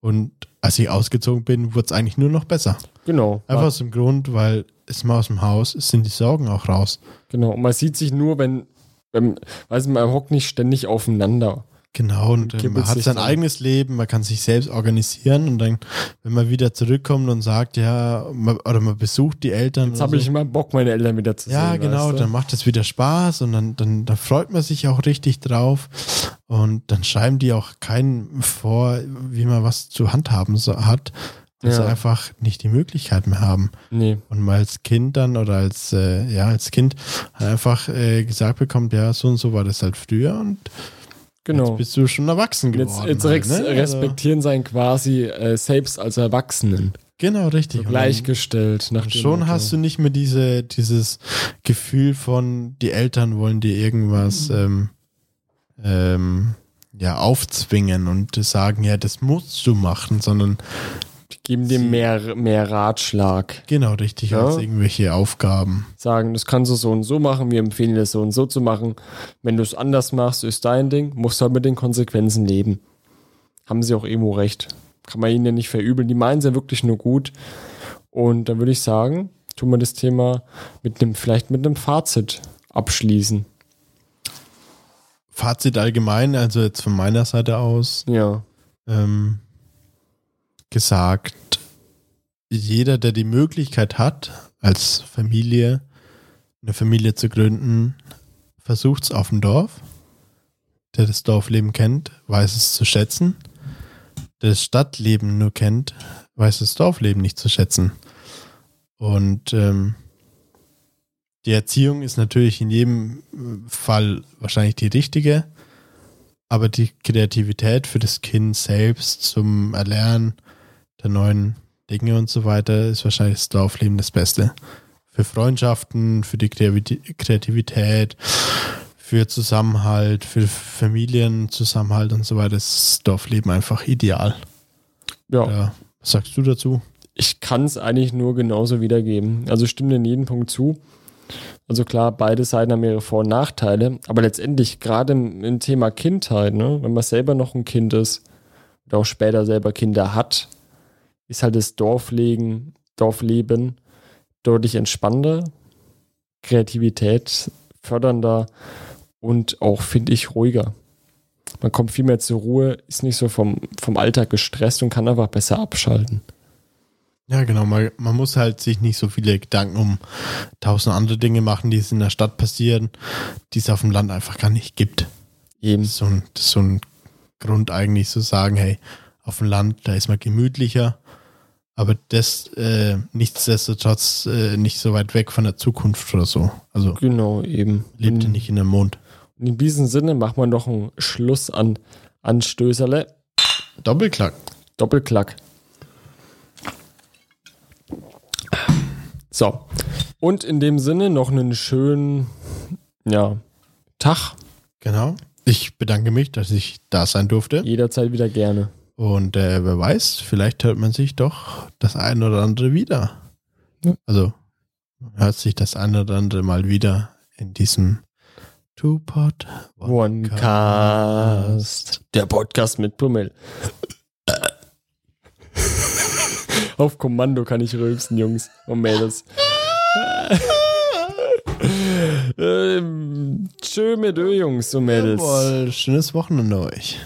S2: Und als ich ausgezogen bin, wurde es eigentlich nur noch besser.
S1: Genau.
S2: Einfach aus dem Grund, weil es mal aus dem Haus, es sind die Sorgen auch raus.
S1: Genau. Und man sieht sich nur, wenn, wenn also man hockt nicht ständig aufeinander.
S2: Genau, und äh,
S1: Kippelt
S2: man hat
S1: sich
S2: sein
S1: dann.
S2: eigenes Leben, man kann sich selbst organisieren und dann, wenn man wieder zurückkommt und sagt, ja, man, oder man besucht die Eltern.
S1: Jetzt
S2: oder
S1: habe
S2: so.
S1: ich immer Bock, meine Eltern wieder zu sehen.
S2: Mhm. Ja, genau,
S1: weißt du?
S2: dann macht es wieder Spaß und dann, dann, dann freut man sich auch richtig drauf. Und dann schreiben die auch keinen vor, wie man was zu handhaben so, hat, weil sie
S1: Ja.
S2: einfach nicht die Möglichkeit mehr haben.
S1: Nee.
S2: Und mal als Kind dann oder als, äh, ja, als Kind halt einfach äh, gesagt bekommt, ja, so und so war das halt früher und
S1: Genau.
S2: jetzt bist du schon erwachsen
S1: Und Jetzt,
S2: geworden.
S1: jetzt
S2: halt,
S1: rex-
S2: ne? Also,
S1: respektieren sein quasi äh, selbst als Erwachsenen.
S2: genau, richtig. Und dann-
S1: Gleichgestellt. Nach
S2: Und schon hast du nicht mehr diese, dieses Gefühl von, die Eltern wollen dir irgendwas ähm, ähm, ja, aufzwingen und sagen, ja, das musst du machen, sondern
S1: Die geben dir mehr, mehr Ratschlag.
S2: genau richtig
S1: Ja.
S2: als irgendwelche Aufgaben.
S1: Sagen, das kannst du so und so machen, wir empfehlen dir das so und so zu machen. Wenn du es anders machst, ist dein Ding, musst du halt mit den Konsequenzen leben. Haben sie auch irgendwo recht. Kann man ihnen ja nicht verübeln. Die meinen es ja wirklich nur gut. Und dann würde ich sagen, tun wir das Thema mit einem, vielleicht mit einem Fazit abschließen.
S2: Fazit allgemein, also jetzt von meiner Seite aus,
S1: Ja.
S2: ähm, gesagt, jeder, der die Möglichkeit hat, als Familie eine Familie zu gründen, versucht es auf dem Dorf. Der das Dorfleben kennt, weiß es zu schätzen. Der das Stadtleben nur kennt, weiß das Dorfleben nicht zu schätzen. Und ähm, die Erziehung ist natürlich in jedem äh, Fall wahrscheinlich die richtige aber die Kreativität für das Kind selbst zum Erlernen der neuen Dinge und so weiter ist wahrscheinlich das Dorfleben das Beste. Für Freundschaften, für die Kreativität- Kreativität, für Zusammenhalt, für Familienzusammenhalt und so weiter ist das Dorfleben einfach ideal.
S1: Ja.
S2: Ja. Was sagst du dazu?
S1: ich kann es eigentlich nur genauso wiedergeben. Also ich stimme in jedem Punkt zu. Also klar, beide Seiten haben ihre Vor- und Nachteile, aber letztendlich gerade im, im Thema Kindheit, ne, wenn man selber noch ein Kind ist oder auch später selber Kinder hat, ist halt das Dorflegen, Dorfleben deutlich entspannter, Kreativität fördernder und auch, finde ich, ruhiger. Man kommt viel mehr zur Ruhe, ist nicht so vom, vom Alltag gestresst und kann einfach besser abschalten.
S2: Ja, genau. Man, man muss halt sich nicht so viele Gedanken um tausend andere Dinge machen, die es in der Stadt passieren, die es auf dem Land einfach gar nicht gibt.
S1: Eben.
S2: Das ist so ein, das ist so ein Grund eigentlich zu sagen, hey, auf dem Land, da ist man gemütlicher, aber das äh, nichtsdestotrotz äh, nicht so weit weg von der Zukunft oder so. Also
S1: Genau, eben.
S2: lebt ihr nicht in der Mond.
S1: Und in diesem Sinne machen wir noch einen Schluss an Anstößerle.
S2: Doppelklack.
S1: Doppelklack. So. Und in dem Sinne noch einen schönen ja, Tag.
S2: Genau. Ich bedanke mich, dass ich da sein durfte.
S1: Jederzeit wieder gerne.
S2: Und äh, wer weiß, vielleicht hört man sich doch das ein oder andere wieder.
S1: Ja.
S2: Also man hört sich das ein oder andere mal wieder in diesem Two-Pot
S1: Onecast. Der Podcast mit Pummel. Auf Kommando kann ich rülpsen, Jungs und Mädels. ähm, tschö mit Ö, Jungs und Mädels.
S2: Jawohl, schönes Wochenende euch.